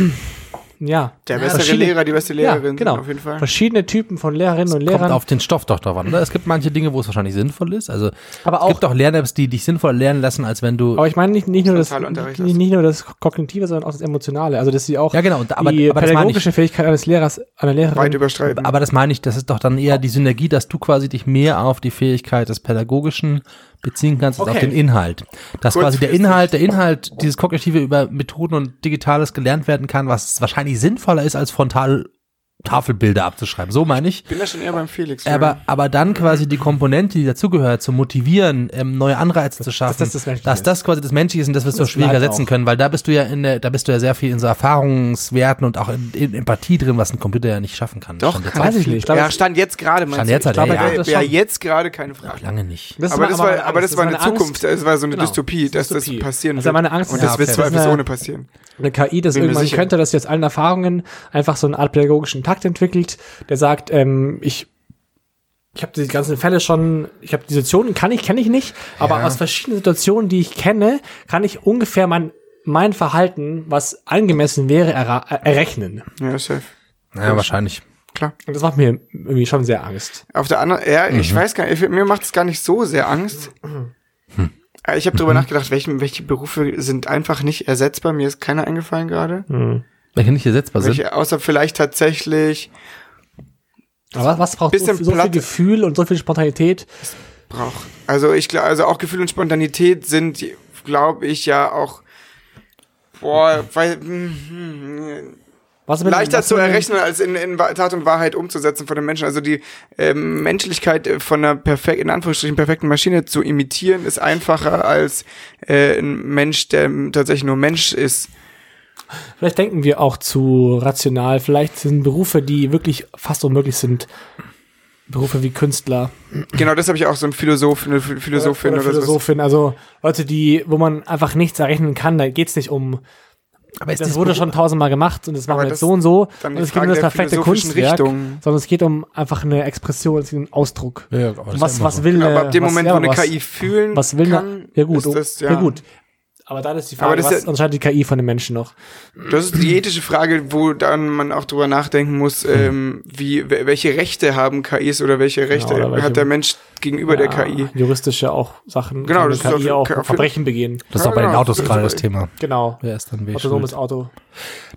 ja. der bessere verschiedene- Lehrer, die beste Lehrerin ja, genau. auf jeden Fall. Verschiedene Typen von Lehrerinnen und Kommt Lehrern. auf den Stoff doch drauf an, oder? Es gibt manche Dinge, wo es wahrscheinlich sinnvoll ist. Also Aber es auch- Oh gibt auch Lern-Apps, die dich sinnvoll lernen lassen, als wenn du. aber ich meine nicht, nicht, nur das, Frontalunterricht nicht, nicht nur das Kognitive, sondern auch das Emotionale. Also, dass sie auch Ja, genau, und- aber- die aber das meine ich. pädagogische Fähigkeit eines Lehrers, einer Lehrerin Weit überstreiten. aber das meine ich, das ist doch dann eher die Synergie, dass du quasi dich mehr auf die Fähigkeit des Pädagogischen beziehen kannst als Okay. auf den Inhalt. Dass quasi der Inhalt, der Inhalt, dieses Kognitive über Methoden und Digitales gelernt werden kann, was wahrscheinlich sinnvoller ist, als frontal Tafelbilder abzuschreiben. So meine ich. Ich bin da schon eher beim Felix. ja. Aber, aber dann quasi die Komponente, die dazugehört, zu motivieren, ähm, neue Anreize zu schaffen, das das Menschliche dass das quasi das Menschliche ist und das wirst du Das auch schwieriger bleibt setzen auch. können, weil da bist du ja in der, da bist du ja sehr viel in so Erfahrungswerten und auch in, in Empathie drin, was ein Computer ja nicht schaffen kann. Doch, Stand jetzt kann auch weiß ich nicht. Ich glaube, ja, stand jetzt gerade, meinst Stand du? jetzt ich hat er, glaube, ja. wär- Das wär schon. jetzt gerade keine Frage. lange nicht. Das aber war das aber war, meine aber das Angst. war Das eine war meine Zukunft, es war so eine Genau. Dystopie, dass das Dystopie. passieren Das war wird. meine Angst. Und Ja, das okay. wird zweifelsohne Das war- ohne passieren. eine KI, das Bin mir irgendwann sicher. könnte, das jetzt allen Erfahrungen einfach so eine Art pädagogischen Takt entwickelt, der sagt, ähm, ich ich habe die ganzen Fälle schon, ich habe die Situationen, kann ich, kenne ich nicht, aber aus verschiedenen Situationen, die ich kenne, kann ich ungefähr mein mein Verhalten, was angemessen wäre, erra- äh, errechnen. Ja, safe. Ja, wahrscheinlich. Klar. Und das macht mir irgendwie schon sehr Angst. Auf der anderen, ja, ich weiß gar nicht, ich- mir macht es gar nicht so sehr Angst. Aber Ich habe drüber nachgedacht, welche, welche Berufe sind einfach nicht ersetzbar. Mir ist keiner eingefallen gerade. Welche nicht ersetzbar sind. Welche, außer vielleicht tatsächlich Aber was, was braucht so, Bisschen viel- so viel platt. Gefühl und so viel Spontanität? braucht. Also ich glaube, also auch Gefühl und Spontanität sind, glaube ich, ja auch boah, weil mm, Was mit- leichter was zu mit- errechnen als in, in Wa- Tat und Wahrheit umzusetzen von den Menschen. Also die ähm, Menschlichkeit äh, von einer perfekt, in Anführungsstrichen perfekten Maschine zu imitieren, ist einfacher als äh, ein Mensch, der ähm, tatsächlich nur Mensch ist. Vielleicht denken wir auch zu rational. Vielleicht sind Berufe, die wirklich fast unmöglich sind, Berufe wie Künstler Genau, das habe ich auch so ein Philosoph, eine Ph- Äh, Philosophin oder, oder so. Philosophin. Also Leute, die, wo man einfach nichts errechnen kann, da geht's nicht um Aber ist das dieses wurde Beruf- schon tausendmal gemacht und das machen Aber wir das- jetzt so und so. dann Und die es geht Frage um das der perfekte philosophischen Kunstwerk, Richtung. sondern es geht um einfach eine Expression, es geht um einen Ausdruck. Ja, aber das ist ja was immer was so. will Aber eine- ab dem äh, was, Moment, ja, wo eine was, KI fühlen was will kann, eine, ja gut, ist oh, das, ja. ja, gut. Aber dann ist die Aber Frage, das ist was ja- unterscheidet die KI von den Menschen noch? Das ist die ethische Frage, wo dann man auch drüber nachdenken Hm. muss, ähm, wie, wel- welche Rechte haben KIs oder welche Rechte Genau, oder welche- hat der Mensch gegenüber der Ja, KI? Juristische auch Sachen. Genau, kann das eine ist KI auch- auch für- Verbrechen begehen. Das ist auch bei den Ja, Autos das ist gerade aber- das Thema. Genau. Wer ist dann Autonomes weg? Auto.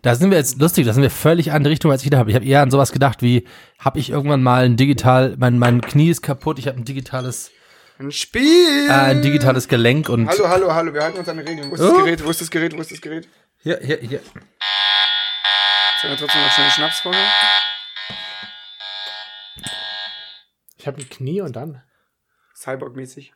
Da sind wir jetzt lustig, da sind wir völlig andere Richtung, als ich gedacht habe. Ich habe eher an sowas gedacht wie, habe ich irgendwann mal ein digital, mein, mein Knie ist kaputt, ich habe ein digitales, Ein Spiel! äh, ein digitales Gelenk und hallo, hallo, hallo, wir halten uns an die Regeln. Wo ist das Oh. Gerät? Wo ist das Gerät? Wo ist das Gerät? hier, hier, hier. Sollen wir trotzdem noch schnell einen Schnaps vorher? Ich habe ein Knie und dann. Cyborg-mäßig.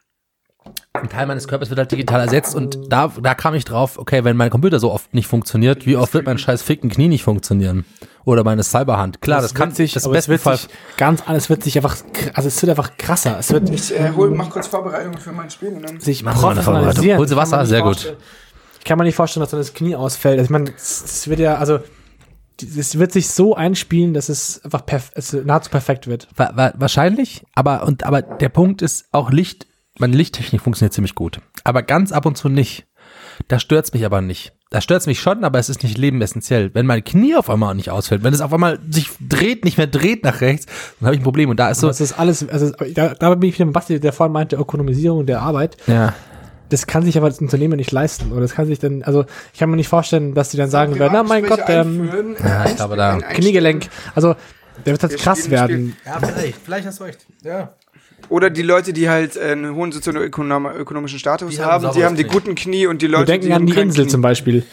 ein Teil meines Körpers wird halt digital ersetzt und da, da kam ich drauf, okay, wenn mein Computer so oft nicht funktioniert, wie oft wird mein scheiß ficken Knie nicht funktionieren? Oder meine Cyberhand. Klar, das, ist kann witzig, sich, das aber es besten wird Fall. sich ganz anders, wird sich einfach, kr- also es wird einfach krasser. Es wird Ich äh, hol, mach kurz Vorbereitungen für mein Spiel und dann. sich Machen Sie mal eine Vorbereitung. professionalisieren. Holen Sie Wasser? Kann man nicht Sehr gut. vorstellen- Ich kann mir nicht vorstellen, dass dann das Knie ausfällt. Also ich meine, es es wird ja, also es wird sich so einspielen, dass es einfach perf es nahezu perfekt wird. Wa wa wahrscheinlich, aber, und, aber der Punkt ist auch Licht, meine Lichttechnik funktioniert ziemlich gut. Aber ganz ab und zu nicht. Da stört's mich aber nicht. Da stört's mich schon, aber es ist nicht Leben essentiell. Wenn mein Knie auf einmal nicht ausfällt, wenn es auf einmal sich dreht, nicht mehr dreht nach rechts, dann habe ich ein Problem. Und da ist So, so. es ist alles, also da, da bin ich wieder mit Basti, der vorhin meinte, Ökonomisierung der Arbeit. Ja. Das kann sich aber das Unternehmen nicht leisten. Oder das kann sich dann, also ich kann mir nicht vorstellen, dass die dann sagen werden, na mein Gott, ähm, Ja, ich glaube, da- Kniegelenk. Also der wird halt Wir krass spielen ein Spiel. werden. Ja, vielleicht, vielleicht hast du recht. Ja. Oder die Leute, die halt äh, einen hohen sozioökonomischen Status Die haben haben, die sauberes haben die Knie. guten Knie und die Wir Leute, denken die an haben die kein Insel Knie. zum Beispiel.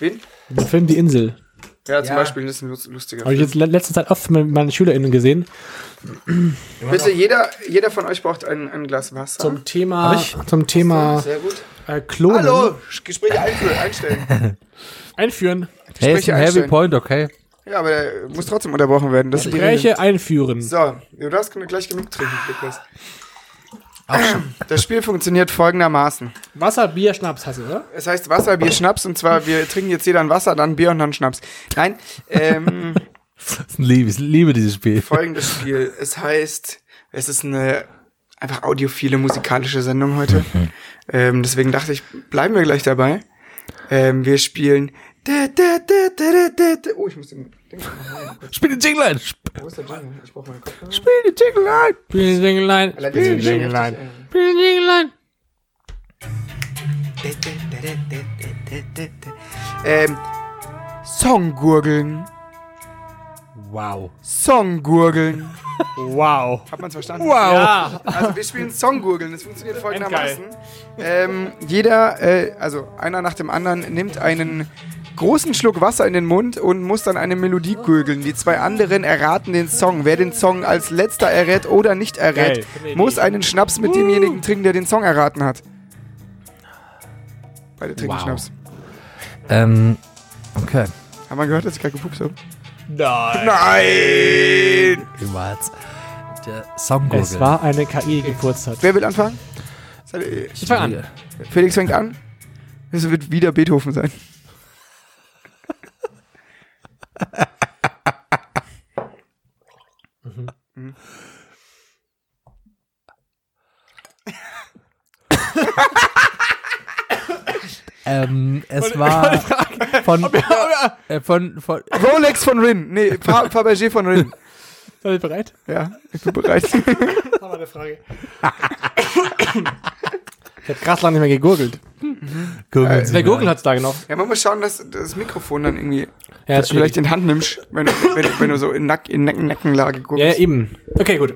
Wen? Den Film Die Insel. Ja, zum Ja. Beispiel, das ist ein lust- lustiger Habe ich jetzt le- letzte Zeit oft mit meinen SchülerInnen gesehen. Bitte, jeder, jeder von euch braucht ein, ein Glas Wasser. Zum Thema, Hab ich? zum Thema Sehr gut. äh, Klonen Hallo, Sch- Gespräche einführen, einstellen. einführen. Hey, ist Gespräche ein Heavy einstellen. Point, okay. Ja, aber der muss trotzdem unterbrochen werden. Das ist die Regel. Gespräche einführen. So, du darfst gleich genug trinken, Niklas. Das Spiel funktioniert folgendermaßen. Wasser, Bier, Schnaps hast du, oder? Es heißt Wasser, Bier, Schnaps. Und zwar, wir trinken jetzt jeder ein Wasser, dann Bier und dann Schnaps. Nein, ähm, Ich liebe, ich liebe dieses Spiel. folgendes Spiel. Es heißt, es ist eine einfach audiophile musikalische Sendung heute. ähm, deswegen dachte ich, bleiben wir gleich dabei. Ähm, wir spielen. Oh, ich muss den. Ding- Spiel den Jingle ein. Spiel Wo ist der Jingle? Ich brauche meine Kopfhörer. den Jingle ein. Spielen Singlein. Allein deswegen Spielen nervt Spielen Singlein. das, äh. Ähm, Songgurgeln. Wow. Songgurgeln. Wow. Hat man's verstanden? Ja. Also wir spielen Songgurgeln, das funktioniert folgendermaßen. Ähm, jeder, äh, also einer nach dem anderen, nimmt einen großen Schluck Wasser in den Mund und muss dann eine Melodie gurgeln. Die zwei anderen erraten den Song. Wer den Song als letzter errät oder nicht errät, Geil. muss einen Schnaps mit demjenigen trinken, der den Song erraten hat. Beide trinken Wow. Schnaps. Ähm, okay. Haben wir gehört, dass ich gerade gepupst habe? Nein. Nein! Niemals. Der Songgurgel. Es war eine KI, die gepurzt hat. Wer will anfangen? Seid ihr- Ich fang an. Felix fängt an. Es wird wieder Beethoven sein. Mhm. Ähm, es war von, äh, von, von, Rolex von Rin. Nee, Fa- Fabergé von Rin. Seid ihr bereit? Ja, ich bin bereit. Das war eine Frage. ich hab krass lange nicht mehr gegurgelt. Gurgeln Sie Wer mal. gurgelt hat's da genau? Ja, man muss schauen, dass das Mikrofon dann irgendwie Ja, ist vielleicht schwierig. in Hand nimmst, wenn, du- wenn, du- wenn du so in, Nack, in Nacken, Nackenlage guckst. Ja, ja, eben. Okay, gut.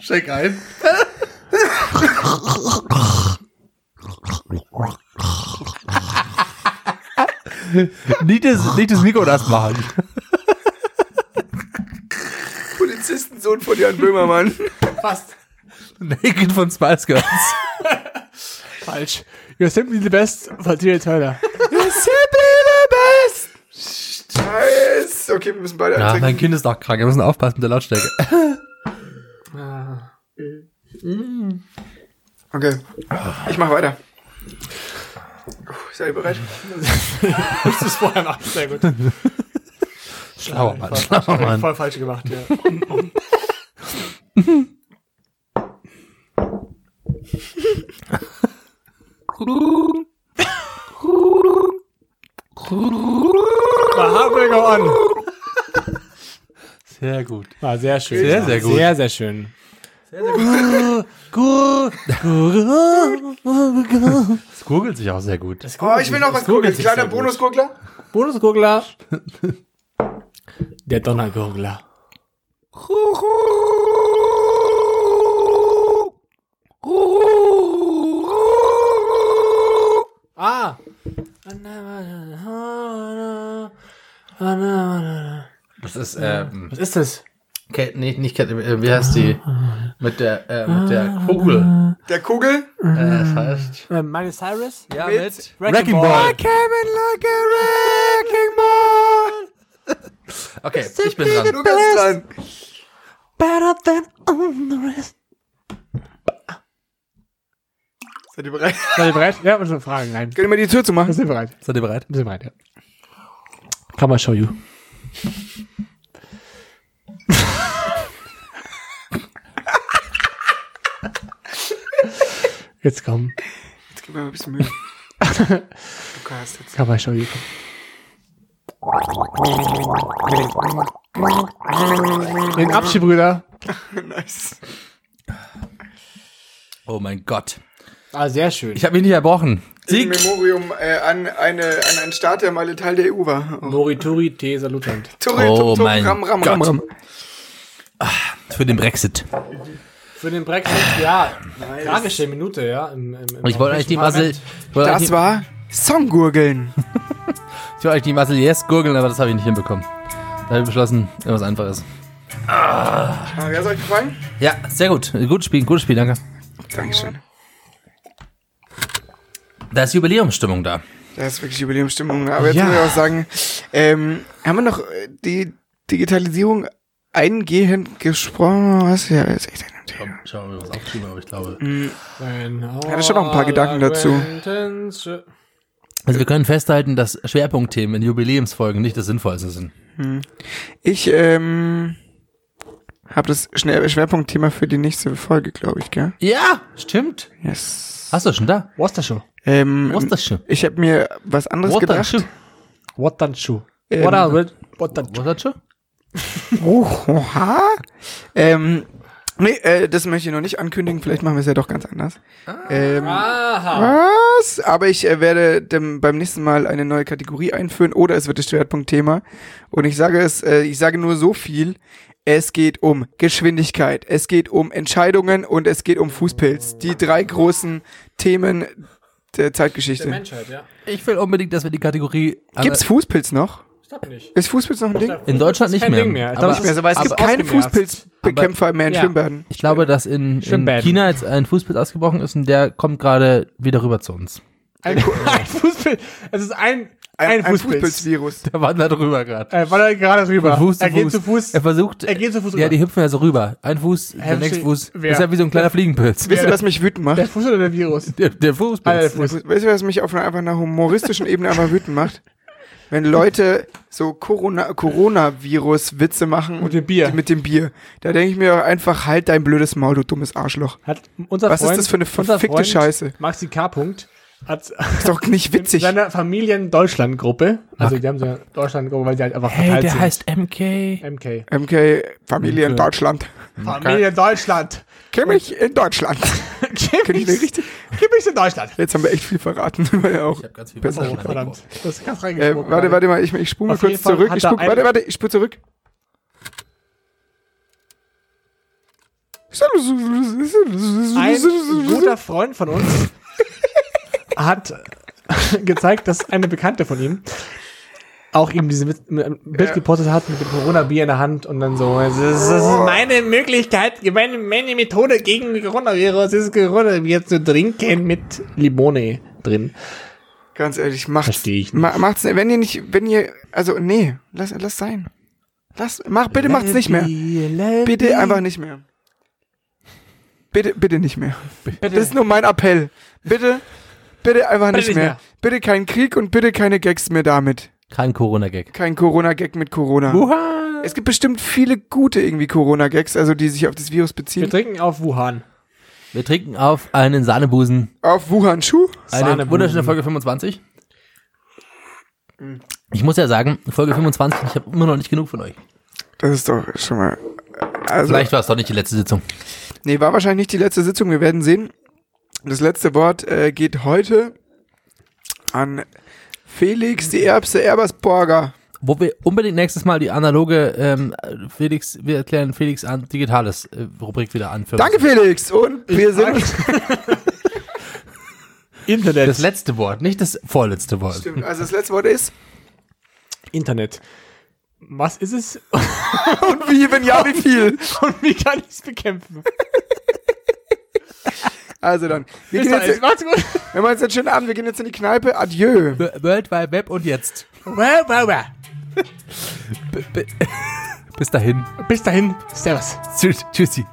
Steig ein. Nicht das, nicht das Mikro das machen. Polizistensohn von Jan Böhmermann. Fast. Naked von Spice Girls. Falsch. You're simply the best, Tina Turner. Simply the best. Nice. Okay, wir müssen beide Ja, mein eintrinken. Kind ist auch krank. Wir müssen aufpassen mit der Lautstärke. Okay. Ich mach weiter. Uh, Seid ihr bereit? Das ist vorher nach. Sehr gut. Schlauer Mann, schlauer Mann. Voll falsch gemacht, ja. Behavior on. Sehr gut. War sehr schön. Sehr, sehr gut. Sehr, sehr schön. Es gurgelt sich auch sehr gut. Oh, ich will noch was gucken. Kleiner Bonusgurgler. Bonusgurgler. Der Donnergurgler. Ah! Das ist, ähm, Was ist das? Kate, nee, nicht Kate, äh, wie heißt die? Mit der, äh, mit der Kugel. Der Kugel. Äh, das heißt. Äh, Miley Cyrus? Ja, mit Ah, Wrecking Ball. Okay, ich bin dran. Du kannst dran. Seid ihr bereit? Seid ihr bereit? Ja, unsere Fragen. Nein. Könnt ihr mal die Tür zumachen? Sind bereit? Seid ihr bereit? Sind bereit, ja. Come on, show you. Jetzt komm. Jetzt gib mir mal ein bisschen Mühe. du hast jetzt. Come on, show you. Den Abschied, Brüder. Nice. Oh mein Gott. Ah, sehr schön. Ich habe mich nicht erbrochen. In Sieg. Memorium äh, an, eine, an einen Staat, der mal Teil der EU war. Oh. Morituri te salutant. Tori, Oh tum, tum, mein ram, ram, ram, Gott. Ah, ram. Für den Brexit. Für den Brexit, ja. Tragische Minute, ja. Im, im, im Ich wollte eigentlich die Masel. Ich wollte eigentlich, Das war Songgurgeln. ich wollte eigentlich die Masel Yes gurgeln, aber das habe ich nicht hinbekommen. Da habe ich beschlossen, irgendwas einfaches. Ah, Wer hat euch gefallen? Ja, sehr gut. Gutes Spiel, gutes Spiel, danke. Dankeschön. Da ist Jubiläumsstimmung da. Da ist wirklich Jubiläumsstimmung. ne? Aber jetzt Ja. muss ich auch sagen, ähm, haben wir noch äh, die Digitalisierung eingehend gesprochen? Was? Ja, ist echt ein Thema. Schauen wir mal, was aufgeschrieben aber ich glaube. hatte schon noch ein paar Gedanken dazu. dazu. Also wir können festhalten, dass Schwerpunktthemen in Jubiläumsfolgen nicht das Sinnvollste sind. Ich ähm, habe das Schnell Schwerpunktthema für die nächste Folge, glaube ich, gell? Ja, stimmt. Yes. Hast du schon da? Worcestershire. Ähm, Was ist das schon? ich habe mir was anderes Was ist das gedacht. schon? Worcestershire. Ähm, Worcestershire. Worcestershire. Was ist das schon? Oh, oha. Ähm, nee, äh, das möchte ich noch nicht ankündigen. Vielleicht machen wir es ja doch ganz anders. Ähm, Was? Aber ich äh, werde dem, beim nächsten Mal eine neue Kategorie einführen oder es wird das Schwerpunktthema. Und ich sage es, äh, ich sage nur so viel. Es geht um Geschwindigkeit, es geht um Entscheidungen und es geht um Fußpilz. Die drei großen Themen der Zeitgeschichte. Menschheit, ja. Ich will unbedingt, dass wir die Kategorie Gibt's Fußpilz noch? Ich glaube nicht. Ist Fußpilz noch ein Ding? in Deutschland nicht Kein mehr. Ding mehr. Ich glaub, Aber nicht mehr. Also, weil es gibt keine ausgemerzt. Fußpilzbekämpfer mehr in Ja. Schwimmbäden. ich glaube, dass in, in Schwimmbäden. China jetzt ein Fußpilz ausgebrochen ist und der kommt gerade wieder rüber zu uns. Ein, ein Fußpilz. Es ist ein, ein, Fußpilz. Äh, Fußpilzvirus. Der wandert rüber gerade. Er wandert gerade rüber. er geht zu Fuß. Er versucht. Er geht zu Fuß Ja, rüber. die hüpfen ja so rüber. Ein Fuß, der Hä, nächste verstehe- Fuß. wer- Ist ja wie so ein kleiner Fliegenpilz. Wisst ihr, was mich wütend macht? der Fuß oder der Virus? Der, der Fußpilz. Ah, der Fuß. Wisst ihr, was mich auf einer, einfach einer humoristischen Ebene einfach wütend macht? Wenn Leute so Corona, Coronavirus-Witze machen Mit dem Bier. die- mit dem Bier, da denke ich mir auch einfach, halt dein blödes Maul, du dummes Arschloch. Hat unser Was ist Freund, das für eine unser verfickte Freund, Scheiße? Maxi K. Punkt hat Ist doch nicht in witzig. seiner Familien-Deutschland-Gruppe, also die haben so eine Deutschland-Gruppe, weil die halt einfach Hey, verteilt der sind. heißt MK. MK. MK, Familie in Deutschland. Familien-Deutschland. Kenn mich in Deutschland. Kenn ich nicht Gib richtig? mich in Deutschland. Jetzt haben wir echt viel verraten. War ja auch. Ganz viel Besser. Wasser. Verdammt. Das ist ganz Äh, reingesprochen. warte, warte mal, ich, ich spule mal halt. Auf kurz jeden Fall zurück. hat Ich er spule, eine- warte, warte, ich spule zurück. Ein guter Freund von uns hat gezeigt, dass eine Bekannte von ihm auch ihm dieses Witz- ein Bild gepostet hat mit dem Corona-Bier in der Hand und dann so, das ist, das ist meine Möglichkeit, meine, meine Methode gegen Coronavirus ist Corona-Bier zu trinken mit Limone drin. Ganz ehrlich, macht's. Versteh ich nicht. Ma macht's, wenn ihr nicht, wenn ihr, also nee, lass, lass sein. Lass, mach, bitte macht's nicht mehr. Bitte einfach nicht mehr. Bitte, bitte nicht mehr. Das ist nur mein Appell. Bitte, bitte einfach nicht, nicht mehr. mehr. Bitte keinen Krieg und bitte keine Gags mehr damit. Kein Corona-Gag. Kein Corona-Gag mit Corona. Es gibt bestimmt viele gute irgendwie Corona-Gags, also die sich auf das Virus Wir beziehen. trinken auf Wuhan. Wir trinken auf einen Sahnebusen. Auf Wuhan-Schuh? Eine Sahnebusen. wunderschöne Folge 25. Ich muss ja sagen, Folge 25, ich habe immer noch nicht genug von euch. Das ist doch schon mal. Also, Also Vielleicht war es doch nicht die letzte Sitzung. Nee, war wahrscheinlich nicht die letzte Sitzung. Wir werden sehen. Das letzte Wort äh, geht heute an Felix, die Erbse Erbersborger. Wo wir unbedingt nächstes Mal die analoge ähm, Felix, wir erklären Felix an digitales äh, Rubrik wieder anführen. Danke, Felix! Und wir sind. Internet. Das letzte Wort, nicht das vorletzte Wort. Stimmt, also, das letzte Wort ist. Internet. Was ist es Und wie, wenn ja, wie viel? und wie kann ich es bekämpfen? Also dann. Wir Bis gehen dahin. jetzt, Macht's gut. wir machen jetzt einen schönen Abend. Wir gehen jetzt in die Kneipe. Adieu. W- World Wide Web und jetzt. Bis dahin. Bis dahin. Servus. Tschüss- Tschüssi.